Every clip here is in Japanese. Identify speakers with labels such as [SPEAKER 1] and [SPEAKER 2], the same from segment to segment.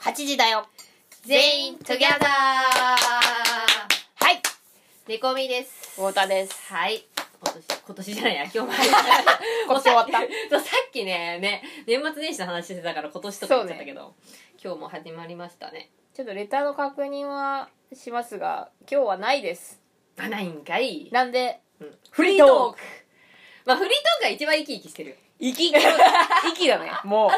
[SPEAKER 1] 8時だよ
[SPEAKER 2] 全員トギャザー
[SPEAKER 1] はい
[SPEAKER 2] 寝込みです
[SPEAKER 1] 太田です
[SPEAKER 2] はい今年今年じゃないや 今日前
[SPEAKER 1] 今年終わった
[SPEAKER 2] もうさきそうさっきねね年末年始の話してたから今年とか言っちゃったけど、今日も始まりましたね
[SPEAKER 1] ちょっとレターの確認はしますが今日はないです
[SPEAKER 2] あないんかい
[SPEAKER 1] なんで
[SPEAKER 2] フリートークまあフリートークが一番生き生きしてる
[SPEAKER 1] 生 き息だねもう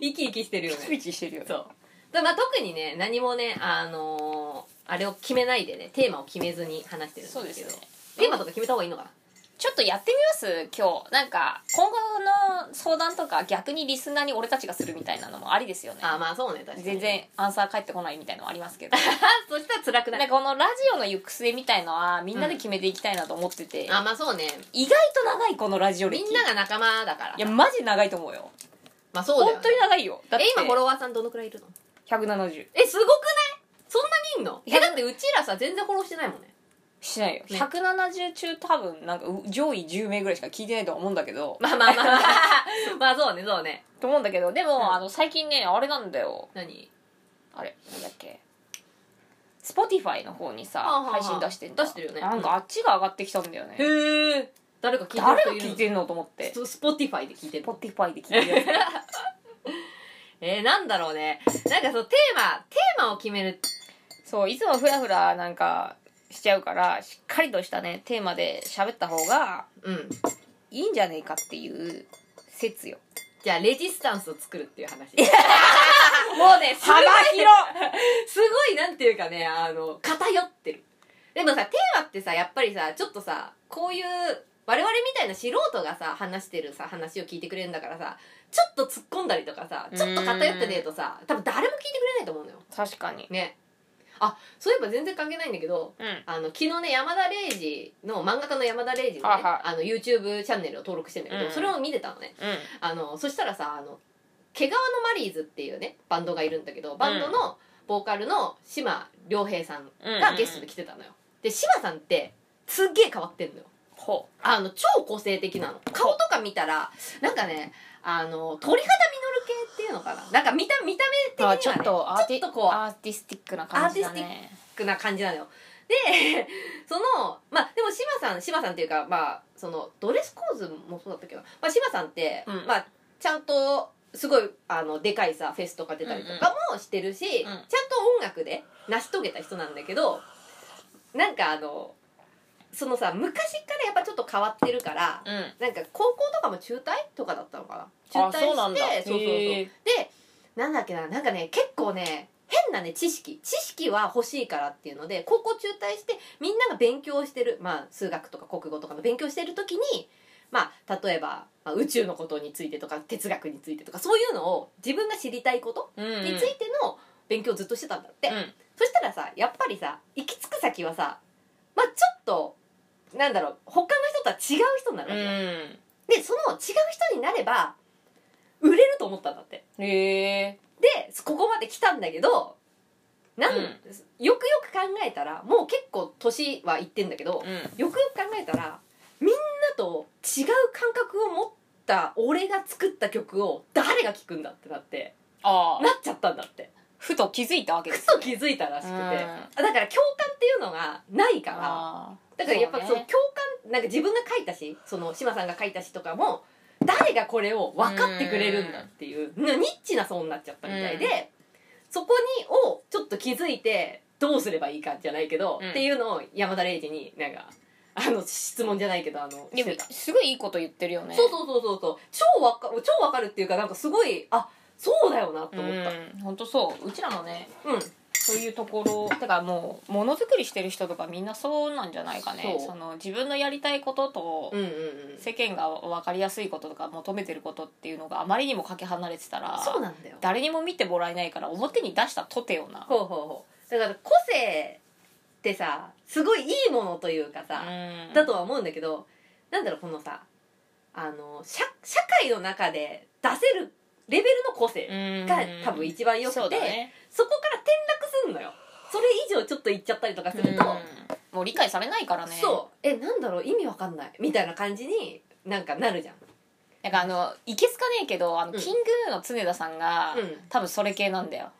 [SPEAKER 2] 生き生きしてるよ
[SPEAKER 1] ピチピ
[SPEAKER 2] ね
[SPEAKER 1] チしてるよね
[SPEAKER 2] そうだまあ特にね何もねあのーあれを決めないでねテーマを決めずに話してるんですけど
[SPEAKER 1] そうですね
[SPEAKER 2] テーマとか決めた方がいいのかな
[SPEAKER 1] ちょっとやってみます今日なんか今後の相談とか逆にリスナーに俺たちがするみたいなのもありですよね
[SPEAKER 2] あまあそうね確かに
[SPEAKER 1] 全然アンサー返ってこないみ たいなのもありますけど
[SPEAKER 2] あそしたら辛くな
[SPEAKER 1] なん
[SPEAKER 2] い
[SPEAKER 1] かこのラジオの行く末みたいのはみんなで決めていきたいなと思ってて、
[SPEAKER 2] あまあそうね
[SPEAKER 1] 意外と長いこのラジオ
[SPEAKER 2] み
[SPEAKER 1] 歴
[SPEAKER 2] んなが仲間だから
[SPEAKER 1] いやマジ長いと思うよ
[SPEAKER 2] まあそうだよ、
[SPEAKER 1] 本
[SPEAKER 2] ね、
[SPEAKER 1] 当に長いよだって
[SPEAKER 2] え今フォロワーさんどのくらいいるの
[SPEAKER 1] 170
[SPEAKER 2] えすごくないそんなにいんの
[SPEAKER 1] いや
[SPEAKER 2] えだってうちらさ全然フォローしてないもんね
[SPEAKER 1] しないよ、
[SPEAKER 2] ね
[SPEAKER 1] 170中多分なんかう上位10名ぐらいしか聞いてないとは思うんだけど、
[SPEAKER 2] まあまあまあまあ まあそうねそうね
[SPEAKER 1] と思うんだけどでも、
[SPEAKER 2] ん
[SPEAKER 1] あの最近ねあれなんだよ
[SPEAKER 2] 何
[SPEAKER 1] あれなんだっけ Spotify の方にさ
[SPEAKER 2] はあはあ
[SPEAKER 1] 配信出してんじゃん
[SPEAKER 2] 出してるよね
[SPEAKER 1] なんかあっちが上がってきたんだよね、
[SPEAKER 2] へえ誰か聞いてる
[SPEAKER 1] 誰が
[SPEAKER 2] 人いる
[SPEAKER 1] 聞
[SPEAKER 2] の
[SPEAKER 1] いてんのと思って
[SPEAKER 2] スポティファイで聞いてるの
[SPEAKER 1] Spotify で聞いてるや
[SPEAKER 2] えー、なんだろうねなんかそうテーマテーマを決める
[SPEAKER 1] つ そういつもフラフラなんかしちゃうからしっかりとしたねテーマで喋った方が
[SPEAKER 2] うん
[SPEAKER 1] いいんじゃねえかっていう説よ
[SPEAKER 2] じゃあレジスタンスを作るっていう話もうねすご
[SPEAKER 1] 幅
[SPEAKER 2] い
[SPEAKER 1] 広
[SPEAKER 2] すごいなんていうかねあの偏ってるでもさテーマってさやっぱりさちょっとさこういう我々みたいな素人がさ話してるさ話を聞いてくれるんだからさちょっと突っ込んだりとかさちょっと偏ってねえとさ多分誰も聞いてくれないと思うのよ
[SPEAKER 1] 確かに
[SPEAKER 2] ねあそういえば全然関係ないんだけど
[SPEAKER 1] うん
[SPEAKER 2] あの昨日ね山田零士の漫画家の山田零士のね、
[SPEAKER 1] はいはい
[SPEAKER 2] あの YouTube チャンネルを登録してんだけど、
[SPEAKER 1] うん
[SPEAKER 2] それを見てたのね
[SPEAKER 1] うん
[SPEAKER 2] あのそしたらさあの毛皮のマリーズっていうねバンドがいるんだけどバンドのボーカルの島良平さんがゲストで来てたのよ、で島さんってすっげえ変わってんのよ
[SPEAKER 1] ほ
[SPEAKER 2] あの超個性的なの顔とか見たらなんかねあの鳥肌実る系っていうのかななんか見た見た目的には、
[SPEAKER 1] あ
[SPEAKER 2] ね、
[SPEAKER 1] ちょっとアーティ
[SPEAKER 2] ちょっとこう
[SPEAKER 1] アーティスティックな感じだ
[SPEAKER 2] アーテ
[SPEAKER 1] ね
[SPEAKER 2] な感じなのよ。で、 その、まあ、でも志麻さん、志麻さんっていうか、まあ、その、ドレスコーズもそうだったっけど、まあ、志麻さんって、
[SPEAKER 1] うん
[SPEAKER 2] まあ、ちゃんと、すごい、あの、でかいさ、フェスとか出たりとかもしてるし、ちゃんと音楽で成し遂げた人なんだけど、なんかあの、そのさ、昔からやっぱちょっと変わってるから、
[SPEAKER 1] うん
[SPEAKER 2] なんか高校とかも中退とかだったのかな中退して
[SPEAKER 1] あそうなんだ
[SPEAKER 2] そうそうそう
[SPEAKER 1] へ
[SPEAKER 2] でなんだっけななんかね結構ね変なね知識知識は欲しいからっていうので高校中退してみんなが勉強してる、まあ、数学とか国語とかの勉強してる時に、まあ、例えば、まあ、宇宙のことについてとか哲学についてとかそういうのを自分が知りたいこと
[SPEAKER 1] うんうん
[SPEAKER 2] についての勉強をずっとしてたんだって、
[SPEAKER 1] うん
[SPEAKER 2] そしたらさやっぱりさ行き着く先はさまあちょっとなんだろう他の人とは違う人になるわけよ、
[SPEAKER 1] うん
[SPEAKER 2] でその違う人になれば売れると思ったんだって
[SPEAKER 1] へえ
[SPEAKER 2] でここまで来たんだけどなん、
[SPEAKER 1] うん
[SPEAKER 2] よくよく考えたらもう結構年はいってんだけど、
[SPEAKER 1] うん
[SPEAKER 2] よくよく考えたらみんなと違う感覚を持った俺が作った曲を誰が聴くんだってなって
[SPEAKER 1] ああ
[SPEAKER 2] なっちゃったんだって
[SPEAKER 1] ふと気づいたわけで
[SPEAKER 2] ふ
[SPEAKER 1] す
[SPEAKER 2] と気づいたらしくて、
[SPEAKER 1] うん
[SPEAKER 2] あだから共感っていうのがないから
[SPEAKER 1] あ
[SPEAKER 2] だからやっぱそう
[SPEAKER 1] そう
[SPEAKER 2] 共
[SPEAKER 1] ね
[SPEAKER 2] 感なんか自分が書いたしその志麻さんが書いたしとかも誰がこれを分かってくれるんだっていうなニッチな層になっちゃったみたいで、
[SPEAKER 1] うん
[SPEAKER 2] そこにをちょっと気づいてどうすればいいかじゃないけど、
[SPEAKER 1] うん
[SPEAKER 2] っていうのを山田礼二になんかあの質問じゃないけどあの
[SPEAKER 1] で
[SPEAKER 2] して
[SPEAKER 1] も
[SPEAKER 2] た
[SPEAKER 1] すごいいいこと言ってるよね
[SPEAKER 2] そうそうそうそうそう超わか超わかるっていうかなんかすごいあそうだよなと思った
[SPEAKER 1] うん本当そううちらもね
[SPEAKER 2] うん、
[SPEAKER 1] そういうところてかもうものづくりしてる人とかみんなそうなんじゃないかね
[SPEAKER 2] そう
[SPEAKER 1] その自分のやりたいことと
[SPEAKER 2] うんうんうん
[SPEAKER 1] 世間が分かりやすいこととか求めてることっていうのがあまりにもかけ離れてたら
[SPEAKER 2] そうなんだよ
[SPEAKER 1] 誰にも見てもらえないから表に出したとてよな
[SPEAKER 2] ほうほうほうだから個性ってさすごいいいものというかさ、
[SPEAKER 1] うん
[SPEAKER 2] だとは思うんだけどなんだろうこのさあの社社会の中で出せるレベルの個性が
[SPEAKER 1] うん
[SPEAKER 2] 多分一番よくて、
[SPEAKER 1] そ
[SPEAKER 2] そう
[SPEAKER 1] だね
[SPEAKER 2] こから転落すんのよそれ以上ちょっと言っちゃったりとかすると、
[SPEAKER 1] うんもう理解されないからね
[SPEAKER 2] そうえなんだろう意味わかんないみたいな感じになんかなるじゃん
[SPEAKER 1] なんかあのいけすかねえけどあの、
[SPEAKER 2] うん
[SPEAKER 1] キングヌーの常田さんが、
[SPEAKER 2] うん
[SPEAKER 1] 多分それ系なんだよ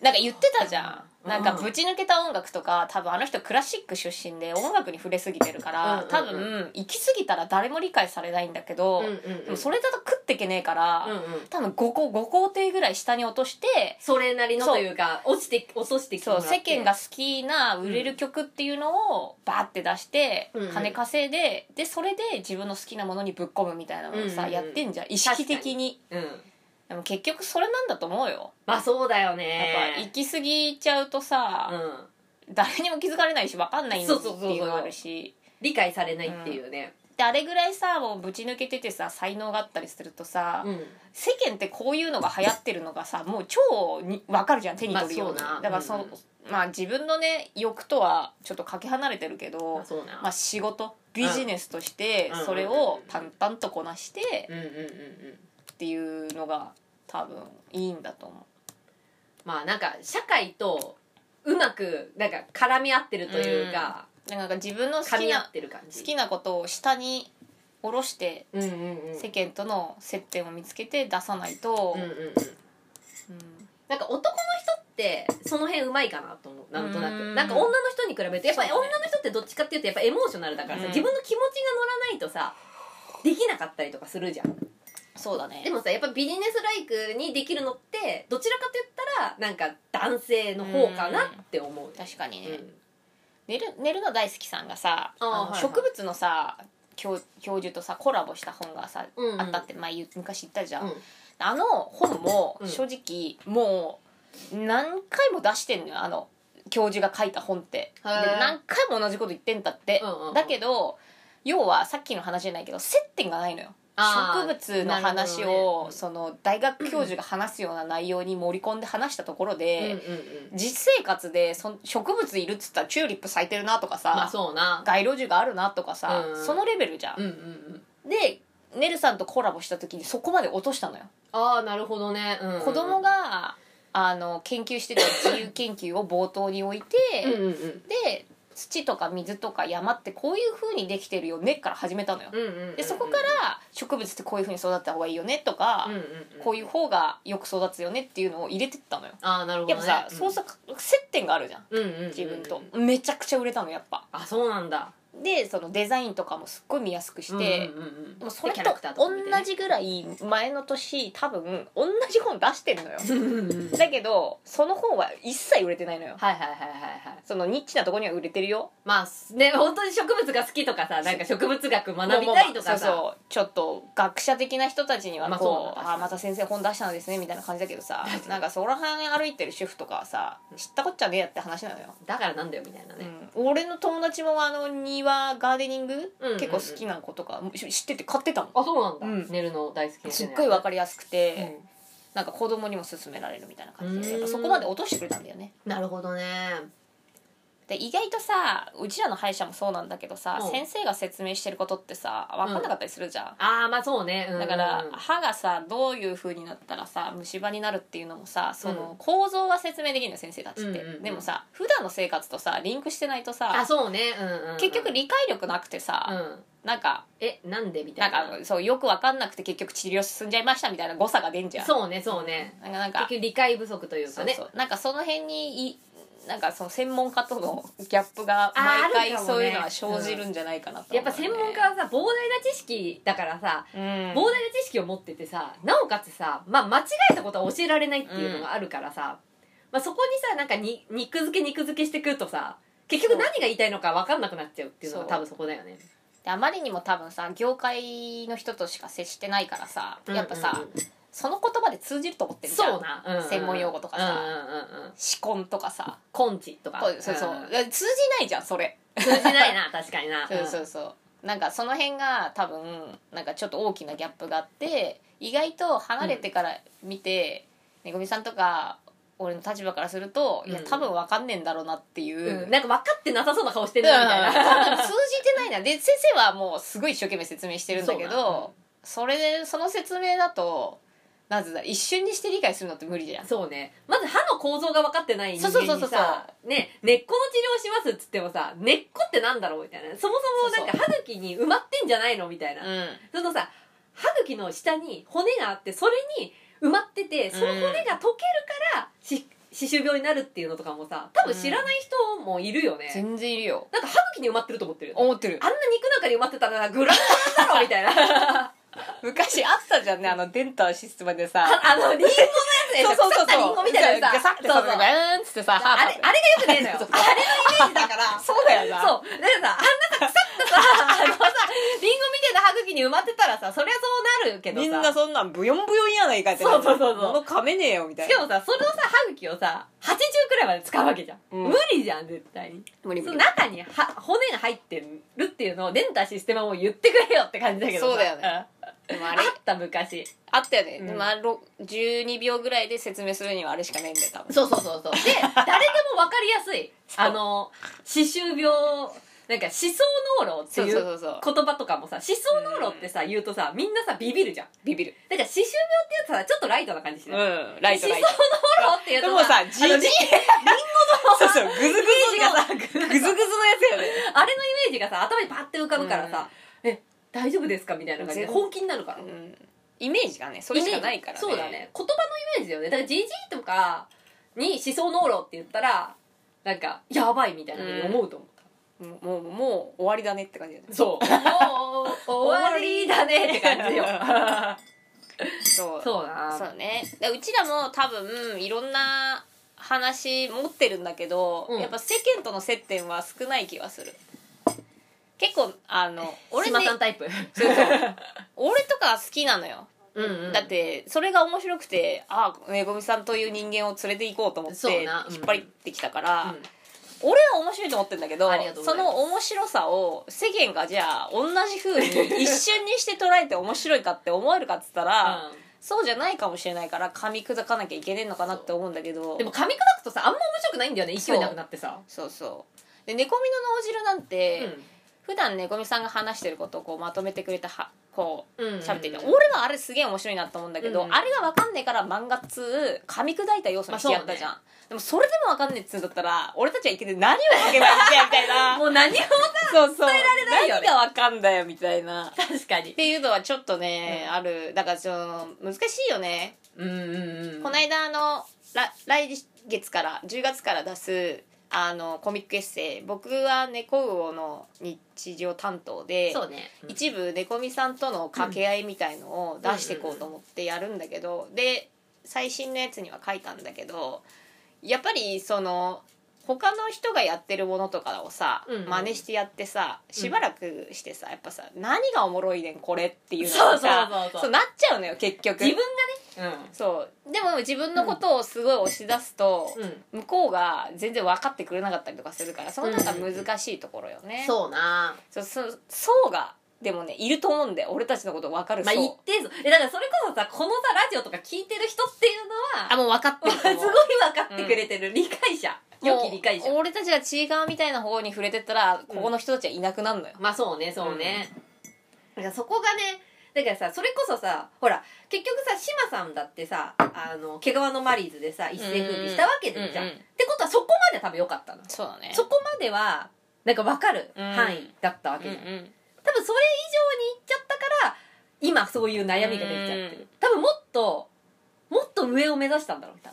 [SPEAKER 1] なんか言ってたじゃ
[SPEAKER 2] うんん
[SPEAKER 1] なんかぶち抜けた音楽とか多分あの人クラシック出身で音楽に触れすぎてるか
[SPEAKER 2] うんうん
[SPEAKER 1] ら
[SPEAKER 2] うん
[SPEAKER 1] 多分行き過ぎたら誰も理解されないんだけど、
[SPEAKER 2] うんうんうん
[SPEAKER 1] でもそれだと食ってけねえから、
[SPEAKER 2] うんうん
[SPEAKER 1] 多分5個5工程ぐらい下に落として
[SPEAKER 2] それなりのというか落ちて落としてきても
[SPEAKER 1] そ
[SPEAKER 2] ら
[SPEAKER 1] う
[SPEAKER 2] って
[SPEAKER 1] 世間が好きな売れる曲っていうのをバーって出して
[SPEAKER 2] うんうん
[SPEAKER 1] 金稼いででそれで自分の好きなものにぶっ込むみたいなのを
[SPEAKER 2] うん
[SPEAKER 1] さ
[SPEAKER 2] うん
[SPEAKER 1] やってんじゃん意識
[SPEAKER 2] 確か
[SPEAKER 1] 的に
[SPEAKER 2] うん
[SPEAKER 1] でも結局それなんだと思うよ
[SPEAKER 2] まあそうだよ
[SPEAKER 1] やっぱ行
[SPEAKER 2] ね
[SPEAKER 1] き過ぎちゃうとさ、
[SPEAKER 2] うん
[SPEAKER 1] 誰にも気づかれないし分かんないって
[SPEAKER 2] そうそうそうそう
[SPEAKER 1] いうのがあるし
[SPEAKER 2] 理解されないっていうね
[SPEAKER 1] であれぐらいさもうぶち抜けててさ才能があったりするとさ、
[SPEAKER 2] うん
[SPEAKER 1] 世間ってこういうのが流行ってるのがさもう超に分かるじゃん手に取るように、
[SPEAKER 2] まあそうな
[SPEAKER 1] だからそ、
[SPEAKER 2] うん
[SPEAKER 1] うまあ自分のね欲とはちょっとかけ離れてるけど、
[SPEAKER 2] まあそうな
[SPEAKER 1] まあ、仕事ビジネスとして
[SPEAKER 2] うん
[SPEAKER 1] それを淡々とこなして
[SPEAKER 2] うんうんうんうん
[SPEAKER 1] っていうのが多分いいんだと思う。
[SPEAKER 2] まあなんか社会とうまくなんか絡み合ってるというか、
[SPEAKER 1] なんか自分の好
[SPEAKER 2] 噛
[SPEAKER 1] き
[SPEAKER 2] み合
[SPEAKER 1] な
[SPEAKER 2] ってる感じ
[SPEAKER 1] 好きなことを下に下ろして
[SPEAKER 2] うんうんうん
[SPEAKER 1] 世間との接点を見つけて出さないと
[SPEAKER 2] うん、うんうん
[SPEAKER 1] うん
[SPEAKER 2] なんか男の人ってその辺うまいかなと思うなんとな
[SPEAKER 1] う
[SPEAKER 2] く
[SPEAKER 1] ん
[SPEAKER 2] なんか女の人に比べてやっぱり
[SPEAKER 1] そう
[SPEAKER 2] 女
[SPEAKER 1] ね
[SPEAKER 2] の人ってどっちかっていうとやっぱエモーショナルだからさ、
[SPEAKER 1] うん
[SPEAKER 2] 自分の気持ちが乗らないとさできなかったりとかするじゃん
[SPEAKER 1] そうだね
[SPEAKER 2] でもさやっぱビジネスライクにできるのってどちらかと言ったらなんか男性の方かなって思う、
[SPEAKER 1] 確かにね、
[SPEAKER 2] うん
[SPEAKER 1] 寝る寝るの大好きさんがさ
[SPEAKER 2] あ
[SPEAKER 1] あ
[SPEAKER 2] ー
[SPEAKER 1] の
[SPEAKER 2] はいはい
[SPEAKER 1] 植物のさ教教授とさコラボした本がさ、
[SPEAKER 2] うんうん
[SPEAKER 1] あったって前言う昔言ったじゃん、
[SPEAKER 2] うん
[SPEAKER 1] あの本も
[SPEAKER 2] うん
[SPEAKER 1] 正直もう何回も出してんのよあの教授が書いた本ってで
[SPEAKER 2] へー
[SPEAKER 1] 何回も同じこと言ってんだって、
[SPEAKER 2] うんうんうん
[SPEAKER 1] だけど要はさっきの話じゃないけど接点がないのよ
[SPEAKER 2] あー
[SPEAKER 1] 植物の話
[SPEAKER 2] なる
[SPEAKER 1] を、
[SPEAKER 2] ほどね
[SPEAKER 1] その大学教授が話すような内容に盛り込んで話したところで、
[SPEAKER 2] うんうんうん
[SPEAKER 1] 実生活でそん植物いるっつったらチューリップ咲いてるなとかさ、
[SPEAKER 2] まあそうな
[SPEAKER 1] 街路樹があるなとかさ、
[SPEAKER 2] うん
[SPEAKER 1] そのレベルじゃん、
[SPEAKER 2] うんうんうん
[SPEAKER 1] でねるさんとコラボした時にそこまで落としたのよ、
[SPEAKER 2] ああなるほどね、うんうん
[SPEAKER 1] 子供があの研究してた自由研究を冒頭に置いて、
[SPEAKER 2] うんうんうん
[SPEAKER 1] で土とか水とか山ってこういう風にできてるよねから始めたのよ、
[SPEAKER 2] うんうんうんうん
[SPEAKER 1] でそこから植物ってこういう風に育った方がいいよねとか、
[SPEAKER 2] うんうんうん
[SPEAKER 1] こういう方がよく育つよねっていうのを入れてったのよ
[SPEAKER 2] ああなるほど、
[SPEAKER 1] やっ
[SPEAKER 2] ね、
[SPEAKER 1] ぱさ、そうさ接点があるじゃん
[SPEAKER 2] うん、うんうんうん
[SPEAKER 1] 自分と、めちゃくちゃ売れたのやっぱ
[SPEAKER 2] あそうなんだ
[SPEAKER 1] でそのデザインとかもすっごい見やすくして、
[SPEAKER 2] うんうんうん
[SPEAKER 1] もうそれ
[SPEAKER 2] でキ
[SPEAKER 1] と
[SPEAKER 2] ャラクター
[SPEAKER 1] 同
[SPEAKER 2] か見てね
[SPEAKER 1] じぐらい前の年多分同じ本出してんのよ
[SPEAKER 2] うんうんうんはい
[SPEAKER 1] だけどその本は一切売れてないのよ
[SPEAKER 2] はいはいはいはい
[SPEAKER 1] そのニッチなとこには売れてるよ
[SPEAKER 2] まあね本当に植物が好きとかさなんか植物学学びたいとか
[SPEAKER 1] そう
[SPEAKER 2] さ
[SPEAKER 1] そうちょっと学者的な人たちには
[SPEAKER 2] まあ
[SPEAKER 1] こう,、
[SPEAKER 2] そう
[SPEAKER 1] あ
[SPEAKER 2] だ、
[SPEAKER 1] また先生本出したのですねみたいな感じだけど さなんかそこら辺歩いてる主婦とかはさ知ったこっちゃねえやって話なのよ
[SPEAKER 2] だからなんだよみたいなね、
[SPEAKER 1] うん、俺の友達もあの庭ガーデニング、
[SPEAKER 2] うんうんうん
[SPEAKER 1] 結構好きな子とかし知ってて買ってたもん
[SPEAKER 2] あそうなんだ、
[SPEAKER 1] うん
[SPEAKER 2] 寝るの大好きです
[SPEAKER 1] す
[SPEAKER 2] ね
[SPEAKER 1] っごい分
[SPEAKER 2] か
[SPEAKER 1] かりやすくて、なんか子供にも勧められるみたいな感じでや
[SPEAKER 2] うん
[SPEAKER 1] っぱそこまで落としてくれたんだよね
[SPEAKER 2] なるほどね
[SPEAKER 1] で意外とさうちらの歯医者もそうなんだけどさ、
[SPEAKER 2] うん
[SPEAKER 1] 先生が説明してることってさ分かんなかったりするじゃん、
[SPEAKER 2] ああまあそうね、うん
[SPEAKER 1] だから
[SPEAKER 2] うん
[SPEAKER 1] 歯がさどういう風になったらさ虫歯になるっていうのもさその、
[SPEAKER 2] うん
[SPEAKER 1] 構造は説明できるのよ先生たちって、
[SPEAKER 2] うんうんうん
[SPEAKER 1] でもさ普段の生活とさリンクしてないと
[SPEAKER 2] あ
[SPEAKER 1] さ
[SPEAKER 2] そうね、うんうんうん
[SPEAKER 1] 結局理解力なくてさ、
[SPEAKER 2] うん
[SPEAKER 1] なんか
[SPEAKER 2] えなんでみた
[SPEAKER 1] ないん
[SPEAKER 2] な
[SPEAKER 1] かそうよく分かんなくて結局治療進んじゃいましたみたいな誤差が出んじゃん
[SPEAKER 2] そうねそうね
[SPEAKER 1] なんかなん
[SPEAKER 2] 結
[SPEAKER 1] か
[SPEAKER 2] 局理解不足というかね
[SPEAKER 1] そうそうなんかその辺にいなんかその専門家とのギャップが
[SPEAKER 2] あー
[SPEAKER 1] 毎
[SPEAKER 2] ある
[SPEAKER 1] 回
[SPEAKER 2] かもね
[SPEAKER 1] そういうのは生じるんじゃないかなと思うよ
[SPEAKER 2] やっ
[SPEAKER 1] ね、
[SPEAKER 2] ぱ専門家はさ膨大な知識だからさ、
[SPEAKER 1] うん、
[SPEAKER 2] 膨大な知識を持っててさなおかつさ、まあ、間違えたことは教えられないっていうのがあるからさ、まあ、そこにさなんかに肉付け肉付けしてくるとさ結局何が言いたいのか分かんなくなっちゃうっていうのが
[SPEAKER 1] そう
[SPEAKER 2] 多分そこだよね
[SPEAKER 1] であまりにも多分さ業界の人としか接してないからさやっぱさ、
[SPEAKER 2] うんうんうん
[SPEAKER 1] その言葉で通じると思ってるじゃん
[SPEAKER 2] そうな、うんうん
[SPEAKER 1] 専門用語とかさ
[SPEAKER 2] うんうんうんうん
[SPEAKER 1] 歯根とかさ
[SPEAKER 2] 根治とか
[SPEAKER 1] こうそうそう、
[SPEAKER 2] ん
[SPEAKER 1] いや通じないじゃんそれ
[SPEAKER 2] 通じないな 確かにな
[SPEAKER 1] そうそうそうなんかその辺が多分なんかちょっと大きなギャップがあって意外と離れてから見て、めぐみさんとか俺の立場からすると、いや
[SPEAKER 2] うん
[SPEAKER 1] 多分わかんねえんだろうなっていう、
[SPEAKER 2] うん
[SPEAKER 1] う
[SPEAKER 2] うんんなんか分かってなさそうな顔して
[SPEAKER 1] 多
[SPEAKER 2] るなみ たいな
[SPEAKER 1] 分通じてないなで先生はもうすごい一生懸命説明してるんだけ
[SPEAKER 2] そうだうん
[SPEAKER 1] どそ,、れでその説明だとなぜだ一瞬にして理解するのって無理じゃん
[SPEAKER 2] そうね。まず歯の構造が分かってない人間にさ、
[SPEAKER 1] そうそうそうそ
[SPEAKER 2] ね、根っこの治療しますっつってもさ、根っこってなんだろうみたいな。そもそもなんか歯茎に埋まってんじゃないのみたいな。
[SPEAKER 1] うん
[SPEAKER 2] そのさ、歯茎の下に骨があって、それに埋まってて、その骨が溶けるから、し歯周病になるっていうのとかもさ多分知らない人もいるよね、
[SPEAKER 1] 全然いるよ
[SPEAKER 2] なんか歯茎に埋まってると思ってるよね
[SPEAKER 1] 思ってる
[SPEAKER 2] あんな肉の中に埋まってたらグラグラだろみたいなあ
[SPEAKER 1] 昔あったじゃんねあのデンタルシステムで さ
[SPEAKER 2] あのリンゴのやつね腐ったリンゴみたいな
[SPEAKER 1] ガ
[SPEAKER 2] やつ
[SPEAKER 1] サ
[SPEAKER 2] さ
[SPEAKER 1] ッてさ
[SPEAKER 2] そうそう
[SPEAKER 1] ガーンっつってさ
[SPEAKER 2] あれあれがよくねえのよ
[SPEAKER 1] そう
[SPEAKER 2] あれのイメージだか ら
[SPEAKER 1] そうだよな
[SPEAKER 2] そうだからさあんなさ腐ったさあのさリンゴみたいな歯茎に埋まってたらさそりゃそうなるけど
[SPEAKER 1] み
[SPEAKER 2] さ
[SPEAKER 1] んなそんなんブヨンブヨンやないかって
[SPEAKER 2] そうそうそうそう
[SPEAKER 1] 物噛めねえよみたい
[SPEAKER 2] し
[SPEAKER 1] な
[SPEAKER 2] かもさそのさ歯茎をさ80くらいまで使うわけじゃん、
[SPEAKER 1] うん
[SPEAKER 2] 無理じゃん絶対に
[SPEAKER 1] 無理無
[SPEAKER 2] その
[SPEAKER 1] 理
[SPEAKER 2] 中には骨が入ってるっていうのをデンタシステマも言ってくれよって感じだけど
[SPEAKER 1] そ
[SPEAKER 2] さ
[SPEAKER 1] うだよね
[SPEAKER 2] うん
[SPEAKER 1] でもあ
[SPEAKER 2] あ
[SPEAKER 1] れ
[SPEAKER 2] った昔
[SPEAKER 1] あったよね、
[SPEAKER 2] うん
[SPEAKER 1] でもあろ12秒ぐらいで説明するにはあれしかないんだよ多分
[SPEAKER 2] そうそうそうそうで誰でも分かりやすい
[SPEAKER 1] そう
[SPEAKER 2] あの歯周病なんか思想脳漏って
[SPEAKER 1] そう
[SPEAKER 2] い
[SPEAKER 1] そう
[SPEAKER 2] う
[SPEAKER 1] そうそう
[SPEAKER 2] 言葉とかもさ思想脳漏ってさ言うとさみんなさビビるじゃん
[SPEAKER 1] ビビる
[SPEAKER 2] だから歯周病ってやつはちょっとライトな感じし
[SPEAKER 1] う
[SPEAKER 2] ない、
[SPEAKER 1] んライトライト
[SPEAKER 2] 思想脳漏って言う
[SPEAKER 1] で
[SPEAKER 2] と
[SPEAKER 1] もさじじ
[SPEAKER 2] あのリンゴ の
[SPEAKER 1] そうそうグズグズ
[SPEAKER 2] イメージ
[SPEAKER 1] の
[SPEAKER 2] がさグズグズ
[SPEAKER 1] グズグズのやつよね
[SPEAKER 2] あれのイメージがさ頭にパッて浮かぶからさ、え大丈夫ですかみたいな感じで
[SPEAKER 1] 全
[SPEAKER 2] 本気になるから、
[SPEAKER 1] うんイメージがねそれしかないからね
[SPEAKER 2] そうだね言葉のイメージだよねだからじじいとかに思想脳漏って言ったらなんかやばいみたいなふうに思うと思う、
[SPEAKER 1] もうもうもう終わりだねって感じだね
[SPEAKER 2] そうもう終わりだねって感じよ
[SPEAKER 1] そう
[SPEAKER 2] そうだな
[SPEAKER 1] そうねでうちらも多分いろんな話持ってるんだけど、
[SPEAKER 2] うん
[SPEAKER 1] やっぱ世間との接点は少ない気はする結構あの俺,、
[SPEAKER 2] 島
[SPEAKER 1] ね
[SPEAKER 2] さ、んタイプ
[SPEAKER 1] そうそう俺とか好きなのよ、
[SPEAKER 2] うんうん
[SPEAKER 1] だってそれが面白くてああめぐみさんという人間を連れて行こうと思っ
[SPEAKER 2] そう
[SPEAKER 1] て
[SPEAKER 2] なうん
[SPEAKER 1] 引っ張ってきたから、
[SPEAKER 2] うん
[SPEAKER 1] 俺は面白いと思ってんだけど
[SPEAKER 2] ありがとうご
[SPEAKER 1] そ
[SPEAKER 2] ざいま
[SPEAKER 1] の
[SPEAKER 2] す
[SPEAKER 1] 面白さを世間がじゃあ同じ風に一瞬にして捉えて面白いかって思えるかっつったら、そうじゃないかもしれないから噛み砕かなきゃいけねえのかなって思うんだけど
[SPEAKER 2] うんでも噛み砕くとさあんま面白くないんだよね勢いなくなってさ
[SPEAKER 1] そうそうで猫みの脳汁なん
[SPEAKER 2] う
[SPEAKER 1] て、
[SPEAKER 2] ん
[SPEAKER 1] 普段猫みさんが話してることをこうまとめてくれてはこう
[SPEAKER 2] うん
[SPEAKER 1] 喋っていて、
[SPEAKER 2] うん
[SPEAKER 1] 俺はあれすげえ面白いなと思うんだけど、
[SPEAKER 2] うん
[SPEAKER 1] あれが分かんねえから漫画通噛み砕いた要素にしてやったじゃん、
[SPEAKER 2] ま
[SPEAKER 1] でもそれでも分かんねえっつうんだったら俺たちは一体何を書けばいいんだよみたいな
[SPEAKER 2] もう何も
[SPEAKER 1] そうそう
[SPEAKER 2] れないよね
[SPEAKER 1] 何が分かんだよみたいなっ
[SPEAKER 2] 確かに
[SPEAKER 1] ていうのはちょっとね、
[SPEAKER 2] うん
[SPEAKER 1] あるだからその難しいよね
[SPEAKER 2] うんうんうん
[SPEAKER 1] この間あのら来月から10月から出すあのコミックエッセイ僕は猫魚の日常担当で
[SPEAKER 2] そうね
[SPEAKER 1] 一部猫みさんとの掛け合いみたいのを出していこうと思ってやるんだけど、で最新のやつには書いたんだけどやっぱりその他の人がやってるものとかをさ、
[SPEAKER 2] うんうん
[SPEAKER 1] 真似してやってさしばらくしてさやっぱさ何がおもろいねんこれっていうのが
[SPEAKER 2] そうそう
[SPEAKER 1] さ
[SPEAKER 2] そう
[SPEAKER 1] そ
[SPEAKER 2] そうう
[SPEAKER 1] なっちゃうのよ結局
[SPEAKER 2] 自分がね
[SPEAKER 1] そうでも自分のことをすごい押し出すと、
[SPEAKER 2] うんうん
[SPEAKER 1] 向こうが全然分かってくれなかったりとかするからそのなんか難しいところよね、
[SPEAKER 2] そうな
[SPEAKER 1] そうそう層がでもねいると思うんだよ俺たちのこと分かる
[SPEAKER 2] まあ
[SPEAKER 1] 層、
[SPEAKER 2] 一定数えだからそれこそさこのさラジオとか聞いてる人っていうのは
[SPEAKER 1] あもう分かってると
[SPEAKER 2] すごい
[SPEAKER 1] 思う
[SPEAKER 2] 分かってくれてる、理解者良き理解者
[SPEAKER 1] もう俺たちがチーガーみたいな方に触れてったらここの人たちはいなくなるのよ、
[SPEAKER 2] まあそうねそうね、だからそこがねだからさそれこそさほら結局さ志麻さんだってさあの毛皮のマリーズでさ一世風靡したわけ
[SPEAKER 1] うんう
[SPEAKER 2] で
[SPEAKER 1] ん
[SPEAKER 2] じゃん、ってことはそこまで多分良かったの、
[SPEAKER 1] そうだね
[SPEAKER 2] そこまではなんか分かる範囲だったわけ
[SPEAKER 1] うん
[SPEAKER 2] じ
[SPEAKER 1] う
[SPEAKER 2] ゃん、
[SPEAKER 1] ん
[SPEAKER 2] 多分それ以上にいっちゃったから今そういう悩みが出ちゃって
[SPEAKER 1] うん
[SPEAKER 2] る多分もっともっと上を目指したんだろう多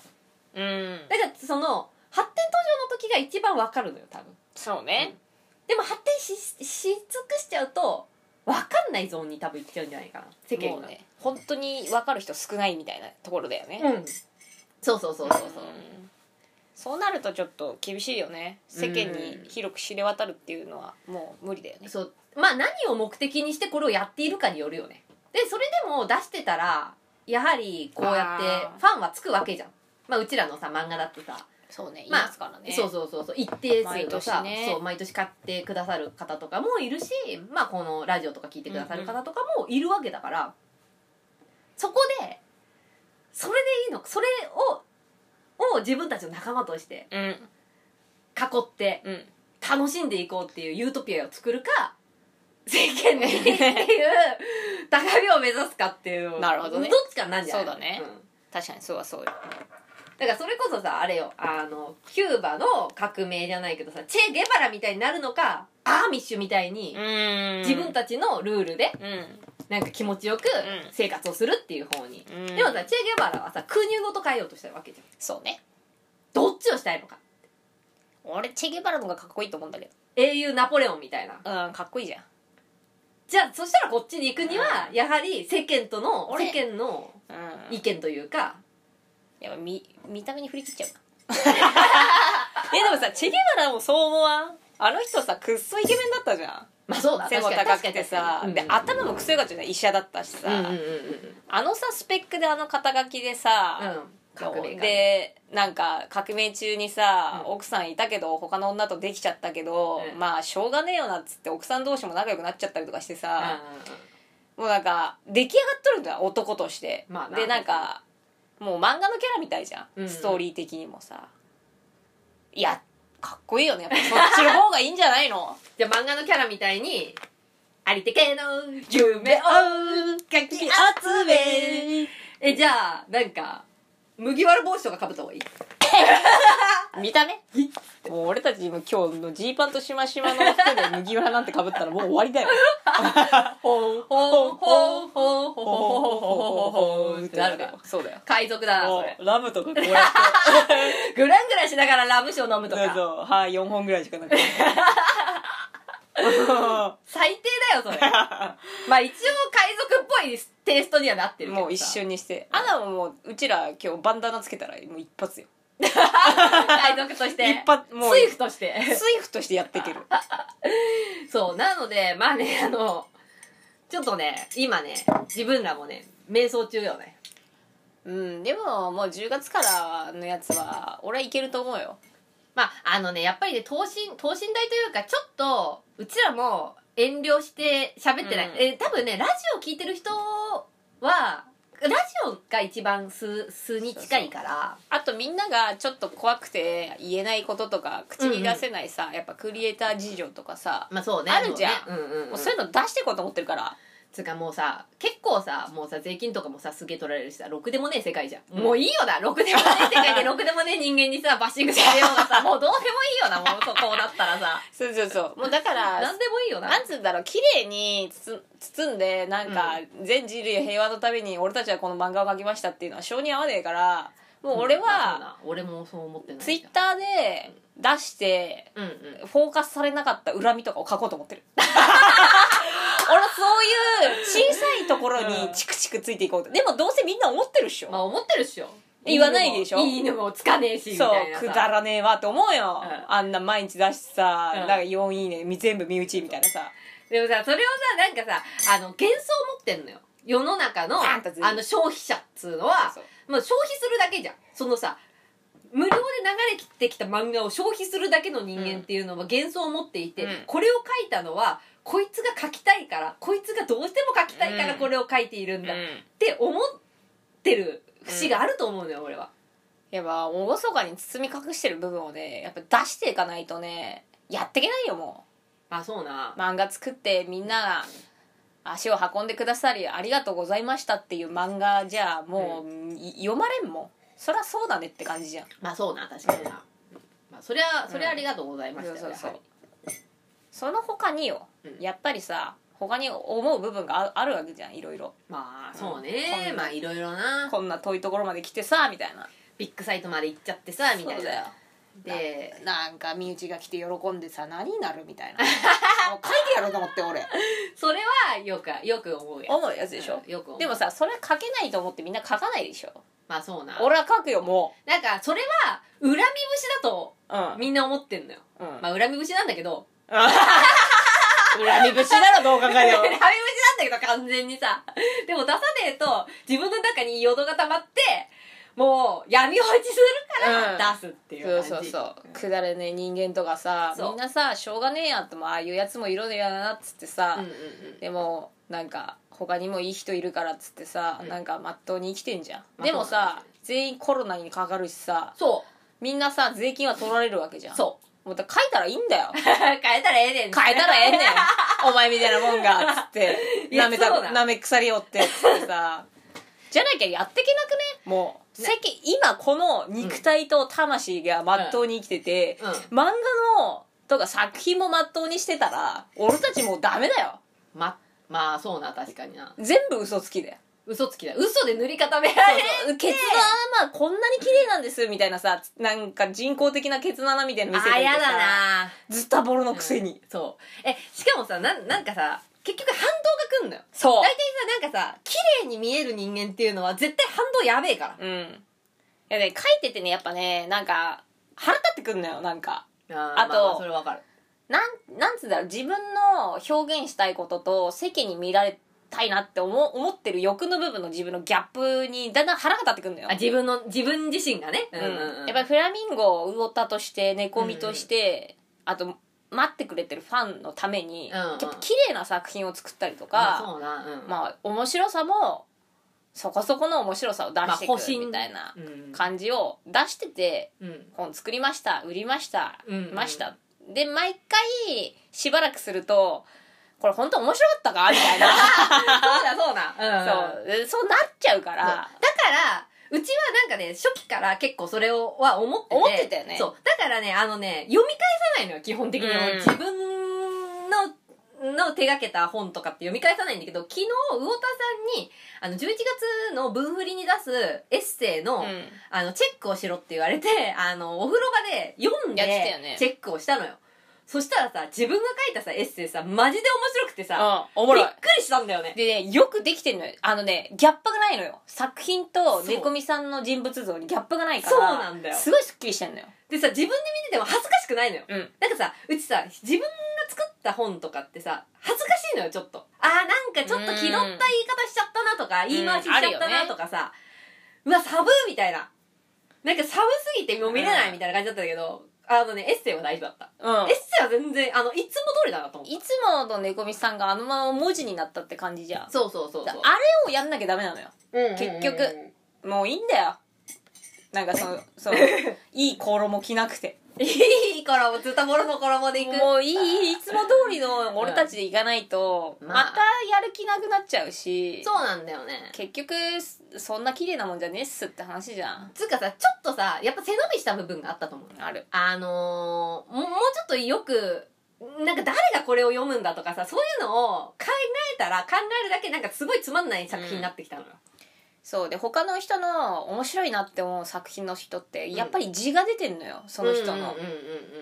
[SPEAKER 2] 分
[SPEAKER 1] うん
[SPEAKER 2] だからその発展途上の時が一番分かるのよ多分
[SPEAKER 1] そうね、
[SPEAKER 2] でも発展ししし尽くしちゃうと分かんないゾーンに多分行っちゃうんじゃないかな世間
[SPEAKER 1] もう
[SPEAKER 2] が、
[SPEAKER 1] ね本当に分かる人少ないみたいなところだよね、
[SPEAKER 2] うんそうそうそうそうそう、
[SPEAKER 1] んそうなるとちょっと厳しいよね世間に広く知れ渡るっていうのはもう無理だよね
[SPEAKER 2] そうまあ何を目的にしてこれをやっているかによるよねでそれでも出してたらやはりこうやって
[SPEAKER 1] あー
[SPEAKER 2] ファンはつくわけじゃんまあうちらのさ漫画だってさ、
[SPEAKER 1] そうねい
[SPEAKER 2] まあ
[SPEAKER 1] ますからね、
[SPEAKER 2] そうそうそうそう一定数のさ
[SPEAKER 1] 毎年ね
[SPEAKER 2] そう毎年買ってくださる方とかもいるしまあこのラジオとか聞いてくださる方とかもいるわけだから、そこでそれでいいのそれをを自分たちの仲間として
[SPEAKER 1] うん
[SPEAKER 2] 囲って
[SPEAKER 1] うん
[SPEAKER 2] 楽しんでいこうっていうユートピアを作るか世間にっていう高みを目指すかっていう
[SPEAKER 1] なるほどね
[SPEAKER 2] どっちかなんじゃない
[SPEAKER 1] そうだね
[SPEAKER 2] ん
[SPEAKER 1] 確かにそうはそうよ
[SPEAKER 2] だからそれこそさあれよあのキューバの革命じゃないけどさチェ・ゲバラみたいになるのかアーミッシュみたいに
[SPEAKER 1] うん
[SPEAKER 2] 自分たちのルールで
[SPEAKER 1] うん
[SPEAKER 2] なんか気持ちよく
[SPEAKER 1] ん
[SPEAKER 2] 生活をするっていう方に、
[SPEAKER 1] うん
[SPEAKER 2] でもさチェ・ゲバラはさ空入語と変えようとしたわけじゃん
[SPEAKER 1] そうね
[SPEAKER 2] どっちをしたいのか
[SPEAKER 1] 俺チェゲバラの方がかっこいいと思うんだけ
[SPEAKER 2] 英雄ナポレオンみたいな
[SPEAKER 1] どうんかっこいいじゃん
[SPEAKER 2] じゃあそしたらこっちに行くにはやはり世間との
[SPEAKER 1] 俺
[SPEAKER 2] 世間の
[SPEAKER 1] うん
[SPEAKER 2] 意見というか
[SPEAKER 1] やっぱ見見た目に振り切っちゃうな えでもさチェゲバラもそう思わんあの人さくっそイケメンだったじゃん
[SPEAKER 2] まあそうだ
[SPEAKER 1] 背も高くてさで
[SPEAKER 2] っ
[SPEAKER 1] 頭もくそよかったじゃん医者だったしさ、
[SPEAKER 2] うんうんうん
[SPEAKER 1] あのさスペックであの肩書きで
[SPEAKER 2] うん
[SPEAKER 1] さ、
[SPEAKER 2] うん革命家
[SPEAKER 1] でなんか革命中にさ、
[SPEAKER 2] うん
[SPEAKER 1] 奥さんいたけど他の女とできちゃったけど、
[SPEAKER 2] うん
[SPEAKER 1] まあしょうがねえよなっつって奥さん同士も仲良くなっちゃったりとかして
[SPEAKER 2] うんうん
[SPEAKER 1] さ、もうなんか出来上がっとるんだよ男として、
[SPEAKER 2] まあな
[SPEAKER 1] でなんかもう漫画のキャラみたいじゃん、
[SPEAKER 2] うん
[SPEAKER 1] ストーリー的にもさいやかっこいいよねやっぱそっちの方がいいんじゃないの
[SPEAKER 2] じゃあ漫画のキャラみたいにありてけの夢をかき 集めえじゃあなんか麦わら帽子とかかぶった方がいい
[SPEAKER 1] 見た目もう俺たち今今日のジーパンとしましまの服で麦わらなんてかぶったらもう終わりだよほん
[SPEAKER 2] ほ
[SPEAKER 1] んほ
[SPEAKER 2] んほ
[SPEAKER 1] ん
[SPEAKER 2] んほんほんほんほんほんほんってなるから
[SPEAKER 1] そうだよ
[SPEAKER 2] 海賊だなそれ
[SPEAKER 1] ラムとかこうやっ
[SPEAKER 2] グラングランしながらラム酒を飲む
[SPEAKER 1] て
[SPEAKER 2] と
[SPEAKER 1] どう
[SPEAKER 2] か
[SPEAKER 1] ぞはい4本ぐらいしかなくて
[SPEAKER 2] 最低だよそれまあ一応海賊っぽいテイストにはなってるけどさ
[SPEAKER 1] もう一瞬にしてアナももううちら今日バンダナつけたらもう一発よ
[SPEAKER 2] 海賊として
[SPEAKER 1] 一発もう
[SPEAKER 2] スイフとして
[SPEAKER 1] スイフとしてやっていける
[SPEAKER 2] そう、なので、まあね、あの、ちょっとね、今ね、自分らもね、瞑想中よね。
[SPEAKER 1] うんでももう10月からのやつは俺はいけると思うよ
[SPEAKER 2] まあ、あのね、やっぱりね、等身、等身大というか、ちょっと、うちらも遠慮して喋ってない。
[SPEAKER 1] うん
[SPEAKER 2] え、多分ね、ラジオ聞いてる人は、ラジオが一番数、数に近いから、
[SPEAKER 1] あとみんながちょっと怖くて言えないこととか口に出せないさ、やっぱクリエイター事情とかさ、
[SPEAKER 2] まあそうね。
[SPEAKER 1] あるじゃん
[SPEAKER 2] もうねうんうん、う
[SPEAKER 1] も
[SPEAKER 2] ん。
[SPEAKER 1] うそういうの出していこうと思ってるから
[SPEAKER 2] つうかもうさ、結構さ、もうさ、税金とかもさ、すげえ取られるしさ、ろくでもねえ世界じゃん。もういいよな、ろくでもねえ世界で、ろくでもねえ人間にさ、バッシングされようがさ、 もうどうでもいいよな、もうそこだったら さ。
[SPEAKER 1] そうそう そうもうだから
[SPEAKER 2] なんでもいいよな。
[SPEAKER 1] なんつうんだろう綺麗に包包んでなんか全人類平和のために俺たちはこの漫画を描きましたっていうのは性に合わねえからもう俺は、
[SPEAKER 2] うん、俺もそう思ってない。
[SPEAKER 1] ツイッターで出して
[SPEAKER 2] うんうん。
[SPEAKER 1] フォーカスされなかった恨みとかを書こうと思ってる 俺そういう小さいところにチクチクついていこうとでもどうせみんな思ってるっしょ、
[SPEAKER 2] まあ思ってるっしょ。
[SPEAKER 1] 言わないでしょ
[SPEAKER 2] いいのもつかねえし、み
[SPEAKER 1] そ
[SPEAKER 2] たいな
[SPEAKER 1] う
[SPEAKER 2] さ。
[SPEAKER 1] くだらねえわって思うよ、
[SPEAKER 2] うん
[SPEAKER 1] あんな毎日出してさ、
[SPEAKER 2] うん
[SPEAKER 1] なんか4いいねみ全部身内みたいなさ
[SPEAKER 2] でもさ、それをさ、なんかさ、あの、幻想持ってんのよ。世の中の、
[SPEAKER 1] パンとずる
[SPEAKER 2] あの、消費者っつうのは、
[SPEAKER 1] そう
[SPEAKER 2] まあ、消費するだけじゃんそのさ無料で流れきってきた漫画を消費するだけの人間っていうのは幻想を持っていて、
[SPEAKER 1] うん
[SPEAKER 2] これを書いたのはこいつが書きたいからこいつがどうしても書きたいから
[SPEAKER 1] うん
[SPEAKER 2] これを書いているんだっ
[SPEAKER 1] うん
[SPEAKER 2] て思ってる節があると思うのよ俺は。
[SPEAKER 1] やっぱ厳かに包み隠してる部分をねやっぱ出していかないとねやっていけないよも
[SPEAKER 2] あそうな
[SPEAKER 1] う漫画作ってみんなが足を運んでくださりありがとうございましたっていう漫画じゃもう、い読まれんもんそりゃそうだねって感じじゃん
[SPEAKER 2] まあそうな確かにな、まあ、それはそれはありがとうございまし
[SPEAKER 1] そうそ
[SPEAKER 2] たよ、
[SPEAKER 1] う
[SPEAKER 2] や
[SPEAKER 1] そ
[SPEAKER 2] は
[SPEAKER 1] う
[SPEAKER 2] り
[SPEAKER 1] その他によ、
[SPEAKER 2] うん
[SPEAKER 1] やっぱりさ他に思う部分がああるわけじゃんいろいろ
[SPEAKER 2] まあそう
[SPEAKER 1] こ
[SPEAKER 2] ね、
[SPEAKER 1] んな
[SPEAKER 2] まあいろいろな
[SPEAKER 1] こんな遠いところまで来てさみたいな
[SPEAKER 2] ビッグサイトまで行っちゃってさみたい
[SPEAKER 1] そうだよ
[SPEAKER 2] なで
[SPEAKER 1] なんか身内が来て喜んでさ何になるみた いなもう書いてやろうと思って俺
[SPEAKER 2] それはよくよく思うや
[SPEAKER 1] 思うやつでしょ、
[SPEAKER 2] うんよく思う
[SPEAKER 1] でもさそれは書けないと思ってみんな書かないでしょ
[SPEAKER 2] まあそうな
[SPEAKER 1] 俺は書くよも
[SPEAKER 2] なんかそれは恨み節だと
[SPEAKER 1] ううん
[SPEAKER 2] みんな思ってんのよ、
[SPEAKER 1] うん
[SPEAKER 2] まあ恨み節なんだけど
[SPEAKER 1] 恨み節ならどう考えよ
[SPEAKER 2] 恨み節なんだけど完全にさでも出さねえと自分の中に淀が溜まってもう闇落ちするから
[SPEAKER 1] うん
[SPEAKER 2] 出すっていう
[SPEAKER 1] そ
[SPEAKER 2] 感
[SPEAKER 1] う
[SPEAKER 2] じ、
[SPEAKER 1] そうそうくだらねえ人間とかさ
[SPEAKER 2] そう
[SPEAKER 1] みんなさしょうがねえやってもああいうやつもいるのやだなっつってさ、
[SPEAKER 2] うんうんうん
[SPEAKER 1] でもなんか他にもいい人いるからっつってさ、
[SPEAKER 2] うん
[SPEAKER 1] なんかまっとうに生きてんじゃん、
[SPEAKER 2] まあ
[SPEAKER 1] でも
[SPEAKER 2] そうなん
[SPEAKER 1] さ
[SPEAKER 2] ですよ
[SPEAKER 1] 全員コロナにかかるしさ
[SPEAKER 2] そ
[SPEAKER 1] みんなさ税金は取られるわけじゃ
[SPEAKER 2] うんそう
[SPEAKER 1] もうだから書いたらいいんだよ
[SPEAKER 2] 変えたらええねん
[SPEAKER 1] 変えたらええ ねんお前みたいなもんがっつって
[SPEAKER 2] いや
[SPEAKER 1] なめた
[SPEAKER 2] そうだ
[SPEAKER 1] なめ腐りおってっつってさじゃなきゃやってけなくねもう
[SPEAKER 2] ね
[SPEAKER 1] 最近今この肉体と魂がまっとうに生きてて、
[SPEAKER 2] うん
[SPEAKER 1] 漫画のとか作品もまっとうにしてたら俺たちもうダメだよ
[SPEAKER 2] ままあそうな確かにな
[SPEAKER 1] 全部嘘つきだよ
[SPEAKER 2] 嘘つきだ嘘で塗り固められる
[SPEAKER 1] そうケツの穴こんなに綺麗なんですみたいなさなんか人工的なケツの穴みたいなの見せて
[SPEAKER 2] あ
[SPEAKER 1] て
[SPEAKER 2] や
[SPEAKER 1] さ
[SPEAKER 2] だな
[SPEAKER 1] ズタボロのくせに、
[SPEAKER 2] そうえしかもさなんなんかさ結局反動がくんのよ
[SPEAKER 1] そ
[SPEAKER 2] 大体さなんかさ綺麗に見える人間っていうのは絶対反動やべえから
[SPEAKER 1] ううんいやね書いててねやっぱねなんか腹立ってくんのよなんか
[SPEAKER 2] あ
[SPEAKER 1] ーまあまあそ
[SPEAKER 2] それわかる
[SPEAKER 1] なんなんつうんだろう自分の表現したいことと世間に見られたいなって思思ってる欲の部分の自分のギャップにだんだん腹が立ってくんのよ
[SPEAKER 2] あ自分の自分自身がねうん
[SPEAKER 1] うんやっぱりフラミンゴを魚タとして猫みとして、あと待ってくれてるファンのために、
[SPEAKER 2] うんう
[SPEAKER 1] や
[SPEAKER 2] ん
[SPEAKER 1] っぱ綺麗な作品を作ったりと
[SPEAKER 2] まあ
[SPEAKER 1] か、
[SPEAKER 2] そうなうん
[SPEAKER 1] まあ面白さもそこそこの面白さを出して
[SPEAKER 2] まあ保
[SPEAKER 1] く
[SPEAKER 2] 身
[SPEAKER 1] るみたいな
[SPEAKER 2] うん
[SPEAKER 1] 感じを出してて
[SPEAKER 2] うん
[SPEAKER 1] 本作りました売りました、
[SPEAKER 2] うんうん
[SPEAKER 1] ま したで毎回しばらくするとこれ本当面白かったかみたいな
[SPEAKER 2] そうだそうだうん
[SPEAKER 1] そうでそうなっちゃうか
[SPEAKER 2] そうだ
[SPEAKER 1] ら
[SPEAKER 2] からうちはなんかね初期から結構それをは思ってて
[SPEAKER 1] 思ってたよね
[SPEAKER 2] そうだからねあのね読み返さないのよ基本的には、
[SPEAKER 1] うん
[SPEAKER 2] 自分のの手がけた本とかって読み返さないんだけど昨日魚田さんにあの11月の文振りに出すエッセイの,、
[SPEAKER 1] うん
[SPEAKER 2] あのチェックをしろって言われて あのお風呂場で読ん
[SPEAKER 1] やってた
[SPEAKER 2] で
[SPEAKER 1] よね
[SPEAKER 2] チェックをしたのよそしたらさ自分が書いたさエッセイさマジで面白くてさ、
[SPEAKER 1] うんおも
[SPEAKER 2] び
[SPEAKER 1] ろ
[SPEAKER 2] っ
[SPEAKER 1] い
[SPEAKER 2] くりしたんだよね
[SPEAKER 1] でね、よくできてるのよ。あのね、ギャップがないのよ。作品と
[SPEAKER 2] そう
[SPEAKER 1] 猫みさんの人物像にギャップがないから。
[SPEAKER 2] そうなんだよ
[SPEAKER 1] すごいスッキリしてんのよ。
[SPEAKER 2] でさ自分で見てても恥ずかしくないのよ
[SPEAKER 1] うん。
[SPEAKER 2] なんかさ、うちさ、自分が作った本とかってさ、恥ずかしいのよ、ちょっと。あーなんかちょっと気取った言い方しちゃったなとか、言い回ししちゃったなとかさ、うわ、サブーみたいな。なんか寒すぎてもう見れないみたいな感じだったんだけど、あのね、エッセイは大丈夫だった。
[SPEAKER 1] うん
[SPEAKER 2] エッ。セイは全然、あの、いつも通りだなと思っ
[SPEAKER 1] いつもの猫みさんがあのまま文字になったって感じじゃん。
[SPEAKER 2] た。そうそうそう
[SPEAKER 1] だ
[SPEAKER 2] そう。
[SPEAKER 1] あれをやんなきゃダメなのよ。結局もういいんだよ。なんかそ の、そう、いい衣着なくて。
[SPEAKER 2] いいから、ズタボロの衣でいく。
[SPEAKER 1] もういい、いつも通りの俺たちで行かないと、
[SPEAKER 2] うん
[SPEAKER 1] またやる気なくなっちゃうし、
[SPEAKER 2] そうなんだよね。
[SPEAKER 1] 結局、そんな綺麗なもんじゃねっすって話じゃん。
[SPEAKER 2] つうかさ、ちょっとさ、やっぱ背伸びした部分があったと思う。
[SPEAKER 1] ある。
[SPEAKER 2] あのーももうちょっとよく、なんか誰がこれを読むんだとかさ、そういうのを考えたら考えるだけなんかすごいつまんない作品になってきたのよ。
[SPEAKER 1] そうで他の人の面白いなって思う作品の人ってやっぱり字が出てんのよ、そ
[SPEAKER 2] そ
[SPEAKER 1] の
[SPEAKER 2] の
[SPEAKER 1] 人
[SPEAKER 2] 人
[SPEAKER 1] の、
[SPEAKER 2] の。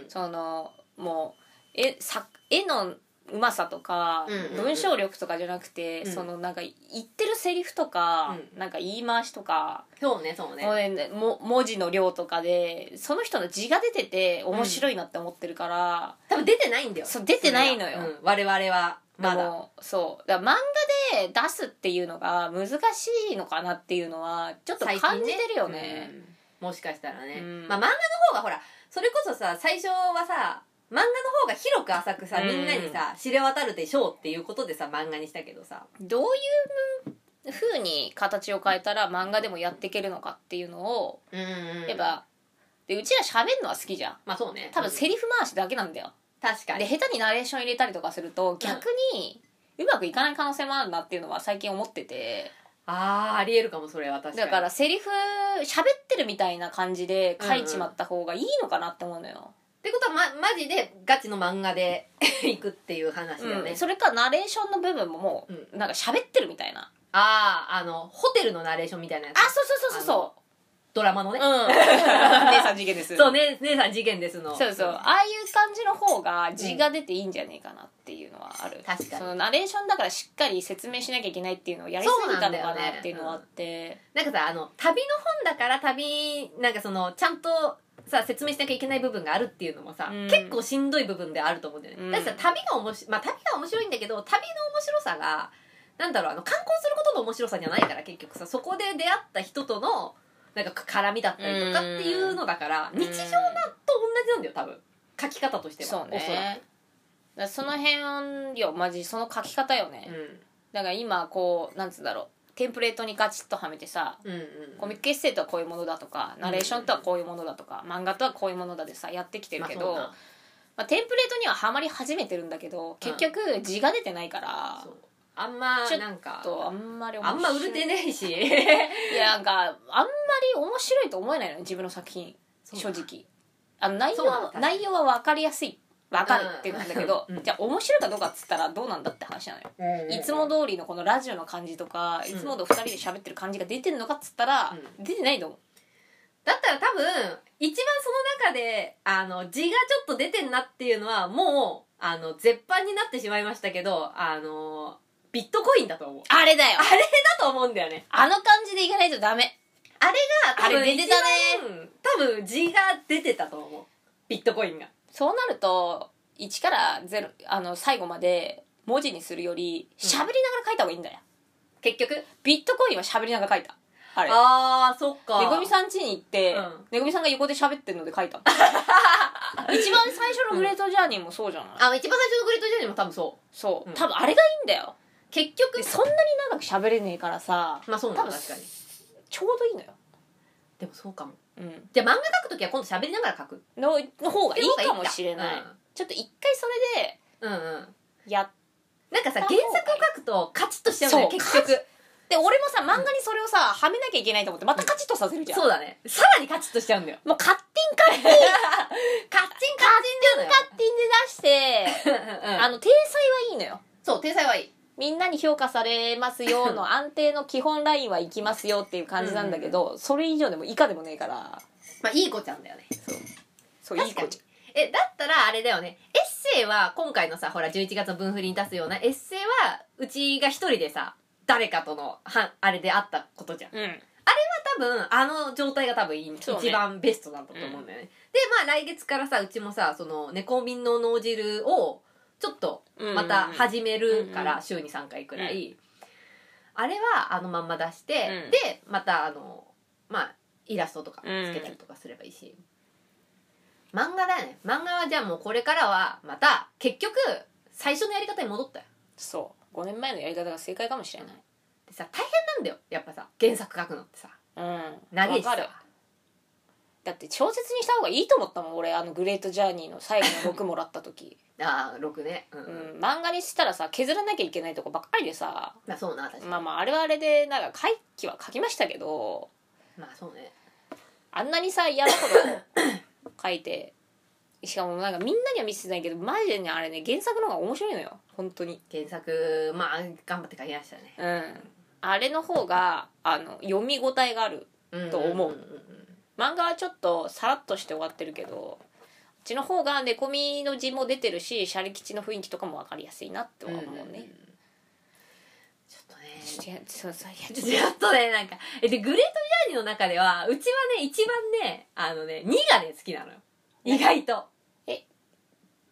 [SPEAKER 1] そのもう絵作絵のうまさとか、
[SPEAKER 2] うんうんうん
[SPEAKER 1] 文章力とかじゃなくて、
[SPEAKER 2] うん
[SPEAKER 1] そのなんか言ってるセリフとか、
[SPEAKER 2] う
[SPEAKER 1] なんか言い回しとか、
[SPEAKER 2] そうね、そうね
[SPEAKER 1] もう。ねも文字の量とかでその人の字が出てて面白いなって思ってるから、
[SPEAKER 2] 多分出てないんだよ。
[SPEAKER 1] そう出てないのよ
[SPEAKER 2] それはうん我々は、ま
[SPEAKER 1] で
[SPEAKER 2] だ。
[SPEAKER 1] もそうだから漫画で出すっていうのが難しいのかなっていうのはちょっと
[SPEAKER 2] 最近
[SPEAKER 1] 感じてるよね。
[SPEAKER 2] うんもしかしたらね。
[SPEAKER 1] うん
[SPEAKER 2] まあ漫画の方がほら、それこそさ、最初はさ、漫画の方が広く浅くさ、みんなにさ、知れ渡るでしょうっていうことでさ、漫画にしたけどさ。
[SPEAKER 1] どういう風に形を変えたら漫画でもやっていけるのかっていうのを
[SPEAKER 2] うん、うん
[SPEAKER 1] やっぱでうちら喋るのは好きじゃん
[SPEAKER 2] まあそうね。
[SPEAKER 1] 多分セリフ回しだけなんだよ
[SPEAKER 2] 確かに
[SPEAKER 1] で。下手にナレーション入れたりとかすると逆にうまくいかない可能性もあるなっていうのは最近思ってて
[SPEAKER 2] ああありえるかもそれは確か
[SPEAKER 1] だ
[SPEAKER 2] に
[SPEAKER 1] からセリフ喋ってるみたいな感じで書いちまった方がいいのかなって思うのよ、
[SPEAKER 2] ってことは、ま、マジでガチの漫画で 行くっていう話だよね、
[SPEAKER 1] うんそれかナレーションの部分ももうなんか喋ってるみたいな
[SPEAKER 2] あああのホテルのナレーションみたいなやつ
[SPEAKER 1] あそうそうそうそ
[SPEAKER 2] ドラマのね
[SPEAKER 1] う、そううん姉さん次元です
[SPEAKER 2] そうね姉さん事件ですの
[SPEAKER 1] そうそうああいう感じの方が字が出ていいんじゃねえかなっていうのはある、
[SPEAKER 2] 確かに
[SPEAKER 1] そのナレーションだからしっかり説明しなきゃいけないっていうのをやりすぎたのかなっていうのはあって
[SPEAKER 2] なんかさあの旅の本だから旅なんかそのちゃんとさ説明しなきゃいけない部分があるっていうのもさ、
[SPEAKER 1] うん
[SPEAKER 2] 結構しんどい部分であると思うんだよね、
[SPEAKER 1] うん
[SPEAKER 2] だってさ旅が面白いまあ旅が面白いんだけど旅の面白さがなんだろうあの観光することの面白さじゃないから結局さそこで出会った人とのなんか絡みだったりとかっていうのだから、日常と同じなんだよ多分書き方としては
[SPEAKER 1] そう
[SPEAKER 2] おそら
[SPEAKER 1] ねだからその辺よマジその書き方よね、
[SPEAKER 2] く
[SPEAKER 1] だから今こうなんつうんだろうテンプレートにガチッとはめてさ
[SPEAKER 2] うんうんうん
[SPEAKER 1] コミックエッセイとはこういうものだとかナレーションとはこういうものだとか漫画とはこういうものだでさやってきてるけど、
[SPEAKER 2] ま
[SPEAKER 1] ま
[SPEAKER 2] あ
[SPEAKER 1] あ、テンプレートにははまり始めてるんだけど結局字が出てないから、
[SPEAKER 2] そうだなそうあんま
[SPEAKER 1] ちょっ
[SPEAKER 2] なんか
[SPEAKER 1] あとあんまり面
[SPEAKER 2] あ
[SPEAKER 1] 白
[SPEAKER 2] ん
[SPEAKER 1] い
[SPEAKER 2] ま売れてないし
[SPEAKER 1] いやなんかあんまり面 白いと思えないのよ自分の作品正直あの内容
[SPEAKER 2] そうなん
[SPEAKER 1] は
[SPEAKER 2] だ
[SPEAKER 1] 内容は分かりやすいわかるっていうのなんだけど、
[SPEAKER 2] うんうん
[SPEAKER 1] じゃあ面白いかどうかっつったらどうなんだって話なのよ、いつも通りのこのラジオの感じとか、いつもと2人で喋ってる感じが出てんのかっつったら、
[SPEAKER 2] う
[SPEAKER 1] 出てないと思う
[SPEAKER 2] だったら多分一番その中であの字がちょっと出てんなっていうのはもうあの絶版になってしまいましたけどあのビットコインだと思う
[SPEAKER 1] あれだよ
[SPEAKER 2] あれだと思うんだよね
[SPEAKER 1] あの感じでいかないとダメあれ出てた
[SPEAKER 2] ね多分字が出てたと思うビットコインが
[SPEAKER 1] そうなると1から0あの最後まで文字にするより喋りながら書いた方がいいんだよ、
[SPEAKER 2] 結局
[SPEAKER 1] ビットコインは喋りながら書いたあれ
[SPEAKER 2] ああそっか
[SPEAKER 1] ねぐみさん家に行って、
[SPEAKER 2] うん
[SPEAKER 1] ねぐみさんが横で喋ってるので書い たの一番最初のグレートジャーニーもそうじゃない、
[SPEAKER 2] あ一番最初のグレートジャーニーも多分そう
[SPEAKER 1] そう、
[SPEAKER 2] うん
[SPEAKER 1] 多分あれがいいんだよ
[SPEAKER 2] 結局
[SPEAKER 1] でそんなに長く喋れねえからさ
[SPEAKER 2] まあそうな
[SPEAKER 1] 多
[SPEAKER 2] の
[SPEAKER 1] 分
[SPEAKER 2] 確かに
[SPEAKER 1] ちょうどいいのよ
[SPEAKER 2] でもそうかも
[SPEAKER 1] うん
[SPEAKER 2] じゃあ漫画書くときは今度喋りながら書く
[SPEAKER 1] のの方がいいかも
[SPEAKER 2] だ
[SPEAKER 1] しれない、
[SPEAKER 2] うん
[SPEAKER 1] ちょっと一回それで
[SPEAKER 2] うんうん
[SPEAKER 1] やっ
[SPEAKER 2] なんかさ原作を書くとカチッとしちゃうんだよ
[SPEAKER 1] そう
[SPEAKER 2] 結局
[SPEAKER 1] て俺もさ漫画にそれをさはめなきゃいけないと思ってまたカチッとさせるじゃん、
[SPEAKER 2] そうだねさらにカチッとしちゃうんだよ
[SPEAKER 1] もう勝手に 勝手に
[SPEAKER 2] カチンカ
[SPEAKER 1] 勝手に出して
[SPEAKER 2] チンなのようんうん
[SPEAKER 1] あの体裁はいいのよ
[SPEAKER 2] そう天才はいい
[SPEAKER 1] みんなに評価されますよの安定の基本ラインはいきますよっていう感じなんだけど、それ以上でも以下でもねえから
[SPEAKER 2] まあいい子ちゃんだよね
[SPEAKER 1] そういい
[SPEAKER 2] 確か
[SPEAKER 1] 子
[SPEAKER 2] にえだったらあれだよねエッセイは今回のさほら11月の分振りに出すようなエッセイはうちが一人でさ誰かとのはあれであったことじゃん
[SPEAKER 1] うん
[SPEAKER 2] 多分あの状態が多分いい、
[SPEAKER 1] そうね
[SPEAKER 2] 一番ベストなんだと思うんだよね、でまあ来月からさうちもさその猫瓶の脳汁をちょっとまた始めるか
[SPEAKER 1] うんう
[SPEAKER 2] ら
[SPEAKER 1] ん
[SPEAKER 2] 週に3回くらい、あれはあのまんま出して、
[SPEAKER 1] うん
[SPEAKER 2] でまたあのまあイラストとかつけたりとかすればいいし、漫画だよね漫画はじゃあもうこれからはまた結局最初のやり方に戻ったよ
[SPEAKER 1] そう5年前のやり方が正解かもしれない
[SPEAKER 2] でさ大変なんだよやっぱさ原作書くのってさ
[SPEAKER 1] うん
[SPEAKER 2] 長いし
[SPEAKER 1] わか
[SPEAKER 2] さ
[SPEAKER 1] るだって小説にした方がいいと思ったもん俺あのグレートジャーニーの最後の6もらった時、
[SPEAKER 2] ああ6ねうん、
[SPEAKER 1] うん、漫画にしたらさ削らなきゃいけないとこばっかりでさ
[SPEAKER 2] まあそうな確かに
[SPEAKER 1] まあまああれはあれでなんか回帰は書きましたけど
[SPEAKER 2] まあそうね
[SPEAKER 1] あんなにさ嫌なことを書 いてしかもなんかみんなには見せてないけどマジでねあれね原作の方が面白いのよ本当に
[SPEAKER 2] 原作まあ頑張って書きましたね
[SPEAKER 1] うんあれの方があの読み応えがあると思うん
[SPEAKER 2] んん
[SPEAKER 1] 漫画はちょっとさらっとして終わってるけどうちの方が猫みの字も出てるしシャリ吉の雰囲気とかも分かりやすいなって
[SPEAKER 2] うん
[SPEAKER 1] 思うね、
[SPEAKER 2] ちょっとね
[SPEAKER 1] ちょっとそうそういやちょっと
[SPEAKER 2] ちょっとね、なんか、え、で、グレートジャーニーの中では、うちはね、一番ね、あのね、2がね、好きなのよ。意外と。
[SPEAKER 1] え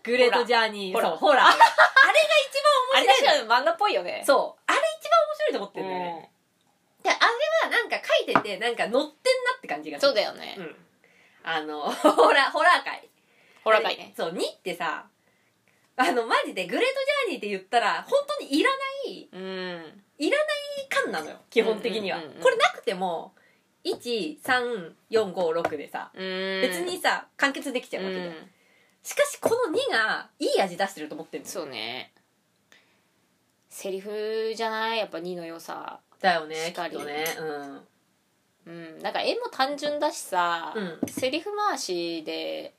[SPEAKER 2] グレートジャーニー、
[SPEAKER 1] ホラー
[SPEAKER 2] そう、ホラー。あれ
[SPEAKER 1] あ
[SPEAKER 2] が一番面
[SPEAKER 1] れ確
[SPEAKER 2] 白いのよ。
[SPEAKER 1] かに漫画っぽいよね
[SPEAKER 2] そう。あれ一番面白いと思って
[SPEAKER 1] うん
[SPEAKER 2] だよね。で、あれはなんか書いてて、なんか乗ってんなって感じがす
[SPEAKER 1] そう
[SPEAKER 2] る。
[SPEAKER 1] だよね、
[SPEAKER 2] うん。あの、 ホラー、ホラー界。
[SPEAKER 1] ホラー界ね
[SPEAKER 2] そう、2ってさ、あの、マジで、グレートジャーニーって言ったら、本当にいらない
[SPEAKER 1] うん
[SPEAKER 2] 感なのよ基本的には、
[SPEAKER 1] うんうんうんうん
[SPEAKER 2] これなくても13456でさ
[SPEAKER 1] うん
[SPEAKER 2] 別にさ完結できちゃう
[SPEAKER 1] う
[SPEAKER 2] わけじゃん、
[SPEAKER 1] ん
[SPEAKER 2] しかしこの2がいい味出してると思ってるんですよ
[SPEAKER 1] そうねセリフじゃないやっぱ2の良さ
[SPEAKER 2] だよね
[SPEAKER 1] しっ
[SPEAKER 2] き
[SPEAKER 1] か
[SPEAKER 2] っ
[SPEAKER 1] り
[SPEAKER 2] とねうん
[SPEAKER 1] うんなんか絵も単純だしさ、
[SPEAKER 2] うん
[SPEAKER 1] セリフ回しで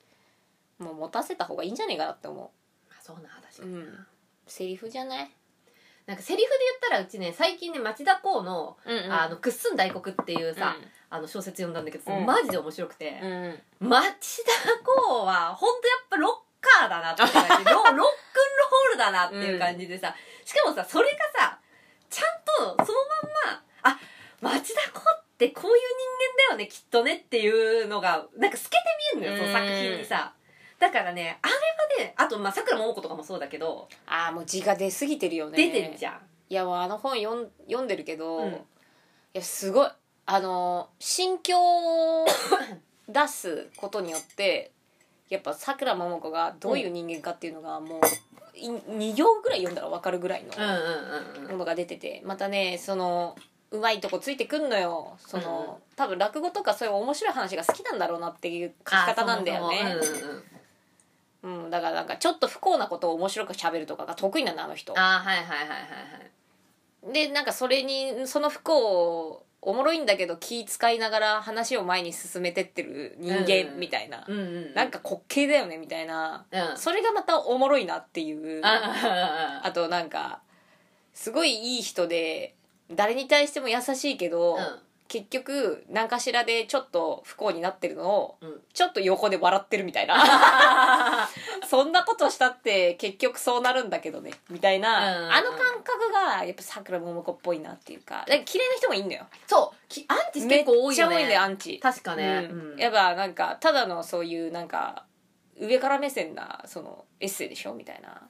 [SPEAKER 1] もう持たせた方がいいんじゃねえかなって思
[SPEAKER 2] あそうな確かに、
[SPEAKER 1] うんうセリフじゃない、
[SPEAKER 2] なんかセリフで言ったらうちね最近ね町田公の
[SPEAKER 1] うん
[SPEAKER 2] 「
[SPEAKER 1] うん
[SPEAKER 2] あのくっすん大黒」っていうさ、
[SPEAKER 1] う
[SPEAKER 2] あの小説読んだんだけどさ、
[SPEAKER 1] うん
[SPEAKER 2] マジで面白くて、
[SPEAKER 1] んうん
[SPEAKER 2] 町田公は本当やっぱロッカーだなっていう 感じロロックンロールだなっていう感じでさ、しかもさそれがさちゃんとそのまんまあ町田公ってこういう人間だよねきっとねっていうのがなんか透けて見えるのよその作品にさだからねあれはねあとまあさくらももことかもそうだけど、
[SPEAKER 1] ああもう字が出すぎてるよね
[SPEAKER 2] 出てるじ
[SPEAKER 1] ゃん
[SPEAKER 2] ゃん
[SPEAKER 1] いやもうあの本読ん読んでるけど、
[SPEAKER 2] うん
[SPEAKER 1] いやすごいあの心境を出すことによってやっぱさくらももこがどういう人間かっていうのがもうい2行ぐらい読んだら分かるぐらいの
[SPEAKER 2] うんうんうんう
[SPEAKER 1] も
[SPEAKER 2] ん
[SPEAKER 1] のが出ててまたねそのうまいとこついてくんのよその、多分落語とかそういう面白い話が好きなんだろうなっていう書き方なんだよね
[SPEAKER 2] あそうそううんうんうん
[SPEAKER 1] うん、だからなんかちょっと不幸なことを面白く喋るとかが得意なのあの人
[SPEAKER 2] あーはいはいはいはいはい
[SPEAKER 1] でなんかそれにその不幸おもろいんだけど気使いながら話を前に進めてってる人間みたいな、
[SPEAKER 2] うんうん
[SPEAKER 1] なんか滑稽だよねみたいな、
[SPEAKER 2] うん
[SPEAKER 1] それがまたおもろいなっていう
[SPEAKER 2] ああ
[SPEAKER 1] あとなんかすごいいい人で誰に対しても優しいけど、 結局何かしらでちょっと不幸になってるのを、
[SPEAKER 2] うん
[SPEAKER 1] ちょっと横で笑ってるみたいなそんなことしたって結局そうなるんだけどねみたいな、
[SPEAKER 2] うん
[SPEAKER 1] あの感覚がやっぱさくらももこっぽいなっていうかだから嫌いな人もいんのよ
[SPEAKER 2] そうきアンチ結構多
[SPEAKER 1] めっ
[SPEAKER 2] いよね
[SPEAKER 1] ちゃ多いんだよアンチ
[SPEAKER 2] 確かね、
[SPEAKER 1] うん
[SPEAKER 2] うん
[SPEAKER 1] やっぱなんかただのそういうなんか上から目線なそのエッセイでしょみたいな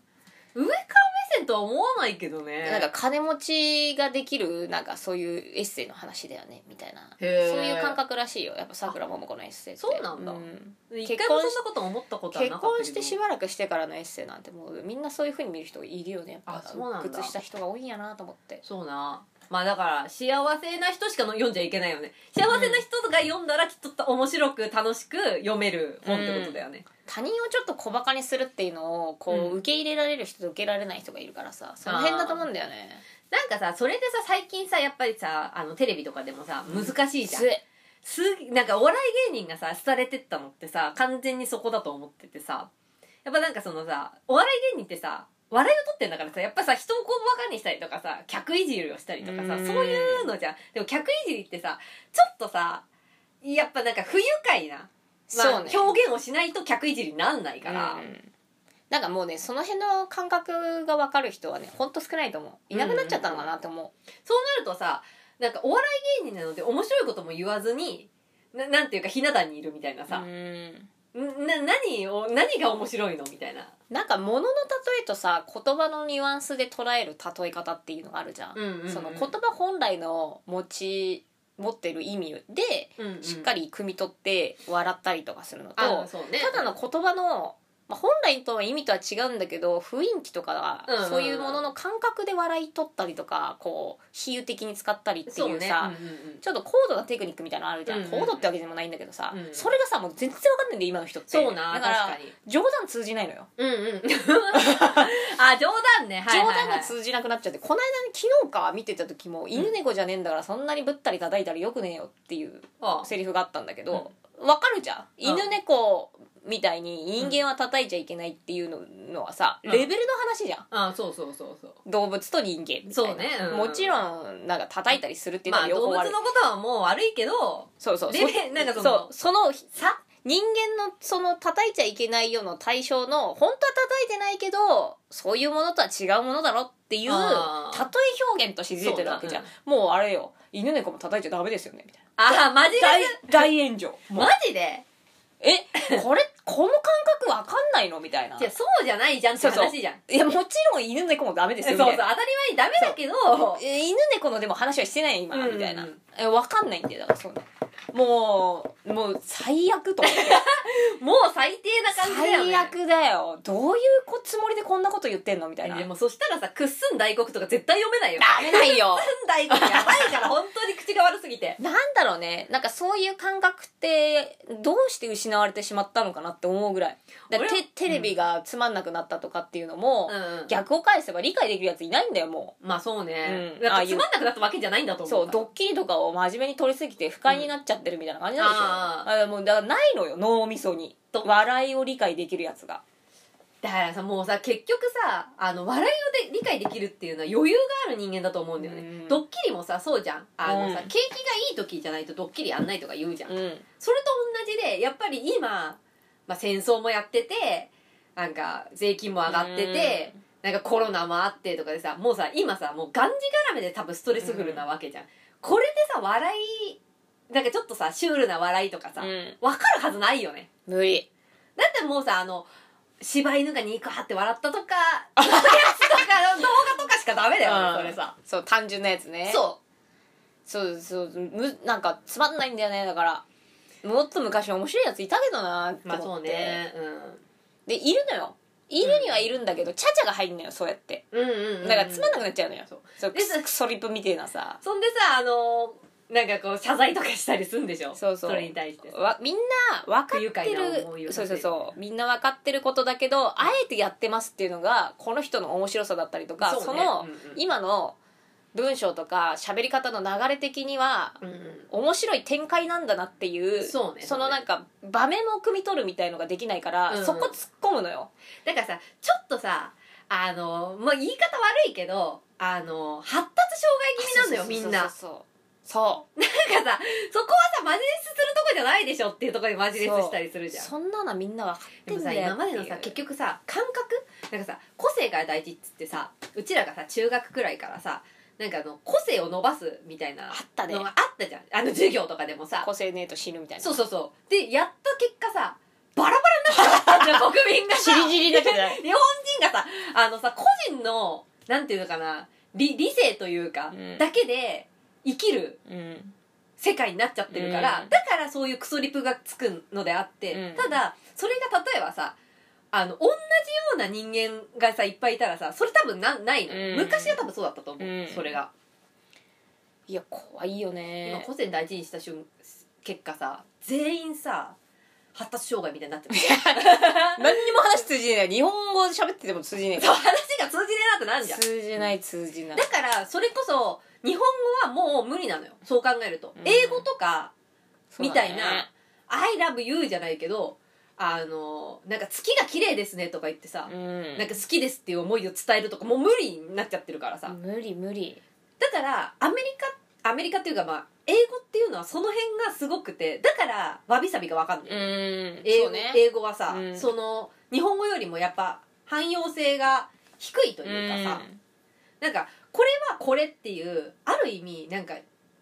[SPEAKER 2] 上から目線とは思わないけどね
[SPEAKER 1] なんか金持ちができるなんかそういうエッセイの話だよねみたいなそう
[SPEAKER 2] へー
[SPEAKER 1] いう感覚らしいよやっぱさくらももこのエッセイって
[SPEAKER 2] そうなんだ一
[SPEAKER 1] 結
[SPEAKER 2] 回も
[SPEAKER 1] 婚
[SPEAKER 2] そんなこと思ったことはな
[SPEAKER 1] 結
[SPEAKER 2] かったけど
[SPEAKER 1] 婚してしばらくしてからのエッセイなんてもうみんなそういうふうに見る人いるよねやっぱ
[SPEAKER 2] あそうなんだ
[SPEAKER 1] 鬱屈した人が多いんやなと思って
[SPEAKER 2] そうなまあだから幸せな人しかの読んじゃいけないよね幸せな人が読んだらきっと面白く楽しく読める本ってことだよね、
[SPEAKER 1] 他人をちょっと小バカにするっていうのをこ
[SPEAKER 2] う
[SPEAKER 1] う受け入れられる人と受けられない人がいるからさその辺だと思うんだよね
[SPEAKER 2] なんかさそれでさ最近さやっぱりさあのテレビとかでもさ難しいじゃん
[SPEAKER 1] つえ
[SPEAKER 2] すなんかお笑い芸人がさ廃れてったのってさ完全にそこだと思っててさやっぱなんかそのさお笑い芸人ってさ笑いを取ってんだからさやっぱさ人をこうバカにしたりとかさ客いじりをしたりとかさ
[SPEAKER 1] うん
[SPEAKER 2] そういうのじゃんでも客いじりってさちょっとさやっぱなんか不愉快な、まあ
[SPEAKER 1] そうね
[SPEAKER 2] 表現をしないと客いじりになんないから、
[SPEAKER 1] うんなんかもうねその辺の感覚が分かる人はねほんと少ないと思ういなくなっちゃったのかなと思う、
[SPEAKER 2] そうなるとさなんかお笑い芸人なので面白いことも言わずにななんていうかひな壇にいるみたいなさ
[SPEAKER 1] う、ん
[SPEAKER 2] んな何を何が面白いのみたいな。
[SPEAKER 1] なんか物の例えとさ言葉のニュアンスで捉える例え方っていうのがあるじゃん,、
[SPEAKER 2] うんうんうん
[SPEAKER 1] その言葉本来の持ち持ってる意味で
[SPEAKER 2] うんうん
[SPEAKER 1] しっかり汲み取って笑ったりとかするのと、
[SPEAKER 2] あそうね
[SPEAKER 1] ただの言葉の、まあ、本来とは意味とは違うんだけど雰囲気とかは、
[SPEAKER 2] うんうんうん
[SPEAKER 1] そういうものの感覚で笑い取ったりとかこう比喩的に使ったりって
[SPEAKER 2] そう
[SPEAKER 1] い
[SPEAKER 2] ね
[SPEAKER 1] うさ
[SPEAKER 2] うんうんうん
[SPEAKER 1] ちょっと高度なテクニックみたいなのあるじゃん、
[SPEAKER 2] うんうん
[SPEAKER 1] 高度ってわけでもないんだけどさ、
[SPEAKER 2] うん
[SPEAKER 1] それがさもう全然わかんないんで今の人って
[SPEAKER 2] そうな
[SPEAKER 1] だから
[SPEAKER 2] 確かに
[SPEAKER 1] 冗談通じないのよ
[SPEAKER 2] うんうん あ冗談ねはい
[SPEAKER 1] 冗
[SPEAKER 2] はい、
[SPEAKER 1] 談が
[SPEAKER 2] はい、
[SPEAKER 1] 通じなくなっちゃって、この間昨日か見てた時も「犬猫じゃねえんだからそんなにぶったり叩いたらよくねえよ」っていう
[SPEAKER 2] あ
[SPEAKER 1] セリフがあったんだけど、わかるじゃん犬猫みたいに人間は叩いちゃいけないっていうののはさ、
[SPEAKER 2] うん
[SPEAKER 1] レベルの話じゃん
[SPEAKER 2] あそうそうそうそう
[SPEAKER 1] 動物と人間みたいな
[SPEAKER 2] そうねうん
[SPEAKER 1] もちろんなんか叩いたりするっていうの
[SPEAKER 2] ま
[SPEAKER 1] は
[SPEAKER 2] あ
[SPEAKER 1] よく
[SPEAKER 2] 動物
[SPEAKER 1] 悪い、
[SPEAKER 2] のことはもう悪いけど
[SPEAKER 1] そうそう
[SPEAKER 2] レベルなんかその
[SPEAKER 1] そうその
[SPEAKER 2] さ
[SPEAKER 1] 人間のその叩いちゃいけないよの対象の本当は叩いてないけどそういうものとは違うものだろっていう例え
[SPEAKER 2] あー
[SPEAKER 1] 表現として出てるわけじゃん、
[SPEAKER 2] そう
[SPEAKER 1] もうあれよ犬猫も叩いちゃダメですよねみたい
[SPEAKER 2] あマジで
[SPEAKER 1] な大大炎上もう
[SPEAKER 2] マジで
[SPEAKER 1] えこれこの感覚わかんないのみたいない
[SPEAKER 2] やそうじゃないじゃんって
[SPEAKER 1] そうそう
[SPEAKER 2] 話じゃん
[SPEAKER 1] いやもちろん犬猫もダメです
[SPEAKER 2] そう
[SPEAKER 1] よ
[SPEAKER 2] そ
[SPEAKER 1] み
[SPEAKER 2] う
[SPEAKER 1] たい
[SPEAKER 2] 当た
[SPEAKER 1] な
[SPEAKER 2] り前にダメだけど
[SPEAKER 1] え犬猫のでも話はしてないよ今、
[SPEAKER 2] うん
[SPEAKER 1] みたいなえわかんないんだよだからそうねもうもう最悪と思って
[SPEAKER 2] もう 最低な感じだよね
[SPEAKER 1] 最悪だよどういうこつもりでこんなこと言ってんのみたいな
[SPEAKER 2] でもそしたらさくっすん大黒とか絶対読めないよ
[SPEAKER 1] ダメないよ
[SPEAKER 2] くっすん大黒やばいから本当に口が悪すぎて
[SPEAKER 1] なんだろうねなんかそういう感覚ってどうして失われてしまったのかなって思うぐらいだから
[SPEAKER 2] 俺
[SPEAKER 1] テテレビがつまんなくなったとかっていうのも、
[SPEAKER 2] うん
[SPEAKER 1] 逆を返せば理解できるやついないんだよも
[SPEAKER 2] まあそうね、
[SPEAKER 1] うん
[SPEAKER 2] なん
[SPEAKER 1] ああ
[SPEAKER 2] か
[SPEAKER 1] いう
[SPEAKER 2] つまんなくなったわけじゃないんだと
[SPEAKER 1] う
[SPEAKER 2] 思う
[SPEAKER 1] そうドッキリとかを真面目に取りすぎて不快になっちゃってるみたいな感じなんでしょ、
[SPEAKER 2] うんあー
[SPEAKER 1] あもうだからないのよ脳みそに
[SPEAKER 2] ど
[SPEAKER 1] 笑いを理解できるやつが
[SPEAKER 2] だからさもうさ結局さあの笑いをで理解できるっていうのは余裕がある人間だと思うんだよね、
[SPEAKER 1] うん
[SPEAKER 2] ドッキリもさそうじゃんあのさ、
[SPEAKER 1] うん
[SPEAKER 2] 景気がいい時じゃないとドッキリやんないとか言うじゃん、
[SPEAKER 1] うん
[SPEAKER 2] それと同じでやっぱり今、まあ、戦争もやっててなんか税金も上がってて、なんかコロナもあってとかでさもうさ今さもうがんじがらめで多分ストレスフルなわけじゃん、これでさ笑いなんかちょっとさシュールな笑いとかさ、
[SPEAKER 1] う
[SPEAKER 2] わ
[SPEAKER 1] ん
[SPEAKER 2] かるはずないよね
[SPEAKER 1] 無理
[SPEAKER 2] だってもうさあの柴犬がニカーって笑ったとかそういうやつとかの動画とかしかダメだよね、それさ
[SPEAKER 1] そう単純なやつね
[SPEAKER 2] そ
[SPEAKER 1] そうそうむなんかつまんないんだよねだからもっと昔面白いやついたけどなって
[SPEAKER 2] う
[SPEAKER 1] 思
[SPEAKER 2] ま
[SPEAKER 1] っ
[SPEAKER 2] あ
[SPEAKER 1] て、
[SPEAKER 2] そうね
[SPEAKER 1] でいるのよいるにはいるんだけど、ちゃちゃが入んのよそうやって
[SPEAKER 2] うんうんうんうん
[SPEAKER 1] だからつまんなくなっちゃうのよ、
[SPEAKER 2] そう
[SPEAKER 1] そう
[SPEAKER 2] で
[SPEAKER 1] クソリップみてえなさ
[SPEAKER 2] そんでさあのなんかこう謝罪とかしたりするんでしょ
[SPEAKER 1] そうそう
[SPEAKER 2] れに対して
[SPEAKER 1] わみんな分か
[SPEAKER 2] 不愉
[SPEAKER 1] って
[SPEAKER 2] 快な思いを
[SPEAKER 1] る
[SPEAKER 2] さ
[SPEAKER 1] そうそ
[SPEAKER 2] せる
[SPEAKER 1] うそうみんな分かってることだけどあえてやってますっていうのがこの人の面白さだったりとか
[SPEAKER 2] そ
[SPEAKER 1] そう
[SPEAKER 2] ね
[SPEAKER 1] の、
[SPEAKER 2] うんうん
[SPEAKER 1] 今の文章とか喋り方の流れ的には
[SPEAKER 2] うん
[SPEAKER 1] 面白い展開なんだなっていう
[SPEAKER 2] そうね
[SPEAKER 1] のなんか場面を汲み取るみたいのができないから、
[SPEAKER 2] うん
[SPEAKER 1] そこ突っ込むのよ
[SPEAKER 2] だからさちょっとさあのまあ言い方悪いけどあの発達障害気味なんだよみんな
[SPEAKER 1] そうそう
[SPEAKER 2] なんかさそこはさマジレスするとこじゃないでしょっていうところでマジレスしたりする
[SPEAKER 1] そう
[SPEAKER 2] じゃん
[SPEAKER 1] そんなのみんな分かって
[SPEAKER 2] でも
[SPEAKER 1] ん
[SPEAKER 2] さ
[SPEAKER 1] だよ
[SPEAKER 2] 今までのさ
[SPEAKER 1] っていう
[SPEAKER 2] 結局さ感覚なんかさ個性が大事っつってさうちらがさ中学くらいからさなんかあの個性を伸ばすみたい
[SPEAKER 1] あ
[SPEAKER 2] な
[SPEAKER 1] ったね
[SPEAKER 2] のがあったじゃんあの授業とかでもさ
[SPEAKER 1] 個性ねえと死ぬみたいな
[SPEAKER 2] そうそうそうでやった結果さバラバラになっちゃ ったんだよ国民がさ
[SPEAKER 1] しりじりだけじゃない
[SPEAKER 2] 日本人がさあのさ個人のなんていうのかな理理性というか、
[SPEAKER 1] うん
[SPEAKER 2] だけで生きる
[SPEAKER 1] うん
[SPEAKER 2] 世界になっちゃってるから、
[SPEAKER 1] うん
[SPEAKER 2] だからそういうクソリプがつくのであって、
[SPEAKER 1] うん
[SPEAKER 2] ただそれが例えばさあの同じような人間がさいっぱいいたらさそれ多分なないの、
[SPEAKER 1] うん
[SPEAKER 2] 昔は多分そうだったと思う、
[SPEAKER 1] うん
[SPEAKER 2] それが、
[SPEAKER 1] いや怖いよ
[SPEAKER 2] 今
[SPEAKER 1] ね
[SPEAKER 2] 個性大事にした瞬結果さ全員さ発達障害みたいになってる
[SPEAKER 1] 何にも話通じねえ日本語喋ってても通じねえ
[SPEAKER 2] そう話が通じねえなってなんじゃん
[SPEAKER 1] 通じない通じない
[SPEAKER 2] だからそれこそ日本語はもう無理なのよそう考えると、
[SPEAKER 1] うん
[SPEAKER 2] 英語とか
[SPEAKER 1] そう
[SPEAKER 2] み
[SPEAKER 1] だ
[SPEAKER 2] た
[SPEAKER 1] ね
[SPEAKER 2] いな「I love you」じゃないけどあのなんか「月が綺麗ですね」とか言ってさ、
[SPEAKER 1] うん
[SPEAKER 2] なんか好きですっていう思いを伝えるとかもう無理になっちゃってるからさ、
[SPEAKER 1] 無理無理
[SPEAKER 2] だからアメリカアメリカっていうかまあ英語っていうのはその辺がすごくてだからわびさびがわかんない、
[SPEAKER 1] ん
[SPEAKER 2] 英
[SPEAKER 1] そ
[SPEAKER 2] 語
[SPEAKER 1] うね
[SPEAKER 2] 英語はさ、
[SPEAKER 1] うん
[SPEAKER 2] その日本語よりもやっぱ汎用性が低いというかさ、なんかこれはこれっていうある意味なんか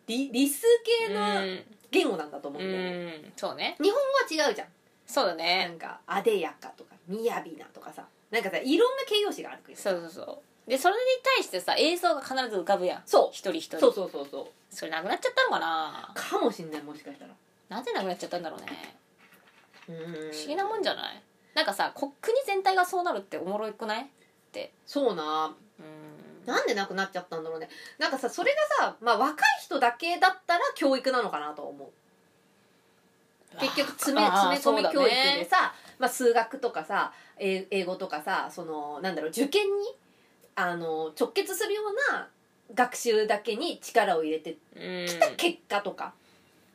[SPEAKER 2] 理理数系の言語なんだと思う
[SPEAKER 1] うん
[SPEAKER 2] だよね、
[SPEAKER 1] んうんそうね
[SPEAKER 2] 日本語は違うじゃん
[SPEAKER 1] そうだ
[SPEAKER 2] な
[SPEAKER 1] ね
[SPEAKER 2] んか「あでやか」とか「みやびな」とかさなんかさいろんな形容詞があるけど
[SPEAKER 1] そうそうそうでそれに対してさ映像が必ず浮かぶやん
[SPEAKER 2] そ
[SPEAKER 1] 一人一人
[SPEAKER 2] うそうそうそうそう
[SPEAKER 1] それなくなっちゃったのかな
[SPEAKER 2] かもしんないもしかしたら
[SPEAKER 1] なぜなくなっちゃったんだろうね
[SPEAKER 2] 不
[SPEAKER 1] 不
[SPEAKER 2] 思
[SPEAKER 1] 思議なもんじゃないなんかさこ国全体がそうなるっておもろくない
[SPEAKER 2] そうな
[SPEAKER 1] うん
[SPEAKER 2] なんでなくなっちゃったんだろうねなんかさそれがさ、まあ、若い人だけだったら教育なのかなと思う結局詰め
[SPEAKER 1] あー
[SPEAKER 2] 詰め込み
[SPEAKER 1] そうだ
[SPEAKER 2] 教育
[SPEAKER 1] ね
[SPEAKER 2] でさ、まあ、数学とかさえ英語とかさそのなんだろう受験にあの直結するような学習だけに力を入れて
[SPEAKER 1] うん
[SPEAKER 2] きた結果とか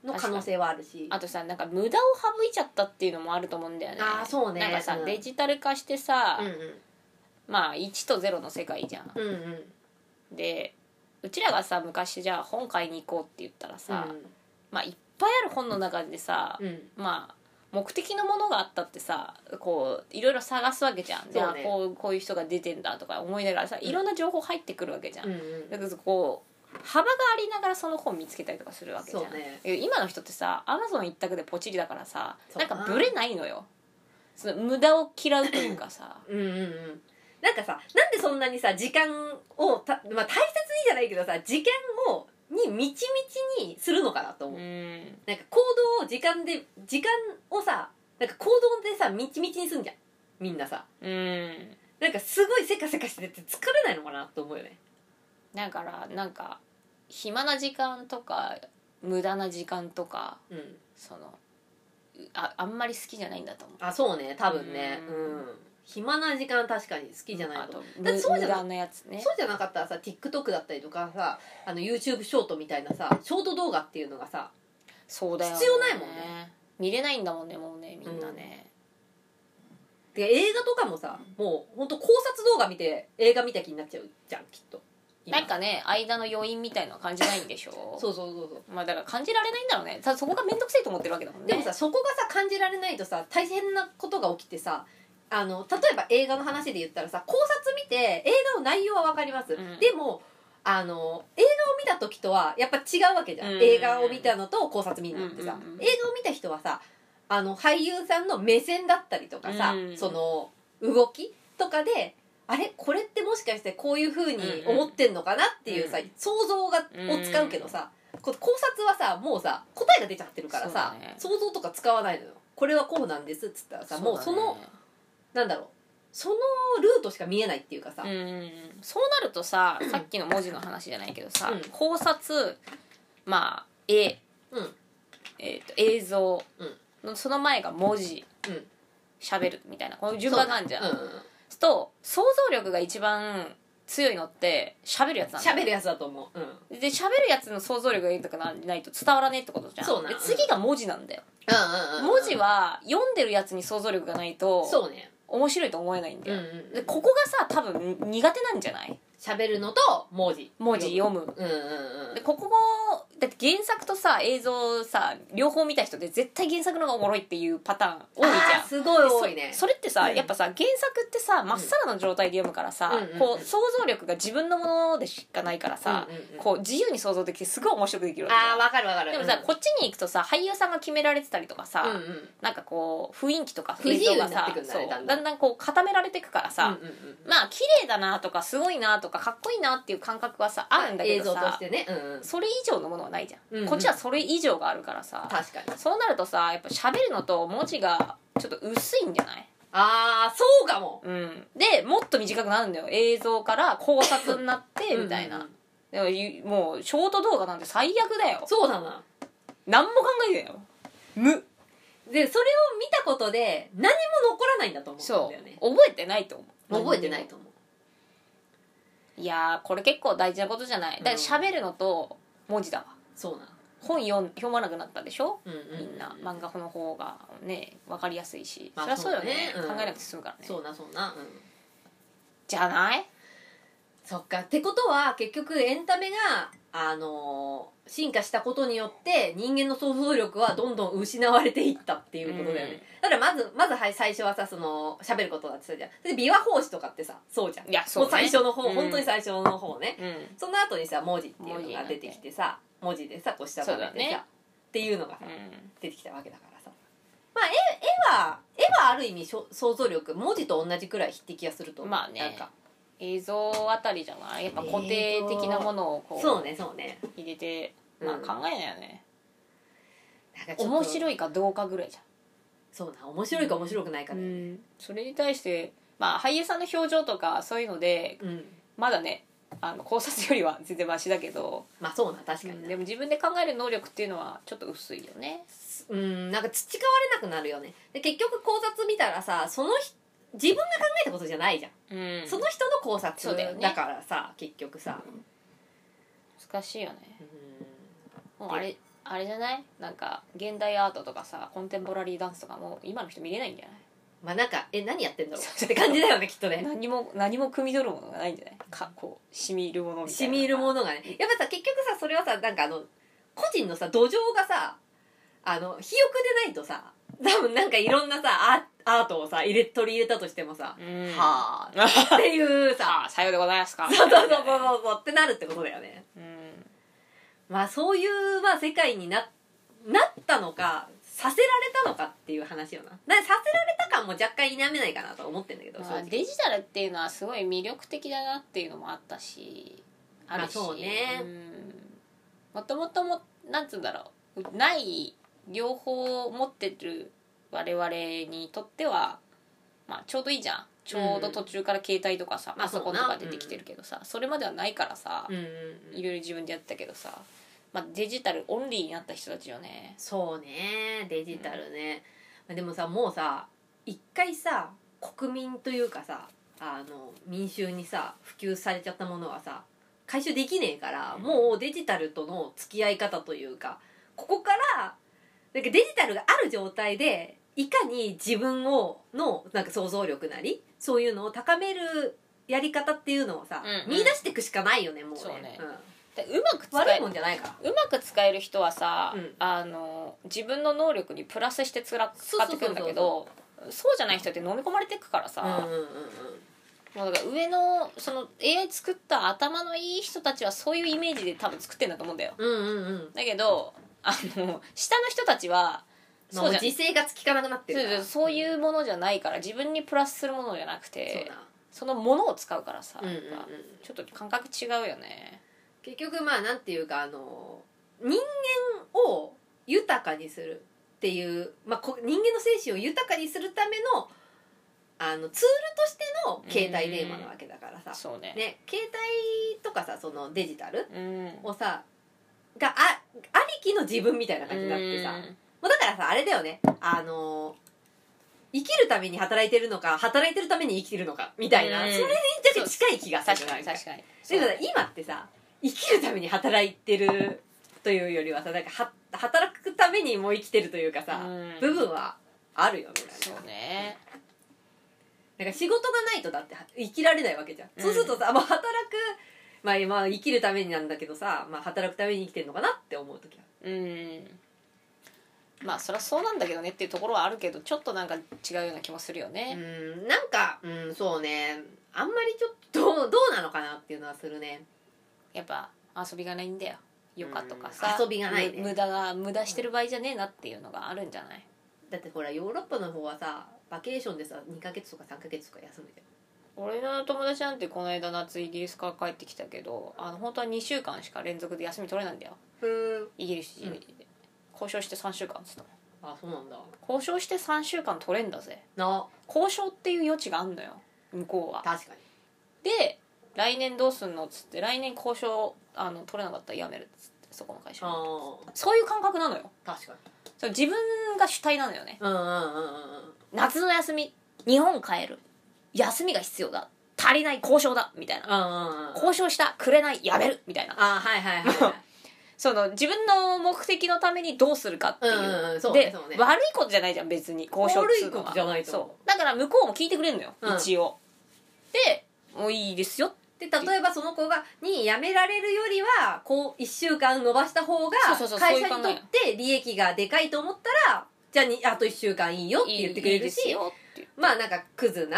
[SPEAKER 2] の可能性はあるし、
[SPEAKER 1] あとさなんか無駄を省いちゃったっていうのもあると思うんだよね
[SPEAKER 2] あーそうね
[SPEAKER 1] なんかさ、
[SPEAKER 2] うん
[SPEAKER 1] デジタル化してさ、
[SPEAKER 2] うんうん
[SPEAKER 1] まあ1と0の世界じゃん
[SPEAKER 2] うんうん
[SPEAKER 1] でうちらがさ昔じゃあ本買いに行こうって言ったらさ、まあいっぱいある本の中でさ、
[SPEAKER 2] うんうん
[SPEAKER 1] まあ目的のものがあったってさこういろいろ探すわけじゃん、じゃあ
[SPEAKER 2] そうね
[SPEAKER 1] こうこういう人が出てんだとか思いながらさいろんな情報入ってくるわけじゃん、
[SPEAKER 2] うんうん
[SPEAKER 1] だけどこう幅がありながらその本見つけたりとかするわけじゃん
[SPEAKER 2] そうね
[SPEAKER 1] え今の人ってさアマゾン一択でポチリだからさ
[SPEAKER 2] そ
[SPEAKER 1] な
[SPEAKER 2] うんか
[SPEAKER 1] かブレないのよその無駄を嫌うというか さ
[SPEAKER 2] うんうんうんなんかさなんでそんなにさ時間をた、まあ、大切にじゃないけどさ時間をにみちみちにするのかなと
[SPEAKER 1] う
[SPEAKER 2] 思う、
[SPEAKER 1] ん
[SPEAKER 2] なんか行動を時間で時間をさなんか行動でさみちみちにすんじゃんみんなさ
[SPEAKER 1] うん
[SPEAKER 2] なんかすごいせかせかしてて疲れないのかなと思うよね
[SPEAKER 1] だからなんか暇な時間とか無駄な時間とか
[SPEAKER 2] うん
[SPEAKER 1] そのうああんまり好きじゃないんだと思う
[SPEAKER 2] あそうね多分ねう
[SPEAKER 1] うんん、
[SPEAKER 2] 暇な時間確かに好きじゃな
[SPEAKER 1] あ
[SPEAKER 2] いと
[SPEAKER 1] と
[SPEAKER 2] 思う
[SPEAKER 1] 無
[SPEAKER 2] だってそう
[SPEAKER 1] 無
[SPEAKER 2] じゃない
[SPEAKER 1] 駄なやつね
[SPEAKER 2] そうじゃなかったらさ TikTok だったりとかさあの YouTube ショートみたいなさショート動画っていうのがさ
[SPEAKER 1] そうだよ、
[SPEAKER 2] 必要ないもんね
[SPEAKER 1] 見れないんだもんねもうねみんなね、
[SPEAKER 2] で映画とかもさもうほんと考察動画見て映画見た気になっちゃうじゃんきっと今
[SPEAKER 1] なんかね間の余韻みたいのは感じないんでしょ
[SPEAKER 2] そうそうそうそう
[SPEAKER 1] まあだから感じられないんだろうねただそこが面倒くせえと思ってるわけだもんね
[SPEAKER 2] でもさそこがさ感じられないとさ大変なことが起きてさあの例えば映画の話で言ったらさ考察見て映画の内容は分かります、
[SPEAKER 1] うん
[SPEAKER 2] でもあの映画を見た時とはやっぱ違うわけじゃ
[SPEAKER 1] う
[SPEAKER 2] ん、
[SPEAKER 1] ん
[SPEAKER 2] 映画を見たのと考察見るのってさ、
[SPEAKER 1] うんうんうん
[SPEAKER 2] 映画を見た人はさあの俳優さんの目線だったりとかさ、
[SPEAKER 1] うん
[SPEAKER 2] その動きとかであれこれってもしかしてこういう風に思ってんのかなっていうさ、
[SPEAKER 1] うん
[SPEAKER 2] 想像がを使うけどさ、こ考察はさもうさ答えが出ちゃってるからさ、
[SPEAKER 1] そうだね
[SPEAKER 2] 想像とか使わないのよこれはこうなんですっつったらさもうそのなんだろうそのルートしか見えないっていうかさ、
[SPEAKER 1] うんうんうんそうなるとささっきの文字の話じゃないけどさ、
[SPEAKER 2] うん
[SPEAKER 1] 考察まあ絵、
[SPEAKER 2] うん
[SPEAKER 1] えーと映像
[SPEAKER 2] うん
[SPEAKER 1] のその前が文字
[SPEAKER 2] うん
[SPEAKER 1] 喋るみたいなこの順番があるじゃん、
[SPEAKER 2] うんうん
[SPEAKER 1] と想像力が一番強いのって喋るやつなんだよ
[SPEAKER 2] 喋るやつだと思う、うん、
[SPEAKER 1] で喋るやつの想像力が豊かないと伝わらねえってことじゃん
[SPEAKER 2] そうな
[SPEAKER 1] で
[SPEAKER 2] うん
[SPEAKER 1] 次が文字なんだよ文
[SPEAKER 2] 文
[SPEAKER 1] 字
[SPEAKER 2] 字
[SPEAKER 1] は読んでるやつに想像力がないと
[SPEAKER 2] そうね
[SPEAKER 1] 面白いと思えないんだ
[SPEAKER 2] うん
[SPEAKER 1] よ、
[SPEAKER 2] うん
[SPEAKER 1] でここがさ多分苦手なんじゃない
[SPEAKER 2] 喋るのと文字
[SPEAKER 1] 文字読む
[SPEAKER 2] うんうんうん
[SPEAKER 1] でここだって原作とさ映像さ両方見た人で絶対原作の方がおもろいっていうパターン多いじ
[SPEAKER 2] あ
[SPEAKER 1] ゃん
[SPEAKER 2] ーすごい
[SPEAKER 1] で
[SPEAKER 2] 多いね
[SPEAKER 1] そそれってさ、
[SPEAKER 2] うん
[SPEAKER 1] やっぱさ原作ってさまっさらの状態で読むからさ、
[SPEAKER 2] うん
[SPEAKER 1] こう想像力が自分のものでしかないからさ、
[SPEAKER 2] うんうんうん
[SPEAKER 1] こう自由に想像できてすごい面白くできるわけ
[SPEAKER 2] あーわかるわかる
[SPEAKER 1] でもさ、
[SPEAKER 2] うん
[SPEAKER 1] こっちに行くとさ俳優さんが決められてたりとかさ、
[SPEAKER 2] うんうん
[SPEAKER 1] なんかこう雰囲気とか
[SPEAKER 2] 不自
[SPEAKER 1] 映
[SPEAKER 2] 由
[SPEAKER 1] 像
[SPEAKER 2] に
[SPEAKER 1] が
[SPEAKER 2] なっ
[SPEAKER 1] さ
[SPEAKER 2] てくんだね
[SPEAKER 1] そう
[SPEAKER 2] だんだ
[SPEAKER 1] だ
[SPEAKER 2] ん
[SPEAKER 1] んだんこう固められてくからさ、
[SPEAKER 2] うんうんうん
[SPEAKER 1] まあ綺麗だなとかすごいなとかかっこいいなっていう感覚はさあるんだけ
[SPEAKER 2] 映
[SPEAKER 1] ど
[SPEAKER 2] 像とし
[SPEAKER 1] さ
[SPEAKER 2] てねうんうん
[SPEAKER 1] それ以上のものはないじゃん、
[SPEAKER 2] うんうん
[SPEAKER 1] こっちはそれ以上があるからさ
[SPEAKER 2] 確かに
[SPEAKER 1] そうなるとさやっぱ喋るのと文字がちょっと薄いんじゃない
[SPEAKER 2] ああそうかも
[SPEAKER 1] うんでもっと短くなるんだよ映像から考察になってみたいな
[SPEAKER 2] うんうん
[SPEAKER 1] でもゆもうショート動画なんて最悪だよ
[SPEAKER 2] そうだな
[SPEAKER 1] 何も考えてないよ無
[SPEAKER 2] でそれを見たことで何も残らないんだと思うん
[SPEAKER 1] そ
[SPEAKER 2] だよね
[SPEAKER 1] う覚えてないと思う
[SPEAKER 2] 覚えてないと思う
[SPEAKER 1] いやーこれ結構大事なことじゃないだから喋るのと文字だわ
[SPEAKER 2] そうな
[SPEAKER 1] 本読ん読まなくなったでしょ
[SPEAKER 2] うんうん
[SPEAKER 1] みんな漫画の方がね分かりやすいし、
[SPEAKER 2] まあ
[SPEAKER 1] そりゃそうだよね
[SPEAKER 2] そうねうん
[SPEAKER 1] 考えなくて済むからね
[SPEAKER 2] そうなそうなうん
[SPEAKER 1] じゃない
[SPEAKER 2] そっかってことは結局エンタメがあのー進化したことによって人間の想像力はどんどん失われていったっていうことだよね、だからまずまずはい最初はさその喋ることだってさじゃんで琵琶法師とかってさそうじゃん
[SPEAKER 1] いやそうね
[SPEAKER 2] もう最初の方、
[SPEAKER 1] うん
[SPEAKER 2] 本当に最初の方ね
[SPEAKER 1] うん
[SPEAKER 2] その後にさ文字っていうのが出てきてさ文字でさこう下を食べてさ、
[SPEAKER 1] そうだね
[SPEAKER 2] っていうのがさ
[SPEAKER 1] うん
[SPEAKER 2] 出てきたわけだからさまあ絵絵は絵はある意味しょ想像力文字と同じくらい匹敵はすると思う
[SPEAKER 1] まあね
[SPEAKER 2] なんか
[SPEAKER 1] 映像あたりじゃないやっぱ固定的なものをこ
[SPEAKER 2] そう
[SPEAKER 1] う
[SPEAKER 2] ねそうね
[SPEAKER 1] 入れて、
[SPEAKER 2] うん
[SPEAKER 1] まあ考えないよね、
[SPEAKER 2] なんかちょっと
[SPEAKER 1] 面白いかどうかぐらいじ
[SPEAKER 2] そうな面白いか面白くない
[SPEAKER 1] ゃ
[SPEAKER 2] か
[SPEAKER 1] ん、
[SPEAKER 2] ね、
[SPEAKER 1] それに対してまあ俳優さんの表情とかそういうので
[SPEAKER 2] うん
[SPEAKER 1] まだねあの考察よりは全然マシだけど、
[SPEAKER 2] まあそうな確か
[SPEAKER 1] う
[SPEAKER 2] に
[SPEAKER 1] ん
[SPEAKER 2] な
[SPEAKER 1] でも自分で考える能力っていうのはちょっと薄いよね
[SPEAKER 2] うん、なんか培われなくなるよねで結局考察見たらさその人自分が考えたことじゃないじゃん、
[SPEAKER 1] うん
[SPEAKER 2] その人の考察
[SPEAKER 1] そうだよね
[SPEAKER 2] だからさ結局さ、
[SPEAKER 1] 難しいよね
[SPEAKER 2] うん
[SPEAKER 1] もうあれあれじゃないなんか現代アートとかさコンテンポラリーダンスとかもう今の人見れないんじゃな
[SPEAKER 2] まあなんかえ何やってんだろうって感じだよねきっと
[SPEAKER 1] い
[SPEAKER 2] ね
[SPEAKER 1] 何も何も汲み取るものがないんじゃないかこう染み入るものみたい
[SPEAKER 2] 染
[SPEAKER 1] な
[SPEAKER 2] み入るものがねやっぱさ結局さそれはさなんかあの個人のさ土壌がさあの肥沃でないとさ多分なんかいろんなさアアートをさ入れ取り入れたとしてもさ、
[SPEAKER 1] うん
[SPEAKER 2] はあっていうさ
[SPEAKER 1] ああさようでございますか
[SPEAKER 2] そうそうそうそうそうそうってなるってことだよね。
[SPEAKER 1] うん
[SPEAKER 2] まあそういう、まあ、世界にななったのかさせられたのかっていう話よな。なさせられた感も若干否めないかなと思ってんだけど、
[SPEAKER 1] まあ
[SPEAKER 2] 正直
[SPEAKER 1] デジタルっていうのはすごい魅力的だなっていうのもあったしあるし、
[SPEAKER 2] まあそうね
[SPEAKER 1] うんもともともなんつうんだろうない両方持ってる我々にとっては、まあ、ちょうどいいじゃんちょうど途中から携帯とかさ、
[SPEAKER 2] まあ
[SPEAKER 1] パソコンと
[SPEAKER 2] そう
[SPEAKER 1] か
[SPEAKER 2] な
[SPEAKER 1] 出てきてるけどさ、それまではないからさ、
[SPEAKER 2] うんうんう
[SPEAKER 1] い
[SPEAKER 2] ん。
[SPEAKER 1] ろいろ自分でやってたけどさ、まあ、デジタルオンリーになった人たちよね
[SPEAKER 2] そうねデジタルね。まあでもさもうさ一回さ国民というかさあの民衆にさ普及されちゃったものはさ回収できねえから、もうデジタルとの付き合い方というかここからなんかデジタルがある状態でいかに自分をのなんか想像力なりそういうのを高めるやり方っていうのをさ、
[SPEAKER 1] うんうん
[SPEAKER 2] 見出していくしかないよねもうね
[SPEAKER 1] そうね
[SPEAKER 2] ん
[SPEAKER 1] でうまく使
[SPEAKER 2] 悪い
[SPEAKER 1] え
[SPEAKER 2] もんじゃないから
[SPEAKER 1] うまく使える人はさ、
[SPEAKER 2] うん
[SPEAKER 1] あの自分の能力にプラスしてつら使ってくんだけどそうじゃない人って飲み込まれてくから
[SPEAKER 2] うん
[SPEAKER 1] さ、
[SPEAKER 2] うんうんうん
[SPEAKER 1] もうだから上のその AI 作った頭のいい人たちはそういうイメージで多分作ってんだと思うんだよ
[SPEAKER 2] うんうんうん
[SPEAKER 1] だけどあの下の人たちは
[SPEAKER 2] そ
[SPEAKER 1] そううじ
[SPEAKER 2] じゃ
[SPEAKER 1] ゃ
[SPEAKER 2] 時勢がつきかなくなって
[SPEAKER 1] そう
[SPEAKER 2] るから
[SPEAKER 1] そうそういうものじゃないから自分にプラスするものじゃなく
[SPEAKER 2] そう
[SPEAKER 1] て
[SPEAKER 2] な
[SPEAKER 1] そのものを使うからさ、
[SPEAKER 2] うんうんうん
[SPEAKER 1] やっぱちょっと感覚違うよね
[SPEAKER 2] 結局まあなんていうかあの人間を豊かにするっていう、まあ、こ人間の精神を豊かにするためのあのツールとしての携帯電話なわけだからさ、
[SPEAKER 1] そうね
[SPEAKER 2] ね、携帯とかさそのデジタル
[SPEAKER 1] うん
[SPEAKER 2] をさがあありきの自分みたいな感じになってさ、もうだからさあれだよねあの生きるために働いてるのか働いてるために生きてるのかみたいな、
[SPEAKER 1] うん
[SPEAKER 2] それに若干近い気がする
[SPEAKER 1] 確かに確かに
[SPEAKER 2] だから今ってさ生きるために働いてるというよりはさなんかは働くためにもう生きてるというかさ、
[SPEAKER 1] うん
[SPEAKER 2] 部分はあるよみたいな
[SPEAKER 1] そうね
[SPEAKER 2] なんか仕事がないとだって生きられないわけじゃん、
[SPEAKER 1] うん
[SPEAKER 2] そうするとさ、まあ、働く、まあ、まあ生きるためになんだけどさ、まあ、働くために生きてるのかなって思う時は
[SPEAKER 1] うんまあそりゃそうなんだけどねっていうところはあるけどちょっとなんか違うような気もするよ
[SPEAKER 2] う
[SPEAKER 1] ね、
[SPEAKER 2] んなんかうんそうねあんまりちょっとどうどうなのかなっていうのはするね
[SPEAKER 1] やっぱ遊びがないんだよ余暇とか
[SPEAKER 2] う
[SPEAKER 1] さ
[SPEAKER 2] ん遊びがないね
[SPEAKER 1] む無駄が無駄してる場合じゃねえなっていうのがあるんじゃない
[SPEAKER 2] だってほらヨーロッパの方はさバケーションでさ2ヶ月とか3ヶ月とか休むじ
[SPEAKER 1] 俺の友達なんてこの間夏イギリスから帰ってきたけどあの本当は2週間しか連続で休み取れないんだよ
[SPEAKER 2] ゃんうん
[SPEAKER 1] イギリス人
[SPEAKER 2] うん
[SPEAKER 1] 交渉して3週間っつったもん
[SPEAKER 2] あそうなんだ
[SPEAKER 1] 交渉して3週間取れんだぜ
[SPEAKER 2] な
[SPEAKER 1] 交渉っていう余地があんのよ向こうは
[SPEAKER 2] 確かに
[SPEAKER 1] で来年どうすんのっつって来年交渉あの取れなかったらやめるっつってそこの会社
[SPEAKER 2] あ
[SPEAKER 1] そういう感覚なのよ
[SPEAKER 2] あ確かに
[SPEAKER 1] そう自分が主体なのよね
[SPEAKER 2] うんうんうんうん
[SPEAKER 1] 夏の休み日本帰る休みが必要だ足りない交渉だみたいな
[SPEAKER 2] ああ
[SPEAKER 1] 交渉したくれないやめるみたいな
[SPEAKER 2] あはいはいはい はい
[SPEAKER 1] その自分の目的のためにどうするかっていう,、
[SPEAKER 2] うんうんうんそうね
[SPEAKER 1] で
[SPEAKER 2] そうね
[SPEAKER 1] 悪いことじゃないじゃん別に交渉っつうのは
[SPEAKER 2] 悪いことじゃないと思う
[SPEAKER 1] そうだから向こうも聞いてくれるのよ、
[SPEAKER 2] うん
[SPEAKER 1] 一応でもういいですよ
[SPEAKER 2] で例えばその子がに辞められるよりはこう1週間伸ばした方が
[SPEAKER 1] そうそうそうそ
[SPEAKER 2] 会
[SPEAKER 1] うい
[SPEAKER 2] 社
[SPEAKER 1] う考え
[SPEAKER 2] にとって利益がでかいと思ったらじゃあにあと1週間いいよって言ってくれる
[SPEAKER 1] いいです
[SPEAKER 2] し
[SPEAKER 1] よっていう
[SPEAKER 2] まあなんかクズな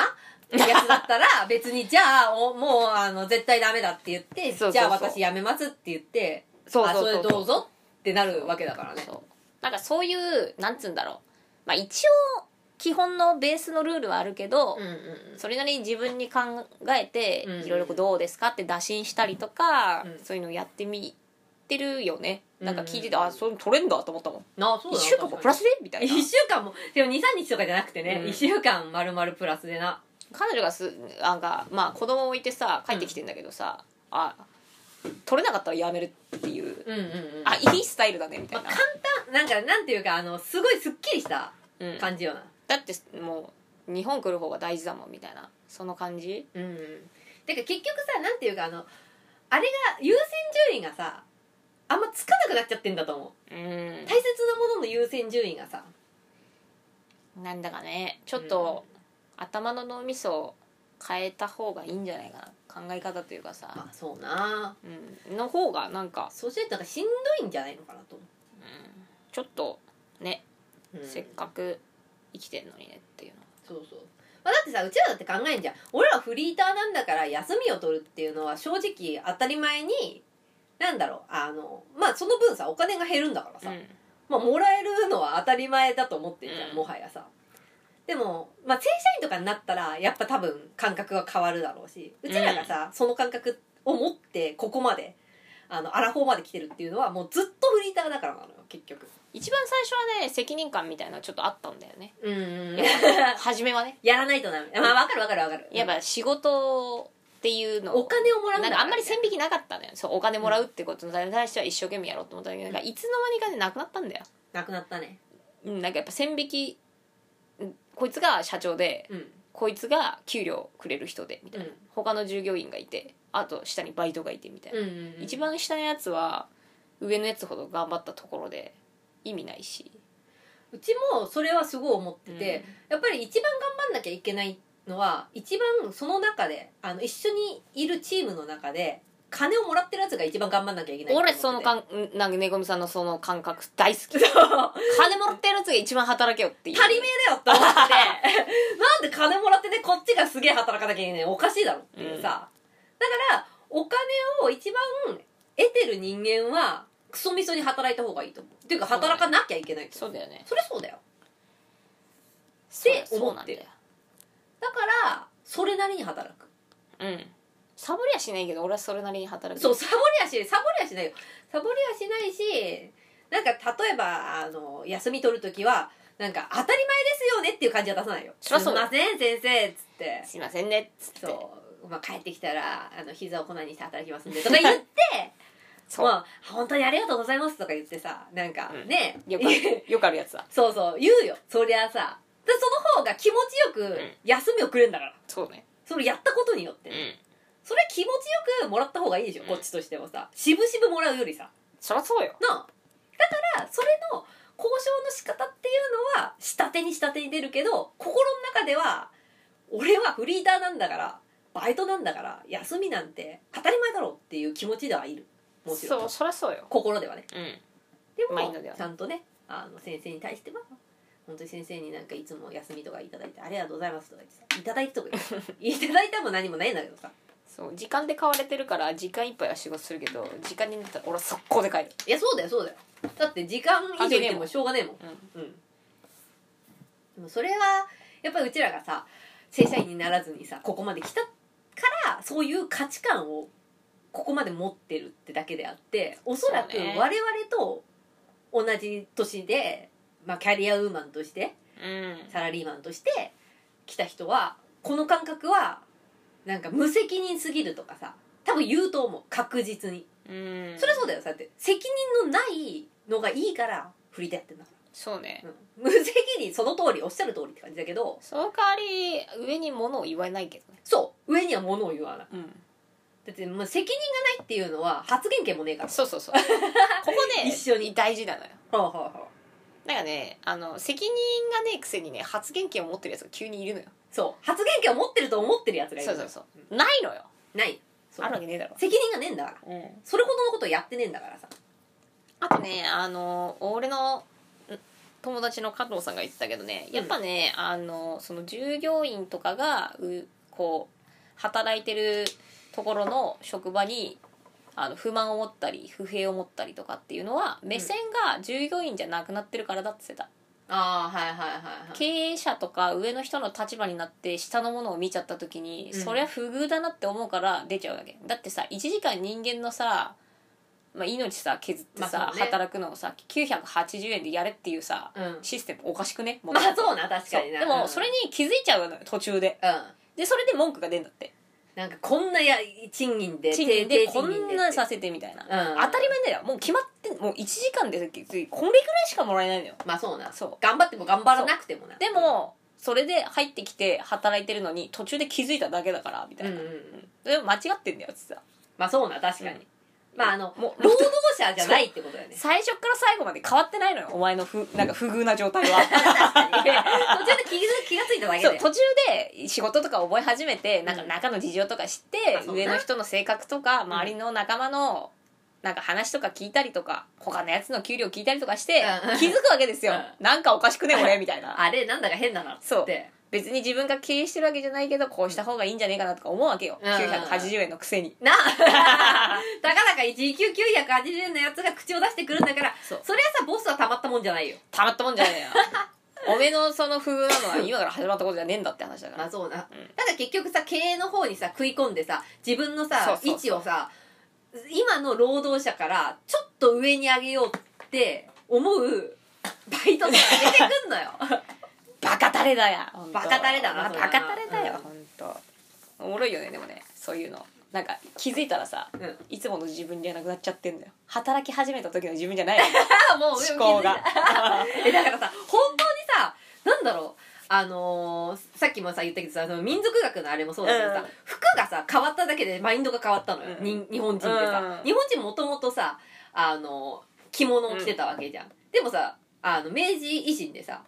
[SPEAKER 2] やつだったら 別にじゃあおもうあの絶対ダメだって言っ
[SPEAKER 1] そ
[SPEAKER 2] て
[SPEAKER 1] うそうそう
[SPEAKER 2] じゃあ私辞めますって言って
[SPEAKER 1] そ
[SPEAKER 2] あそれどうぞってなるわけだからね。
[SPEAKER 1] そうなんかそういうなんつうんだろうまあ一応基本のベースのルールはあるけど、
[SPEAKER 2] うんうん
[SPEAKER 1] それなりに自分に考えて
[SPEAKER 2] うん
[SPEAKER 1] いろいろこうどうですかって打診したりとか、
[SPEAKER 2] うん
[SPEAKER 1] そういうのやってみてるよねなんか聞いてて、
[SPEAKER 2] うん
[SPEAKER 1] あそれ取れんだと思ったもん
[SPEAKER 2] なあそう
[SPEAKER 1] 1
[SPEAKER 2] だな
[SPEAKER 1] 週間もプラスでみた いな
[SPEAKER 2] 1週間もでも23日とかじゃなくてね、
[SPEAKER 1] うん
[SPEAKER 2] 1週間丸々プラスでな
[SPEAKER 1] 彼女がすなんか、まあ、子供置いてさ帰ってきてんだけどさ、あ取れなかったらやめるっていう、
[SPEAKER 2] うんうんうん
[SPEAKER 1] あいいスタイルだねみた
[SPEAKER 2] ま
[SPEAKER 1] い
[SPEAKER 2] あ、
[SPEAKER 1] な、
[SPEAKER 2] 簡単なんかなんていうかあのすごいすっきりした
[SPEAKER 1] うん
[SPEAKER 2] 感じような、
[SPEAKER 1] だってもう日本来る方が大事だもんみたいなその感じ
[SPEAKER 2] うんうんてか結局さなんていうかあのあれが優先順位がさあんまつかなくなっちゃってんだと思
[SPEAKER 1] う
[SPEAKER 2] う
[SPEAKER 1] ん
[SPEAKER 2] 大切なものの優先順位がさ
[SPEAKER 1] なんだかねちょっと、頭の脳みそを変えた方がいいんじゃないかな考え方というかさ、
[SPEAKER 2] まあそうな
[SPEAKER 1] うん、の方がなんか、
[SPEAKER 2] そうしないとなんかしんどいんじゃないのかなと思
[SPEAKER 1] うん、ちょっとね、
[SPEAKER 2] う、うん
[SPEAKER 1] せっかく生きてんのにねっていうの
[SPEAKER 2] そうそう、まあ、だってさうちらだって考えんじゃん俺らフリーターなんだから休みを取るっていうのは正直当たり前になんだろうあのまあその分さお金が減るんだからさ、
[SPEAKER 1] さ、
[SPEAKER 2] まあ、もらえるのは当たり前だと思ってんじゃん、
[SPEAKER 1] うん
[SPEAKER 2] もはやさでも、まあ、正社員とかになったらやっぱ多分感覚は変わるだろうしうちらがさ、その感覚を持ってここまであのアラフォーまで来てるっていうのはもうずっとフリーターだからなのよ結局
[SPEAKER 1] 一番最初はね責任感みたいなのはちょっとあったんだよね
[SPEAKER 2] うん
[SPEAKER 1] 初めはね
[SPEAKER 2] やらないとダメまあわかるわかるわかる
[SPEAKER 1] やっぱ仕事っていうのを
[SPEAKER 2] お金をもらうん
[SPEAKER 1] な
[SPEAKER 2] だ
[SPEAKER 1] んか
[SPEAKER 2] か
[SPEAKER 1] らあんまり線引きなかったのよそうお金もらうってことに対しては一生懸命やろうと思ったんだけど、なんかいつの間にかねなくなったんだよ、
[SPEAKER 2] なくなったね
[SPEAKER 1] うん、なんかやっぱ線引きうんこいつが社長で
[SPEAKER 2] うん
[SPEAKER 1] こいつが給料くれる人でみたいな、
[SPEAKER 2] うん
[SPEAKER 1] 他の従業員がいてあと下にバイトがいてみたいな、
[SPEAKER 2] うんうんうん
[SPEAKER 1] 一番下のやつは上のやつほど頑張ったところで意味ないし、
[SPEAKER 2] うちもそれはすごい思ってて、やっぱり一番頑張んなきゃいけないのは一番その中であの一緒にいるチームの中で金をもらってるやつが一番頑張んなきゃいけないと思っ
[SPEAKER 1] 俺
[SPEAKER 2] てて
[SPEAKER 1] その
[SPEAKER 2] た
[SPEAKER 1] かんなんかねこみさんのその感覚大好き
[SPEAKER 2] 足
[SPEAKER 1] 金もらってるやつが一番働けよっていう
[SPEAKER 2] りめえだよって思っててなんで金もらってねこっちがすげえ働かなきゃいけないのおかしいだろっていうさ、だからお金を一番得てる人間はクソみそに働いた方がいいと思うっていうか働かなきゃいけない と
[SPEAKER 1] そうだよね
[SPEAKER 2] それそうだよ
[SPEAKER 1] そう
[SPEAKER 2] 思ってるだからそれなりに働く
[SPEAKER 1] そうなんだようんサボりはしないけど俺はそれなりに働く
[SPEAKER 2] そうサボりはしサボりはしないよサボりはしないしなんか例えばあの休み取る時はなんか当たり前ですよねっていう感じは出さないよ「
[SPEAKER 1] そりゃ
[SPEAKER 2] す
[SPEAKER 1] そ
[SPEAKER 2] いう
[SPEAKER 1] だ
[SPEAKER 2] ません先生」っつって
[SPEAKER 1] すいませんねっつって
[SPEAKER 2] そう、まあ、帰ってきたらあの膝を粉にして働 きますんでとか言って
[SPEAKER 1] そう
[SPEAKER 2] まあ、本当にありがとうございますとか言ってさなんか
[SPEAKER 1] うん
[SPEAKER 2] ね、
[SPEAKER 1] よくあるよくあるやつだ
[SPEAKER 2] そうそう言うよそりゃさでその方が気持ちよく休みをくれるんだから、
[SPEAKER 1] そうね
[SPEAKER 2] それやったことによって
[SPEAKER 1] う
[SPEAKER 2] ね、
[SPEAKER 1] ん
[SPEAKER 2] それ気持ちよくもらった方がいいでしょ、
[SPEAKER 1] うん
[SPEAKER 2] こっちとしてもさ渋々もらうよりさ
[SPEAKER 1] そりゃそうよ
[SPEAKER 2] なあだからそれの交渉の仕方っていうのは下手に下手に出るけど心の中では俺はフリーターなんだからバイトなんだから休みなんて当たり前だろうっていう気持ちではいるもちろん
[SPEAKER 1] そうそりゃそうよ
[SPEAKER 2] 心ではね
[SPEAKER 1] うん
[SPEAKER 2] でも
[SPEAKER 1] マインドでは
[SPEAKER 2] ちゃんとねあの先生に対しては本当に先生になんかいつも休みとかいただいてありがとうございますとか言ってさいただいてとか言って いただいたも何もないんだけどさ
[SPEAKER 1] そう時間で買われてるから時間いっぱいは仕事するけど時間になったら俺は速攻で帰る
[SPEAKER 2] いやそうだよそうだよだって時間以上いってもしょうがねえもん
[SPEAKER 1] うん
[SPEAKER 2] うんでもそれはやっぱりうちらがさ正社員にならずにさここまで来たからそういう価値観をここまで持ってるってだけであっておそらく
[SPEAKER 1] そう
[SPEAKER 2] 我
[SPEAKER 1] ね
[SPEAKER 2] 々と同じ年で、まあ、キャリアウーマンとして
[SPEAKER 1] うん
[SPEAKER 2] サラリーマンとして来た人はこの感覚はなんか無責任すぎるとかさ多分言うと思う確実に
[SPEAKER 1] うん
[SPEAKER 2] それはそうだよだって責任のないのがいいから振り手やってんだか
[SPEAKER 1] そうね
[SPEAKER 2] ら、うん無責任その通りおっしゃる通りって感じだけど
[SPEAKER 1] その代わり上に物を言わないけどね
[SPEAKER 2] そう上には物を言わない
[SPEAKER 1] うん
[SPEAKER 2] だってもう責任がないっていうのは発言権もねえから
[SPEAKER 1] そう そうそうここね
[SPEAKER 2] 一緒に
[SPEAKER 1] 大事なのよ
[SPEAKER 2] はあはあはあ
[SPEAKER 1] なんかねあの責任がねえくせにね発言権を持ってるやつが急にいるのよ
[SPEAKER 2] そう発言権を持ってると思ってるやつがいる
[SPEAKER 1] そうそうそうないのよ
[SPEAKER 2] ないそう
[SPEAKER 1] あるわけねえだろ、
[SPEAKER 2] 責任がねえんだから
[SPEAKER 1] うん、
[SPEAKER 2] それほどのことやってねえんだからさ
[SPEAKER 1] あとねあの俺のん友達の加藤さんが言ってたけどねやっぱね、あのその従業員とかがうこう働いてるところの職場にあの不満を持ったり不平を持ったりとかっていうのは目線が従業員じゃなくなってるからだって言ってた、
[SPEAKER 2] ああはいはいはいはい
[SPEAKER 1] 経営者とか上の人の立場になって下のものを見ちゃった時に、
[SPEAKER 2] うん
[SPEAKER 1] そりゃ不遇だなって思うから出ちゃうわけだってさ1時間人間のさ、まあ、命さ削ってさ、
[SPEAKER 2] まあそうね
[SPEAKER 1] 働くのをさ980円でやれっていうさ
[SPEAKER 2] うん
[SPEAKER 1] システムおかしくねも
[SPEAKER 2] まあ
[SPEAKER 1] そう
[SPEAKER 2] そうな確かにな
[SPEAKER 1] で
[SPEAKER 2] うん
[SPEAKER 1] もそれに気づいちゃうのよ途中で
[SPEAKER 2] うん
[SPEAKER 1] でそれで文句が出るんだって
[SPEAKER 2] なんかこんなや賃金で
[SPEAKER 1] 賃金で
[SPEAKER 2] 低低
[SPEAKER 1] こんなんさせてみたいな、当たり前だよもう決まってもう1時間でこれぐらいしかもらえないのよ
[SPEAKER 2] まあそうな
[SPEAKER 1] そう
[SPEAKER 2] 頑張っても頑張らなくてもな
[SPEAKER 1] でもそれで入ってきて働いてるのに途中で気づいただけだからみた
[SPEAKER 2] うん
[SPEAKER 1] い
[SPEAKER 2] うん
[SPEAKER 1] な、
[SPEAKER 2] うん
[SPEAKER 1] でも間違ってんだよつってさ
[SPEAKER 2] まあそうな確かに、
[SPEAKER 1] うん
[SPEAKER 2] まああの
[SPEAKER 1] もう
[SPEAKER 2] 労働者じゃないってことだよね
[SPEAKER 1] 最初から最後まで変わってないのよお前のふなんか不遇な状態 は
[SPEAKER 2] 確かに途中で気が気がついただけ
[SPEAKER 1] そう
[SPEAKER 2] で
[SPEAKER 1] 途中で仕事とか覚え始めてなんか中の事情とか知って
[SPEAKER 2] あ、そうな
[SPEAKER 1] 上の人の性格とか周りの仲間のなんか話とか聞いたりとか他のやつの給料聞いたりとかして
[SPEAKER 2] うん
[SPEAKER 1] 気づくわけですよ、
[SPEAKER 2] う
[SPEAKER 1] なんかおかしくね俺みたいな
[SPEAKER 2] あれなんだか変だなっつって
[SPEAKER 1] 別に自分が経営してるわけじゃないけどこうした方がいいんじゃねえかなとか思うわけよ、
[SPEAKER 2] うん
[SPEAKER 1] 980円のくせ に
[SPEAKER 2] なたかだか1時980円のやつが口を出してくるんだから
[SPEAKER 1] そう
[SPEAKER 2] それはさボスはたまったもんじゃないよ
[SPEAKER 1] たまったもんじゃねえよ おめえのその不遇なのは今から始まったことじゃねえんだって話だから
[SPEAKER 2] まあそうな、
[SPEAKER 1] うん
[SPEAKER 2] ただ結局さ経営の方にさ食い込んでさ自分のさ
[SPEAKER 1] そうそうそう
[SPEAKER 2] 位置をさ今の労働者からちょっと上に上げようって思うバイトさんが出てくん のよ
[SPEAKER 1] バカタレだよ
[SPEAKER 2] バカタレだな
[SPEAKER 1] まあ
[SPEAKER 2] それは
[SPEAKER 1] バカタレだよ
[SPEAKER 2] うん
[SPEAKER 1] 本当。おもろいよねでもねそういうのなんか気づいたらさ
[SPEAKER 2] うん
[SPEAKER 1] いつもの自分じゃなくなっちゃってんだよ働き始めた時の自分じゃない
[SPEAKER 2] あもう
[SPEAKER 1] 思考が
[SPEAKER 2] えだからさ本当にさなんだろうあのーさっきもさ言ったけどさその民族学のあれもそうだけどさ、
[SPEAKER 1] うん
[SPEAKER 2] 服がさ変わっただけでマインドが変わったのよ、
[SPEAKER 1] うん
[SPEAKER 2] に日本人ってさ、
[SPEAKER 1] うん
[SPEAKER 2] 日本人もともとさあの着物を着てたわけじゃん、でもさあの明治維新でさ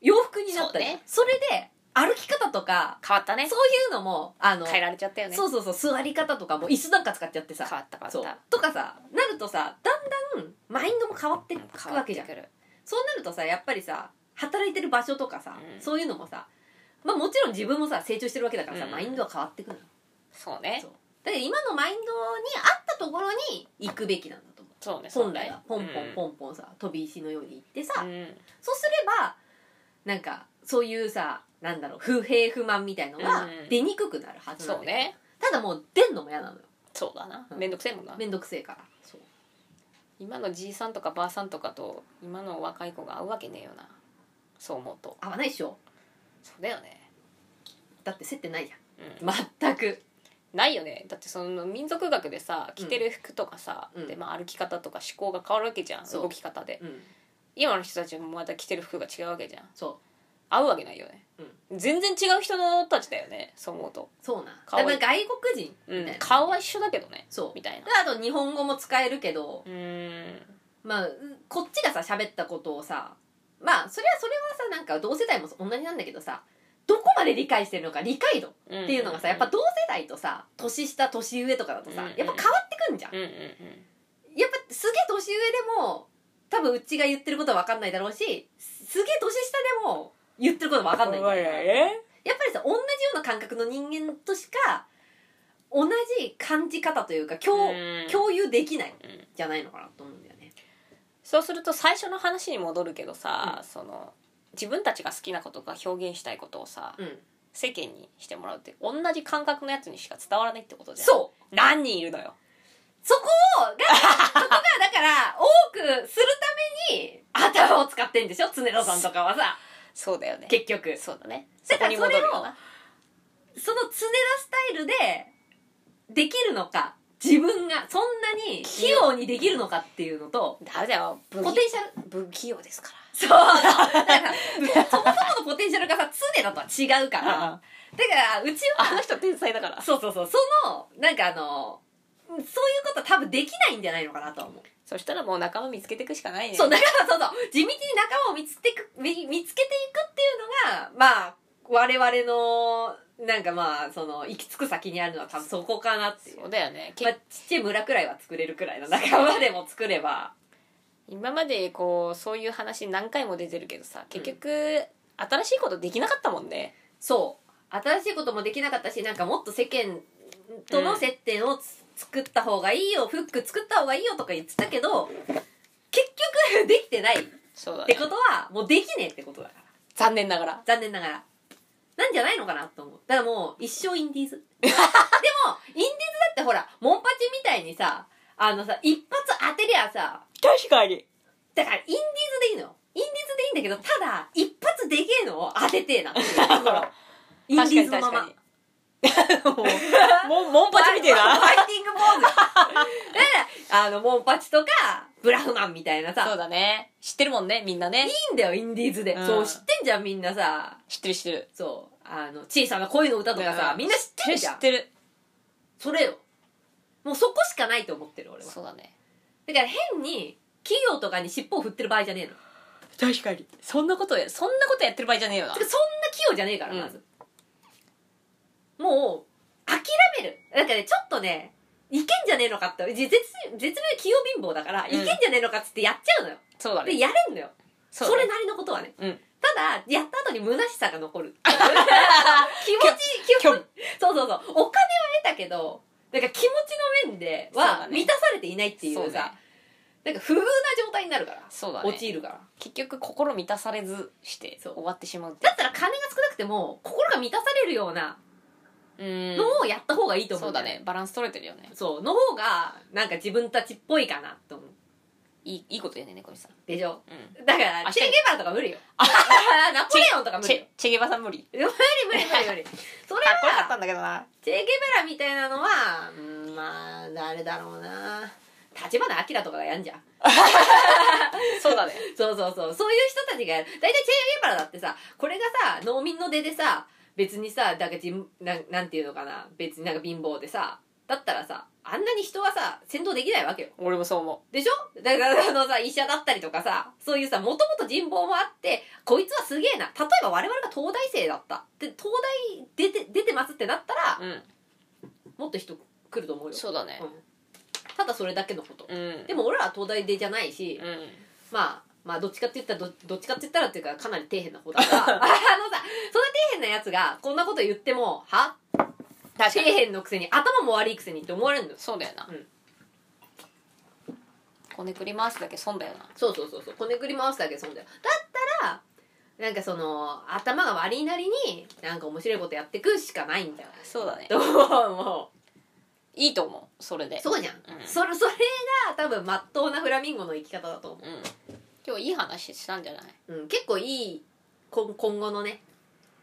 [SPEAKER 2] 洋服になったじゃん
[SPEAKER 1] そうね
[SPEAKER 2] それで歩き方とか
[SPEAKER 1] 変わった
[SPEAKER 2] そうい
[SPEAKER 1] ね
[SPEAKER 2] うのもあの、
[SPEAKER 1] 変えられちゃったよね
[SPEAKER 2] そうそうそう座り方とかも椅子なんか使っちゃってさ
[SPEAKER 1] 変わった変わった
[SPEAKER 2] そうとかさなるとさだんだんマインドも変わってく
[SPEAKER 1] 変わ
[SPEAKER 2] わ
[SPEAKER 1] って
[SPEAKER 2] けじゃん
[SPEAKER 1] くる
[SPEAKER 2] そうなるとさやっぱりさ働いてる場所とかさ、
[SPEAKER 1] うん
[SPEAKER 2] そういうのもさまあもちろん自分もさ成長してるわけだからさ、
[SPEAKER 1] うん
[SPEAKER 2] マインドは変わってくるの
[SPEAKER 1] そうね
[SPEAKER 2] そうだけど今のマインドに合ったところに行くべきなんだと思う
[SPEAKER 1] そうね
[SPEAKER 2] 本来はポンポン
[SPEAKER 1] ン
[SPEAKER 2] ポンポンさ、飛び石のように行ってさ、
[SPEAKER 1] うん
[SPEAKER 2] そうすればなんかそういうさなんだろう不平不満みたいのが
[SPEAKER 1] うん
[SPEAKER 2] 出にくくなるはずな
[SPEAKER 1] そ
[SPEAKER 2] んだ
[SPEAKER 1] う
[SPEAKER 2] けど
[SPEAKER 1] ね
[SPEAKER 2] ただもう出んのも嫌なのよ
[SPEAKER 1] そうだな
[SPEAKER 2] うん
[SPEAKER 1] めんどくせえもんな
[SPEAKER 2] めんどくせえからそう
[SPEAKER 1] 今のじいさんとかばあさんとかと今の若い子が合うわけねえよなそう思うと
[SPEAKER 2] 合わないっしょ
[SPEAKER 1] そうだよね
[SPEAKER 2] だって接点ないじ
[SPEAKER 1] うん
[SPEAKER 2] ゃん全く
[SPEAKER 1] ないよねだってその民族学でさ着てる服とかさ、
[SPEAKER 2] うん
[SPEAKER 1] でまあ、歩き方とか思考が変わるわけじゃん
[SPEAKER 2] そう
[SPEAKER 1] 動き方で
[SPEAKER 2] うん
[SPEAKER 1] 今の人たちもまた着てる服が違うわけじゃん
[SPEAKER 2] そ
[SPEAKER 1] 合うわけないよね、全然違う人のたちだよねそう思うと、
[SPEAKER 2] そうなん
[SPEAKER 1] 可愛い
[SPEAKER 2] だから外国人
[SPEAKER 1] うん
[SPEAKER 2] みたいな、
[SPEAKER 1] 顔は一緒だけどね
[SPEAKER 2] そう
[SPEAKER 1] みたいな
[SPEAKER 2] であと日本語も使えるけど
[SPEAKER 1] うーん
[SPEAKER 2] まあうこっちがさ喋ったことをさまあそれはそれはさなんか同世代も同じなんだけどさどこまで理解してるのか理解度っ
[SPEAKER 1] って
[SPEAKER 2] いうのがさやっぱ同世代とさ年下年上とかだとさ
[SPEAKER 1] うん
[SPEAKER 2] や
[SPEAKER 1] う
[SPEAKER 2] っ
[SPEAKER 1] ん
[SPEAKER 2] ぱ変わってくんじゃん
[SPEAKER 1] うんうんうん
[SPEAKER 2] やっぱすげえ年上でも多分うちが言ってることは分かんないだろうしすげえ年下でも言ってることは分かんないんだよやっぱりさ同じような感覚の人間としか同じ感じ方というか共,、
[SPEAKER 1] うん
[SPEAKER 2] 共有できない
[SPEAKER 1] うん
[SPEAKER 2] じゃないのかなと思うんだよね。
[SPEAKER 1] そうすると最初の話に戻るけどさ、その自分たちが好きなことか表現したいことをさ
[SPEAKER 2] うん、
[SPEAKER 1] 世間にしてもらうって同じ感覚のやつにしか伝わらないってことじゃんう
[SPEAKER 2] そう
[SPEAKER 1] 何人いるのよ
[SPEAKER 2] そこをがそこがだから多くするために頭を使ってんでしょ常野さんとかはさ
[SPEAKER 1] そうだよね
[SPEAKER 2] 結局
[SPEAKER 1] そうだねそ
[SPEAKER 2] だ
[SPEAKER 1] こ
[SPEAKER 2] から
[SPEAKER 1] に戻るよな
[SPEAKER 2] その常田スタイルでできるのか自分がそんなに器用にできるのかっていうのと
[SPEAKER 1] ダメだよ不
[SPEAKER 2] ポ
[SPEAKER 1] 器
[SPEAKER 2] テンシャル
[SPEAKER 1] 不器用ですか
[SPEAKER 2] そうだからそもそものポテンシャルがさ常田とは違うかららだか
[SPEAKER 1] あ
[SPEAKER 2] らうちは
[SPEAKER 1] の人天才だから
[SPEAKER 2] そうそうそうそのなんかあのそういうこと多分できないんじゃないのかなと思う
[SPEAKER 1] そしたらもう仲間見つけていくしかないね
[SPEAKER 2] そう、だからそうそう、地道に仲間を見つけてく、み見つけていくっていうのが、まあ、我々の、なんかまあ、その、行き着く先にあるのは多分そこかなっていう。
[SPEAKER 1] そうだよね
[SPEAKER 2] まあ、ちっちゃい村くらいは作れるくらいの仲間でも作れば、
[SPEAKER 1] 今までこうそういう話何回も出てるけどさ結局、新しいことできなかったもんね
[SPEAKER 2] そう、新しいこともできなかったし、なんかもっと世間との接点をつ作った方がいいよ、フック作った方がいいよとか言ってたけど、結局 できてないっ
[SPEAKER 1] そうだ
[SPEAKER 2] て
[SPEAKER 1] ね
[SPEAKER 2] ことは、もうできねえってことだから。
[SPEAKER 1] 残念ながら
[SPEAKER 2] 残念ながら。なんじゃないのかなと思う。だからもう、一生イン ディーズ。でも、インディーズだってほら、モンパチみたいにさ、あのさ、一発当てりゃさ、
[SPEAKER 1] 確かに
[SPEAKER 2] だからインディーズでいいのよ。インディーズでいいんだけど、ただ、一発でけえのを当てて えなっていうところ。インディーズのまま。
[SPEAKER 1] もうモンパチみてえ
[SPEAKER 2] フ
[SPEAKER 1] な
[SPEAKER 2] ァイティングポーズ。だから、あの、モンパチとか、ブラフマンみたいな
[SPEAKER 1] そう
[SPEAKER 2] さ、
[SPEAKER 1] だね知ってるもんねみんないね
[SPEAKER 2] いんだよ、インディーズで。
[SPEAKER 1] うん
[SPEAKER 2] そう、知ってんじゃん、みんなさ。
[SPEAKER 1] 知ってる知ってる
[SPEAKER 2] そう、あの、小さな恋の歌とかさ、
[SPEAKER 1] うん
[SPEAKER 2] みんな知ってるじ
[SPEAKER 1] 知
[SPEAKER 2] ゃん
[SPEAKER 1] っ。てる
[SPEAKER 2] それよもうそこしかないと思ってる俺は
[SPEAKER 1] そうだね
[SPEAKER 2] だから変に企業とかに尻尾を振ってる場合じゃねえの
[SPEAKER 1] 確かにそんなことやそんなことやってる場合じゃねえよな
[SPEAKER 2] てかそんな企業じゃねえから
[SPEAKER 1] うん
[SPEAKER 2] まず、もう諦めるなんかねちょっとねいけんじゃねえのかってじ絶妙絶妙に器用貧乏だから、
[SPEAKER 1] ん
[SPEAKER 2] いけんじゃねえのかっつってやっちゃうのよ
[SPEAKER 1] そうだ
[SPEAKER 2] で
[SPEAKER 1] ね
[SPEAKER 2] やれんのよそ,、
[SPEAKER 1] うだ
[SPEAKER 2] れ
[SPEAKER 1] ね
[SPEAKER 2] なりのことはね、
[SPEAKER 1] うん
[SPEAKER 2] ただやった後に虚しさが残る 気持ち気
[SPEAKER 1] 虚
[SPEAKER 2] 持ちそうそうそうお金は得たけどなんか気持ちの面で
[SPEAKER 1] そう
[SPEAKER 2] は
[SPEAKER 1] だね
[SPEAKER 2] 満たされていないっていう
[SPEAKER 1] そう
[SPEAKER 2] さ
[SPEAKER 1] ね
[SPEAKER 2] なんか不遇な状態になるから、
[SPEAKER 1] そうだね
[SPEAKER 2] 陥るから
[SPEAKER 1] 結局心満たされずして
[SPEAKER 2] そう
[SPEAKER 1] 終わってしまうって
[SPEAKER 2] だったら金が少なくても心が満たされるような
[SPEAKER 1] うん
[SPEAKER 2] のをやった方がいいと思
[SPEAKER 1] そううん
[SPEAKER 2] よ
[SPEAKER 1] だねバランス取れてるよね
[SPEAKER 2] そうの方がなんか自分たちっぽいかなと思う
[SPEAKER 1] いいいいことやね猫西さん
[SPEAKER 2] でしょ
[SPEAKER 1] うん
[SPEAKER 2] だから
[SPEAKER 1] 明日
[SPEAKER 2] チェ・ゲバラとか無理よ ナポレオンとか無
[SPEAKER 1] チ
[SPEAKER 2] 理よ
[SPEAKER 1] ェチェゲバさん無理
[SPEAKER 2] 無理無理無理無理そ れ
[SPEAKER 1] かっこよかっ
[SPEAKER 2] は
[SPEAKER 1] たんだけどな
[SPEAKER 2] チェ・ゲバラみたいなのはうんまあ誰だろうな立花明とかがやんじゃん
[SPEAKER 1] そうだね
[SPEAKER 2] そうそうそう。そういう人たちがやる。大体チェーンゲーバラだってさ、これがさ、農民の出でさ、別にさ、だからじんなん、なんていうのかな、別になんか貧乏でさ、だったらさ、あんなに人はさ、戦闘できないわけよ。
[SPEAKER 1] 俺もそう思
[SPEAKER 2] でしょだから、あのさ、医者だったりとかさ、そういうさ、もともと人望もあって、こいつはすげえな。例えば我々が東大生だった。で、東大出て、出てますってなったら
[SPEAKER 1] う、うん
[SPEAKER 2] もっと人来ると思うよ。
[SPEAKER 1] そうだね
[SPEAKER 2] うんただそれだけのこと。
[SPEAKER 1] うん
[SPEAKER 2] でも俺らは東大出じゃないし、
[SPEAKER 1] うん
[SPEAKER 2] まあ、まあ、どっちかって言ったらど、どっちかって言ったらっていうか、かなり底辺な方 だから、あのさ、その底辺なやつが、こんなこと言っても、は
[SPEAKER 1] 確
[SPEAKER 2] 底
[SPEAKER 1] かに
[SPEAKER 2] 辺のくせに、頭も悪いくせにって思われるのよ。
[SPEAKER 1] そうだよな
[SPEAKER 2] うん
[SPEAKER 1] こねくり回すだけ損だよな
[SPEAKER 2] そうそうそうそう。こねくり回すだけで損だよ。だったら、なんかその、頭が悪いなりに、なんか面白いことやってくしかない んじゃない
[SPEAKER 1] そうだね
[SPEAKER 2] と思う、も
[SPEAKER 1] いいと思うそれで
[SPEAKER 2] う。そうじゃん。
[SPEAKER 1] うん
[SPEAKER 2] それ、それが多分、まっとうなフラミンゴの生き方だと思。
[SPEAKER 1] うん今日いい話したんじゃないう
[SPEAKER 2] うん、結構いい、今今後のね、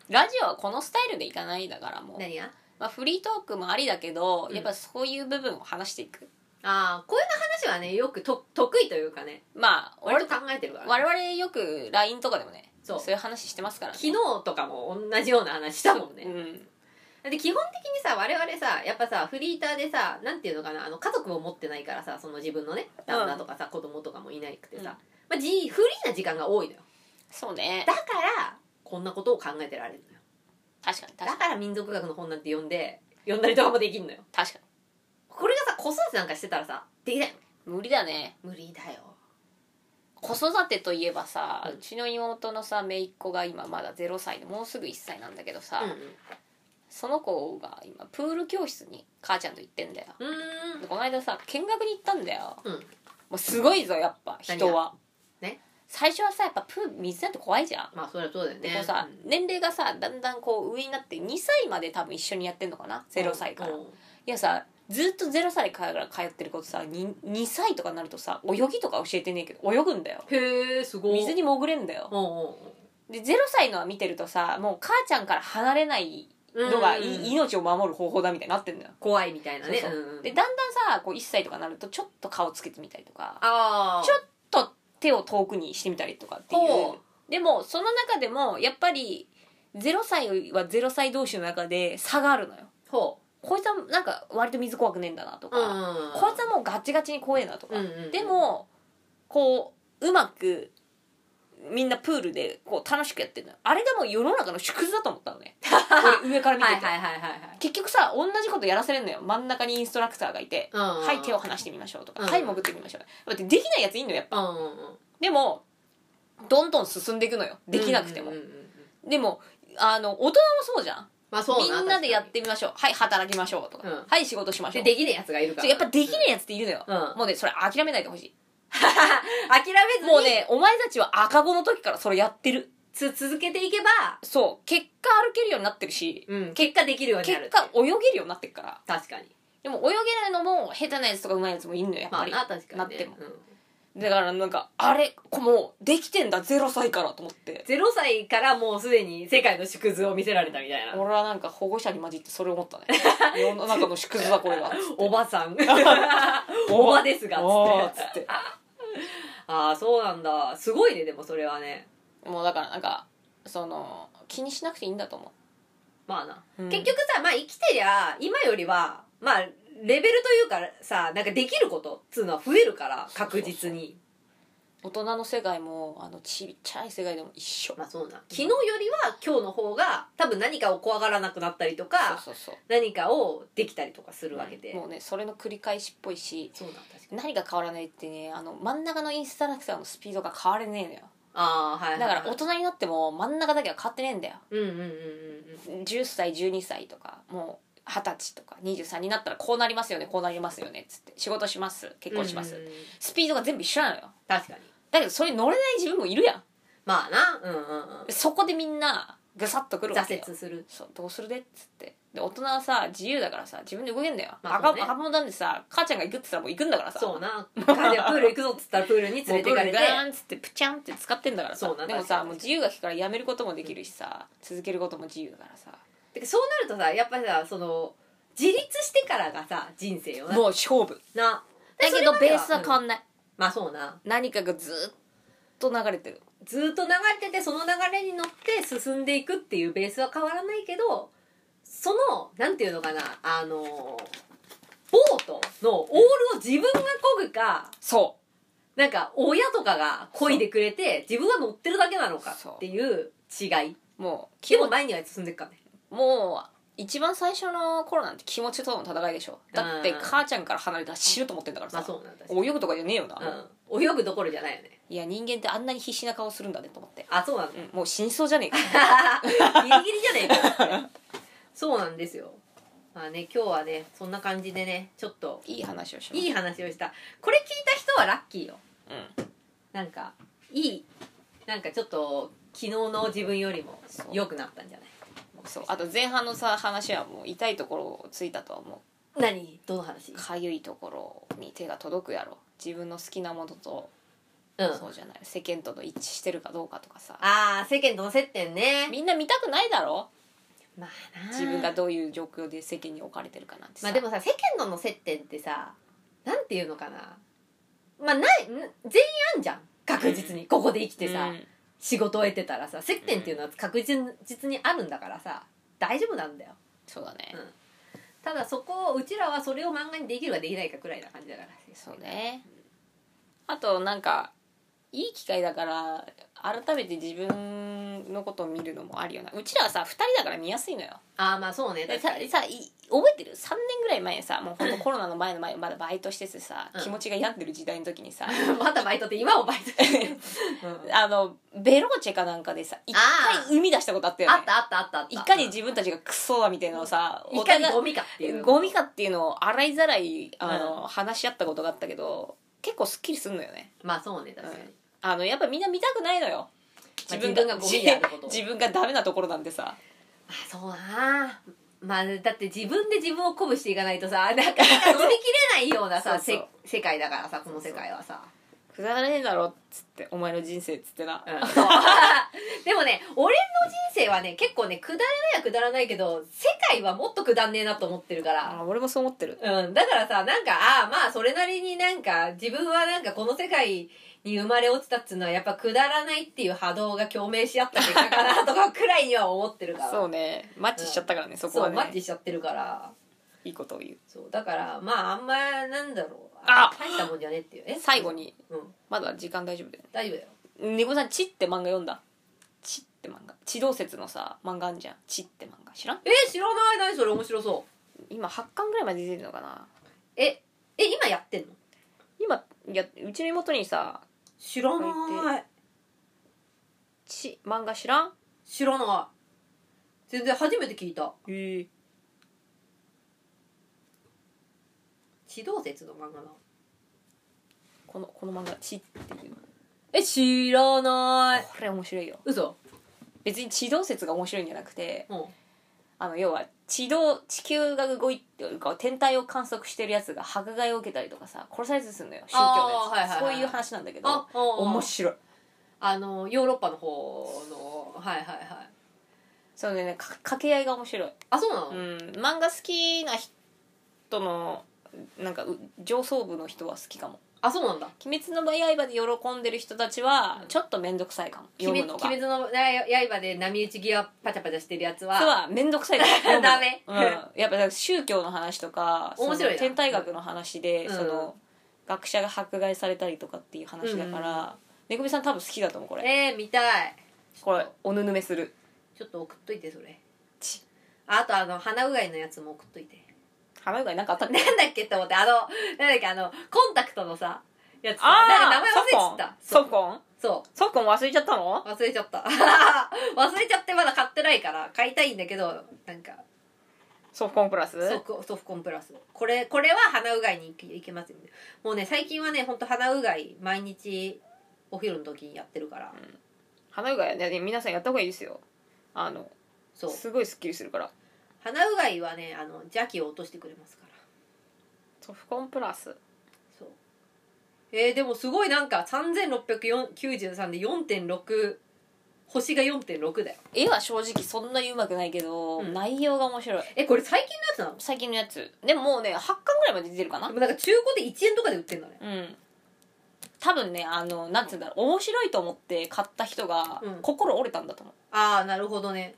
[SPEAKER 1] ラジオはこのスタイルでいかないだからもう、
[SPEAKER 2] 何が
[SPEAKER 1] まあ、フリートークもありだけど、
[SPEAKER 2] うん
[SPEAKER 1] やっぱそういう部分を話していく
[SPEAKER 2] ああ、こういう話はね、よくと得意というかね、
[SPEAKER 1] まあ
[SPEAKER 2] 割
[SPEAKER 1] 俺
[SPEAKER 2] と考えてるからね。
[SPEAKER 1] 我々よく LINE とかでもね
[SPEAKER 2] そう
[SPEAKER 1] そういう話してますからね
[SPEAKER 2] 昨日とかも同じような話したもんね
[SPEAKER 1] うん
[SPEAKER 2] で基本的にさ我々さやっぱさフリーターでさなんていうのかなあの家族を持ってないからさその自分のね旦那とかさ、子供とかもいなくてさ、
[SPEAKER 1] うん
[SPEAKER 2] まあ、じフリーな時間が多いのよ
[SPEAKER 1] そうね
[SPEAKER 2] だからこんなことを考えてられるのよ
[SPEAKER 1] 確かに確
[SPEAKER 2] だ
[SPEAKER 1] かに
[SPEAKER 2] から民族学の本なんて読んで読んだりとかもできんのよ
[SPEAKER 1] 確か
[SPEAKER 2] これがさ子育てなんかしてたらさできない
[SPEAKER 1] に無理だね
[SPEAKER 2] 無理だよ
[SPEAKER 1] 子育てといえばさ、う
[SPEAKER 2] う
[SPEAKER 1] んちの妹のさ姪っ子が今まだ0歳でもうすぐ1歳なんだけどさ、
[SPEAKER 2] うん
[SPEAKER 1] その子が今プール教室に母ちゃんと行ってんだよ
[SPEAKER 2] うんうーん
[SPEAKER 1] でこの間さ見学に行ったんだよ、
[SPEAKER 2] うん
[SPEAKER 1] もうすごいぞやっぱ人は
[SPEAKER 2] ね
[SPEAKER 1] 最初はさやっぱプール水なんて怖いじゃん
[SPEAKER 2] まあそれはそうだよ
[SPEAKER 1] で
[SPEAKER 2] ね
[SPEAKER 1] こうさ、
[SPEAKER 2] うん
[SPEAKER 1] 年齢がさだんだんこう上になって2歳まで多分一緒にやってんのかな0歳から、
[SPEAKER 2] う
[SPEAKER 1] い
[SPEAKER 2] ん
[SPEAKER 1] やさずっと0歳から通ってる子とさ 2, 2歳とかになるとさ泳ぎとか教えてねえけど泳ぐんだよ
[SPEAKER 2] へえすごい
[SPEAKER 1] 水に潜れんだよ
[SPEAKER 2] うんうん
[SPEAKER 1] で0歳のは見てるとさもう母ちゃんから離れない
[SPEAKER 2] うん
[SPEAKER 1] のがい
[SPEAKER 2] うん
[SPEAKER 1] 命を守る方法だみたいになってんだよ
[SPEAKER 2] 怖いみたいなね
[SPEAKER 1] そうそうん
[SPEAKER 2] ん
[SPEAKER 1] でだんだんさこう1歳とかになるとちょっと顔つけてみたりとか
[SPEAKER 2] ああ
[SPEAKER 1] ちょっと手を遠くにしてみたりとかってい
[SPEAKER 2] ほ
[SPEAKER 1] うでもその中でもやっぱり0歳は0歳同士の中で差があるのよ
[SPEAKER 2] ほ
[SPEAKER 1] こいつはなんか割と水怖くねえんだなと
[SPEAKER 2] う
[SPEAKER 1] か、こいつはもうガチガチに怖えなとか、
[SPEAKER 2] うんうんうん
[SPEAKER 1] でもこううまくみんなプールでこう楽しくやってるのよあれがもう世の中の縮図だと思ったの ね俺上から見て
[SPEAKER 2] は
[SPEAKER 1] て、
[SPEAKER 2] いはいはいはいはい
[SPEAKER 1] 結局さ同じことやらせれんのよ真ん中にインストラクターがいて
[SPEAKER 2] う
[SPEAKER 1] 「
[SPEAKER 2] ん
[SPEAKER 1] はい手を離してみましょう」とか「
[SPEAKER 2] うん
[SPEAKER 1] はい潜ってみましょう」だってできないやついんのよやっぱ
[SPEAKER 2] うんうんうん
[SPEAKER 1] でもどんどん進んでいくのよできなくても、
[SPEAKER 2] うんうんうんうん
[SPEAKER 1] でもあの大人もそうじゃん
[SPEAKER 2] まあそう
[SPEAKER 1] みんなでやっ
[SPEAKER 2] 確
[SPEAKER 1] てみましょうはい働きましょうとか、
[SPEAKER 2] うん
[SPEAKER 1] はい仕事しま
[SPEAKER 2] か
[SPEAKER 1] しょ
[SPEAKER 2] に
[SPEAKER 1] う
[SPEAKER 2] でできねえやつがいるか
[SPEAKER 1] そうや
[SPEAKER 2] ら
[SPEAKER 1] っぱできねえやつっているのよ、
[SPEAKER 2] うん
[SPEAKER 1] もうねそれ諦めないでほしい
[SPEAKER 2] 諦めずに
[SPEAKER 1] もうねお前たちは赤子の時からそれやってる
[SPEAKER 2] つ続けていけば
[SPEAKER 1] そう結果歩けるようになってるし、
[SPEAKER 2] うん結果できるようになる
[SPEAKER 1] 結果泳げるようになってるから
[SPEAKER 2] 確かに
[SPEAKER 1] でも泳げないのも下手なやつとか上手いやつもいるのよやっ
[SPEAKER 2] ま
[SPEAKER 1] ぱ
[SPEAKER 2] あ
[SPEAKER 1] り、
[SPEAKER 2] な確かに
[SPEAKER 1] なっても
[SPEAKER 2] うん
[SPEAKER 1] だからなんかあれこもうできてんだ0歳からと思って
[SPEAKER 2] 0歳からもうすでに世界の縮図を見せられたみたいな
[SPEAKER 1] 俺はなんか保護者に混じってそれ思 ったね世の中の縮図だこれは
[SPEAKER 2] おばさんおばですが
[SPEAKER 1] おーっ
[SPEAKER 2] つって
[SPEAKER 1] つって
[SPEAKER 2] ああそうなんだすごいねでもそれはね
[SPEAKER 1] もうだからなんかその気にしなくていいんだと思
[SPEAKER 2] まあな、
[SPEAKER 1] うん
[SPEAKER 2] 結局さまあ生きてりゃ今よりはまあレベルというかさなんかできることっつうのは増えるから確実に
[SPEAKER 1] う大人の世界もあのちっちゃい世界でも一緒
[SPEAKER 2] まあそうな昨日よりは今日の方が多分何かを怖がらなくなったりとか
[SPEAKER 1] そうそうそう
[SPEAKER 2] 何かをできたりとかするわけで、
[SPEAKER 1] もうねそれの繰り返しっぽいし
[SPEAKER 2] そうなん確かに
[SPEAKER 1] 何が変わらないってねあの真ん中のインストラクターのスピードが変われねえのよ
[SPEAKER 2] ああはいは
[SPEAKER 1] だ
[SPEAKER 2] い
[SPEAKER 1] から
[SPEAKER 2] は
[SPEAKER 1] 大
[SPEAKER 2] い
[SPEAKER 1] 人になっても真ん中だけは変わってねえんだよ
[SPEAKER 2] うんうんうんうん
[SPEAKER 1] 10歳12歳とかもう二十歳とか23になったらこうなりますよねこうなりますよねっつって仕事します結
[SPEAKER 2] うん
[SPEAKER 1] 婚します、
[SPEAKER 2] うんうんうん
[SPEAKER 1] スピードが全部一緒なのよ
[SPEAKER 2] 確かに
[SPEAKER 1] だけどそれに乗れない自分もいるやん
[SPEAKER 2] まあなうんうんうん
[SPEAKER 1] そこでみんなぐさっとくるわけよ
[SPEAKER 2] 挫折する
[SPEAKER 1] そうどうするでっつってで大人はさ自由だからさ自分で動けんだよ、
[SPEAKER 2] まあそ
[SPEAKER 1] 赤
[SPEAKER 2] うね
[SPEAKER 1] 赤者なんでさ母ちゃんが行くって言ったらもう行くんだからさ
[SPEAKER 2] そうな彼はプール行くぞっつったらプールに連
[SPEAKER 1] も
[SPEAKER 2] れ
[SPEAKER 1] う
[SPEAKER 2] て
[SPEAKER 1] ブル
[SPEAKER 2] 行か
[SPEAKER 1] ガ
[SPEAKER 2] れて
[SPEAKER 1] ーンっつってプチャンって使ってんだからさ
[SPEAKER 2] そうなんだ
[SPEAKER 1] でもさもう
[SPEAKER 2] 確
[SPEAKER 1] 自由が利くからやめることもできるしさ、続けることも自由だからさ
[SPEAKER 2] てかそうなるとさやっぱりさその自立してからがさ人生よな
[SPEAKER 1] もう勝負
[SPEAKER 2] な
[SPEAKER 1] だけどベースは変わ
[SPEAKER 2] うん
[SPEAKER 1] んない、
[SPEAKER 2] まあそうな
[SPEAKER 1] 何かがずっと流れてる
[SPEAKER 2] ずーっと流れててその流れに乗って進んでいくっていうベースは変わらないけどそのなんていうのかなあのボートのオールを自分が漕ぐか
[SPEAKER 1] そ
[SPEAKER 2] なんか親とかが漕いでくれて自分は乗ってるだけなのかっていう違いう
[SPEAKER 1] もう
[SPEAKER 2] でも前には進んでいくからね
[SPEAKER 1] もう一番最初の頃なんて気持ちとの戦いでしょだって
[SPEAKER 2] うん
[SPEAKER 1] 母ちゃんから離れたら死ぬと思ってんだからさ、
[SPEAKER 2] まあそうなんだ確かに
[SPEAKER 1] 泳ぐとかじゃねえよな、
[SPEAKER 2] うん、泳ぐどころじゃないよね
[SPEAKER 1] いや人間ってあんなに必死な顔するんだねと思って、
[SPEAKER 2] あそうなんだ
[SPEAKER 1] うん、もう死にそうじゃ ねえか
[SPEAKER 2] ギリギリじゃねえかってそうなんですよまあね今日はねそんな感じでねちょっと
[SPEAKER 1] いい話をします
[SPEAKER 2] いい話をしたこれ聞いた人はラッキーよ
[SPEAKER 1] うん、
[SPEAKER 2] なんかいいなんかちょっと昨日の自分よりも
[SPEAKER 1] そう
[SPEAKER 2] 良くなったんじゃない
[SPEAKER 1] そうあと前半のさ話はもう痛いところをついたとは思
[SPEAKER 2] 何どの話
[SPEAKER 1] うかゆいところに手が届くやろ自分の好きなものと、
[SPEAKER 2] うん
[SPEAKER 1] そうじゃない世間との一致してるかどうかとかさ
[SPEAKER 2] ああ世間との接点ね
[SPEAKER 1] みんな見たくないだろ
[SPEAKER 2] まあな
[SPEAKER 1] 自分がどういう状況で世間に置かれてるかなんてさ、
[SPEAKER 2] まあでもさ世間との接点ってさなんていうのかなまあないん全員あんじゃん確実にここで生きてさ、
[SPEAKER 1] うん
[SPEAKER 2] 仕事を得てたらさ接点っていうのは確実にあるんだからさ大丈夫なんだよ
[SPEAKER 1] そうだね、
[SPEAKER 2] うんただそこをうちらはそれを漫画にできるかできないかくらいな感じだから
[SPEAKER 1] そうねあとなんかいい機会だから改めて自分のことを見るのもあるよなうちらはさ2人だから見やすいのよ
[SPEAKER 2] ああまあそうね
[SPEAKER 1] で
[SPEAKER 2] 確
[SPEAKER 1] さ
[SPEAKER 2] かに
[SPEAKER 1] さい覚えてる3年ぐらい前にさもうほん とコロナの前の前まだバイトしててさ、
[SPEAKER 2] うん
[SPEAKER 1] 気持ちが病んでる時代の時にさ
[SPEAKER 2] またバイトって今もバイトしてる、うん
[SPEAKER 1] あのベローチェかなんかでさ一
[SPEAKER 2] あー
[SPEAKER 1] 回生み出したことあったよ
[SPEAKER 2] あ
[SPEAKER 1] ね
[SPEAKER 2] ったあったあったあった
[SPEAKER 1] いかに自分たちがクソだみたいなのをさ
[SPEAKER 2] い
[SPEAKER 1] お
[SPEAKER 2] か
[SPEAKER 1] 互
[SPEAKER 2] にゴミかっていう
[SPEAKER 1] ゴミかっていうのを洗いざらいあの、話し合ったことがあったけど結構すっきりすんのよね
[SPEAKER 2] まあそうね確かに、
[SPEAKER 1] うんあのやっぱみんな見たくないのよ
[SPEAKER 2] まあ自分がゴミであることを
[SPEAKER 1] 自分がダメなところなんでさ
[SPEAKER 2] まあそうなまあだって自分で自分を鼓舞していかないとさなかなか乗り切れないようなさ
[SPEAKER 1] そうそう
[SPEAKER 2] せ世界だからさこの世界はさ
[SPEAKER 1] くだらねえだろっつってお前の人生っつってな、
[SPEAKER 2] うんそう でもね俺の人生はね結構ねくだらないはくだらないけど世界はもっとくだんねえなと思ってるから
[SPEAKER 1] あ俺もそう思ってる
[SPEAKER 2] うん、だからさなんかああまあそれなりになんか自分はなんかこの世界に生まれ落ちたっつうのはやっぱくだらないっていう波動が共鳴し合った結果かなとかくらいには思ってるから
[SPEAKER 1] そうねマッチしちゃったからね、そこ
[SPEAKER 2] そ
[SPEAKER 1] は
[SPEAKER 2] うマッ
[SPEAKER 1] ね
[SPEAKER 2] チしちゃってるから
[SPEAKER 1] いいことを言う
[SPEAKER 2] そうだからまああんまなんだろう
[SPEAKER 1] あ
[SPEAKER 2] 大したもんじゃねっていうえ
[SPEAKER 1] 最後に
[SPEAKER 2] うん
[SPEAKER 1] まだ時間大丈夫だよ
[SPEAKER 2] 大丈夫だよ
[SPEAKER 1] ね猫さん「ち」って漫画読んだ「ち」って漫画地動説のさ漫画あんじゃん「ち」って漫画知らん
[SPEAKER 2] え知らない何それ面白そう
[SPEAKER 1] 今8巻ぐらいまで出てるのかな
[SPEAKER 2] ええ今やってんの
[SPEAKER 1] 今いやうちの妹にさ
[SPEAKER 2] 知ら
[SPEAKER 1] ない「ち」漫画知らん
[SPEAKER 2] 知らない全然初めて聞いた
[SPEAKER 1] へえ
[SPEAKER 2] 地動説の漫画な
[SPEAKER 1] このこの漫画「ち」っていう
[SPEAKER 2] え知らない
[SPEAKER 1] これ面白いよ
[SPEAKER 2] 嘘
[SPEAKER 1] 別に地動説が面白いんじゃなくて
[SPEAKER 2] うん
[SPEAKER 1] あの要は地動地球が動いてるか天体を観測してるやつが迫害を受けたりとかさ殺されたりするのよ宗教のやつ、
[SPEAKER 2] あーはいはいはい
[SPEAKER 1] そういう話なんだけど
[SPEAKER 2] あ面
[SPEAKER 1] 面
[SPEAKER 2] 白い
[SPEAKER 1] 白い
[SPEAKER 2] あのヨーロッパの方のはいはいはい
[SPEAKER 1] そのねか掛け合いが面白い、
[SPEAKER 2] あそうなの、
[SPEAKER 1] うん、漫画好きな人のなんかう上層部の人は好きかも
[SPEAKER 2] あそうなんだ
[SPEAKER 1] 「鬼滅の刃」で喜んでる人たちはちょっと面倒くさいかも読
[SPEAKER 2] 鬼
[SPEAKER 1] む
[SPEAKER 2] 滅
[SPEAKER 1] の
[SPEAKER 2] 鬼
[SPEAKER 1] が
[SPEAKER 2] 滅の刃で波打ち際パチャパチャしてるやつ
[SPEAKER 1] 実は面倒くさいから
[SPEAKER 2] ダメ
[SPEAKER 1] うん、やっぱ宗教の話と か
[SPEAKER 2] 面白いな
[SPEAKER 1] その天体学の話で、
[SPEAKER 2] うん
[SPEAKER 1] その学者が迫害されたりとかっていう話だから、めぐみさん多分好きだと思うこれ
[SPEAKER 2] えー、見たい
[SPEAKER 1] これおぬぬめする
[SPEAKER 2] ちょっと送っといてそれ
[SPEAKER 1] ち
[SPEAKER 2] あとあの鼻うがいのやつも送っといて
[SPEAKER 1] 浜がなんかあったっ
[SPEAKER 2] なん
[SPEAKER 1] け
[SPEAKER 2] だっけって思ってあのなんだっけあのコンタクトのさやつさ
[SPEAKER 1] あ
[SPEAKER 2] なん
[SPEAKER 1] あ
[SPEAKER 2] か名前忘れちゃった
[SPEAKER 1] ソ
[SPEAKER 2] う
[SPEAKER 1] コン
[SPEAKER 2] そ
[SPEAKER 1] ソコン忘れちゃったの
[SPEAKER 2] う忘れちゃった 忘れちゃってまだ買ってないから買いたいんだけどなんか
[SPEAKER 1] ソフコンプラス
[SPEAKER 2] ソフコソフコンプラスこれこれは鼻うがいにいけいけますよねもうね最近はねほんと鼻うがい毎日お昼の時にやってるから
[SPEAKER 1] 花うがいね皆さんやった方がいいですよあの
[SPEAKER 2] そう
[SPEAKER 1] すごいスッキリするから
[SPEAKER 2] 鼻うがいはねあの邪気を落としてくれますから
[SPEAKER 1] ソフコンプラス
[SPEAKER 2] そうえー、でもすごいなんか3693で4.6星が4.6だよ
[SPEAKER 1] 絵は正直そんなにうまくないけど、
[SPEAKER 2] うん
[SPEAKER 1] 内容が面白い
[SPEAKER 2] えこれ最近のやつなの
[SPEAKER 1] 最近のやつでももうね8巻ぐらいまで出てるかな
[SPEAKER 2] でもなんか中古で1円とかで売ってんだね
[SPEAKER 1] うん多分ねあのなんつうんだろう面白いと思って買った人が
[SPEAKER 2] うん
[SPEAKER 1] 心折れたんだと思う、
[SPEAKER 2] ああなるほどね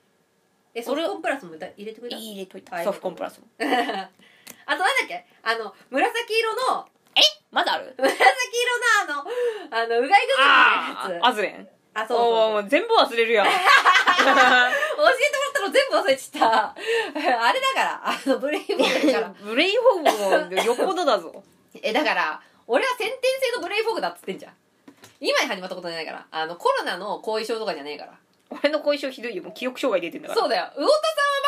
[SPEAKER 2] えソ
[SPEAKER 1] 俺
[SPEAKER 2] フコンプラスもだ入れてくれた
[SPEAKER 1] 入れといた
[SPEAKER 2] はい
[SPEAKER 1] ソフコンプラスも
[SPEAKER 2] あとなんだっけあの紫色の
[SPEAKER 1] まだある
[SPEAKER 2] 紫色のあのあのうがい
[SPEAKER 1] あ
[SPEAKER 2] 薬みたいなやつ
[SPEAKER 1] あ
[SPEAKER 2] あ
[SPEAKER 1] アズレン
[SPEAKER 2] そうそうそう
[SPEAKER 1] おー全部忘れる やん
[SPEAKER 2] 教えてもらったの全部忘れちゃった あれだからあのブレインフォーグだから
[SPEAKER 1] ブレインフォグもよっぽどだぞ
[SPEAKER 2] えだから俺は先天性のブレインフォーグだっつってんじゃん今に始まったことじゃないからあのコロナの後遺症とかじゃねえから
[SPEAKER 1] 俺の後遺症ひどいよもう記憶障害出てんだから
[SPEAKER 2] そうだよ魚田さんは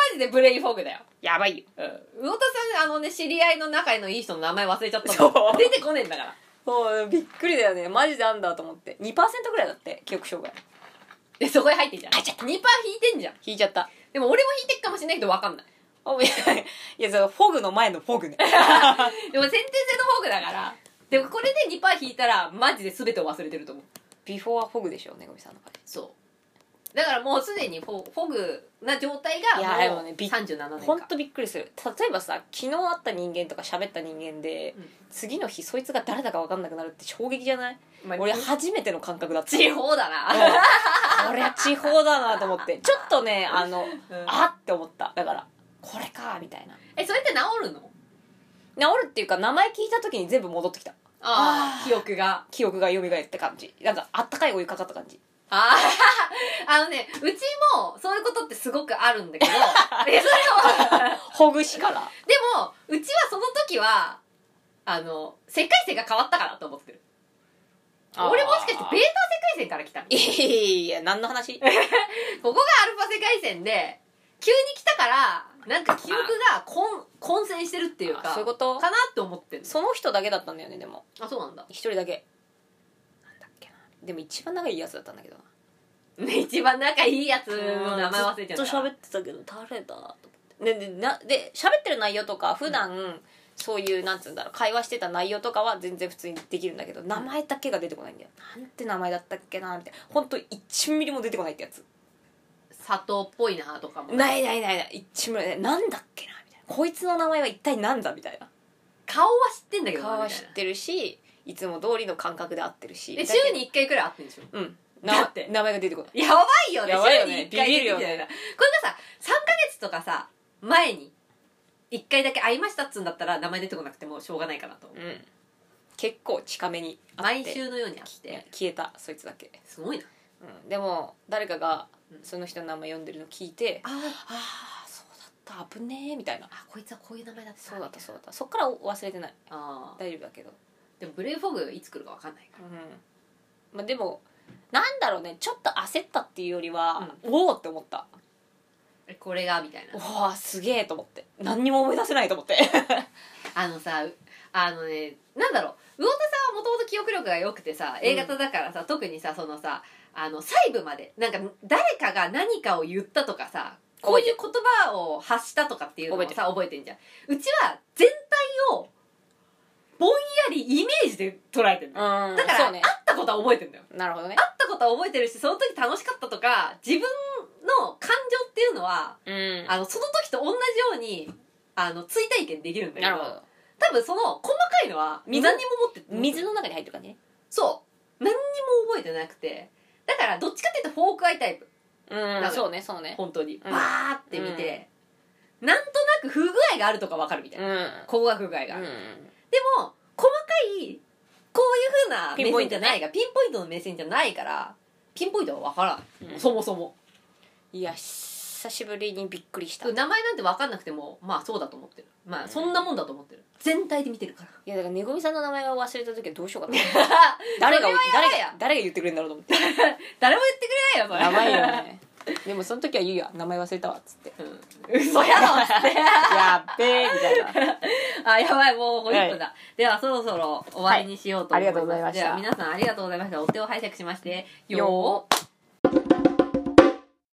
[SPEAKER 2] マジでブレインフォーグだよ
[SPEAKER 1] やばいよ
[SPEAKER 2] うん魚田さんあのね知り合いの仲のいい人の名前忘れちゃった
[SPEAKER 1] そ
[SPEAKER 2] の
[SPEAKER 1] う
[SPEAKER 2] 出てこねえんだから
[SPEAKER 1] そうびっくりだよねマジであんだと思って2%ぐらいだって記憶障害
[SPEAKER 2] でそこへ入ってんじゃん入っちゃった2%引いてんじゃん
[SPEAKER 1] 引いちゃった
[SPEAKER 2] でも俺も引いてっかもしれないけど分かんない
[SPEAKER 1] おいやいやそのフォグの前のフォグね
[SPEAKER 2] でも先天性のフォーグだからでもこれで2%引いたらマジで全てを忘れてると思う
[SPEAKER 1] ビフォーはフォグでしょねごみさんの場合
[SPEAKER 2] そうだからもうすでにフォフォグな状態
[SPEAKER 1] い
[SPEAKER 2] が
[SPEAKER 1] やで
[SPEAKER 2] もう
[SPEAKER 1] もねびっ
[SPEAKER 2] 37年
[SPEAKER 1] ほん
[SPEAKER 2] か
[SPEAKER 1] とびっくりする例えばさ昨日会った人間とか喋った人間で、
[SPEAKER 2] うん
[SPEAKER 1] 次の日そいつが誰だか分かんなくなるって衝撃じゃない
[SPEAKER 2] まあ
[SPEAKER 1] 俺初めての感覚だった
[SPEAKER 2] 地方だな、
[SPEAKER 1] うんこれは地方だなと思ってちょっとねあの
[SPEAKER 2] うん
[SPEAKER 1] あって思っただからこれかみたいな
[SPEAKER 2] えそれって治るの
[SPEAKER 1] 治るっていうか名前聞いた時に全部戻ってきた
[SPEAKER 2] あ
[SPEAKER 1] あ
[SPEAKER 2] あ
[SPEAKER 1] ー
[SPEAKER 2] 記憶が
[SPEAKER 1] 記憶が蘇った感じなんかあったかいお湯かかった感じ
[SPEAKER 2] あああのねうちもそういうことってすごくあるん だけどえそれを
[SPEAKER 1] ほぐしから
[SPEAKER 2] でもうちはその時はあの石灰線が変わったかなと思ってる俺もしかしてベータ石灰線から来たの
[SPEAKER 1] いやいやいや何の話
[SPEAKER 2] ここがアルファ世界線で急に来たからなんか記憶が混混戦してるっていうか
[SPEAKER 1] あそういうこと
[SPEAKER 2] かなって思ってる
[SPEAKER 1] その人だけだったんだよねでも
[SPEAKER 2] あそうなんだ、
[SPEAKER 1] 一人だけなんだっけなでも一番仲いいやつだったんだけどな
[SPEAKER 2] ね、 一番仲いいやつの名前忘れちゃった
[SPEAKER 1] ずっと喋ってたけど誰だと思ってででなで喋ってる内容とか普段、そういうなんつうんだろう会話してた内容とかは全然普通にできるんだけど名前だけが出てこないんだよなんて名前だったっけなみたいな本当1ミリも出てこないってやつ
[SPEAKER 2] 砂糖っぽいなとかも
[SPEAKER 1] ないないないない1ミリもないなんだっけなみたいなこいつの名前は一体なんだみたいな
[SPEAKER 2] 顔は知ってんだけどな
[SPEAKER 1] 顔は
[SPEAKER 2] みたい
[SPEAKER 1] 知
[SPEAKER 2] な
[SPEAKER 1] ってるしいつも通りの感覚で合ってるし
[SPEAKER 2] で
[SPEAKER 1] だけど
[SPEAKER 2] 週に1回くらい会ってんでしょ
[SPEAKER 1] うん
[SPEAKER 2] だ
[SPEAKER 1] な
[SPEAKER 2] って
[SPEAKER 1] 名前が出てこない
[SPEAKER 2] やばいよね
[SPEAKER 1] やばいよね
[SPEAKER 2] 週に1回
[SPEAKER 1] ビビるよね
[SPEAKER 2] 出てきたらこれがさ3ヶ月とかさ前に1回だけ会いましたっつうんだったら名前出てこなくてもしょうがないかなと思う
[SPEAKER 1] うん結構近めに会
[SPEAKER 2] 毎
[SPEAKER 1] って
[SPEAKER 2] 週のように会って
[SPEAKER 1] 消えたそいつだけ
[SPEAKER 2] すごいな
[SPEAKER 1] うん、でも誰かが
[SPEAKER 2] うん
[SPEAKER 1] その人の名前読んでるの聞いて「
[SPEAKER 2] あ
[SPEAKER 1] ああそうだった危ねえ」みたいな
[SPEAKER 2] あこいつはこういう名前だ
[SPEAKER 1] 「
[SPEAKER 2] った
[SPEAKER 1] そうだったそうだった」そっから忘れてない
[SPEAKER 2] ああ
[SPEAKER 1] 大丈夫だけど、
[SPEAKER 2] でもブレイフォグいつ来るか分かんないか
[SPEAKER 1] う
[SPEAKER 2] ら
[SPEAKER 1] んまあ、でもなんだろうねちょっと焦ったっていうよりは「おお!」って思った
[SPEAKER 2] えこれがみた
[SPEAKER 1] 「
[SPEAKER 2] いな
[SPEAKER 1] おわすげえ!」と思って何にも思い出せないと思って
[SPEAKER 2] あのさあのねなんだろう魚田さんはもともと記憶力が良くてさ A 型だからさ、特にさそのさあの細部までなんか誰かが何かを言ったとかさこういう言葉を発したとかっていうのもさ覚えてんじゃんうちは全体をぼんやりイメージで捉えてん
[SPEAKER 1] うん
[SPEAKER 2] だよだから、
[SPEAKER 1] そう
[SPEAKER 2] 会っ
[SPEAKER 1] ね
[SPEAKER 2] たことは覚えてんだよ
[SPEAKER 1] なるほどね
[SPEAKER 2] 会ったことは覚えてるしその時楽しかったとか自分の感情っていうのは
[SPEAKER 1] うん
[SPEAKER 2] あのその時と同じようにあの追体験できるんだけ
[SPEAKER 1] な
[SPEAKER 2] ど
[SPEAKER 1] るほど
[SPEAKER 2] 多分その細かいのは何
[SPEAKER 1] 水
[SPEAKER 2] にも持って
[SPEAKER 1] 水の中に入ってる感じね
[SPEAKER 2] そう何にも覚えてなくてだからどっちかっていうとフォークアイタイプ
[SPEAKER 1] うんんそうねそうね
[SPEAKER 2] 本当に
[SPEAKER 1] うん
[SPEAKER 2] バーって見て、なんとなく不具合があるとかわかるみたいうな、
[SPEAKER 1] ん
[SPEAKER 2] ここが不具合があ
[SPEAKER 1] う
[SPEAKER 2] る、で
[SPEAKER 1] ん
[SPEAKER 2] も細かいこういうふうな
[SPEAKER 1] ピン
[SPEAKER 2] 目
[SPEAKER 1] ポイン
[SPEAKER 2] 線
[SPEAKER 1] ト
[SPEAKER 2] じゃ
[SPEAKER 1] ね
[SPEAKER 2] ないがピンポイントの目線じゃないからピンポイントはわからん、
[SPEAKER 1] うん
[SPEAKER 2] そもそも
[SPEAKER 1] いや久しぶりにびっくりした
[SPEAKER 2] 名前なんてわかんなくてもまあそうだと思ってるまあそんなもんだと思ってる、全体で見てるから
[SPEAKER 1] いやだからねごみさんの名前を忘れた時はどうしようかな
[SPEAKER 2] 誰
[SPEAKER 1] 誰が
[SPEAKER 2] が 誰
[SPEAKER 1] 誰
[SPEAKER 2] が
[SPEAKER 1] が誰が言ってくれるんだろうと思って
[SPEAKER 2] 誰も言ってくれないよそれ
[SPEAKER 1] ね でもその時は言うよ名前忘れたわっつっ て
[SPEAKER 2] うん嘘やろっつって
[SPEAKER 1] やっべえみたいな
[SPEAKER 2] あやばいもう1分だ、ではそろそろ終わりにしようと思います、
[SPEAKER 1] はいありがとうございました
[SPEAKER 2] では皆さんありがとうございましたお手を拝借しまして
[SPEAKER 1] よー
[SPEAKER 2] よー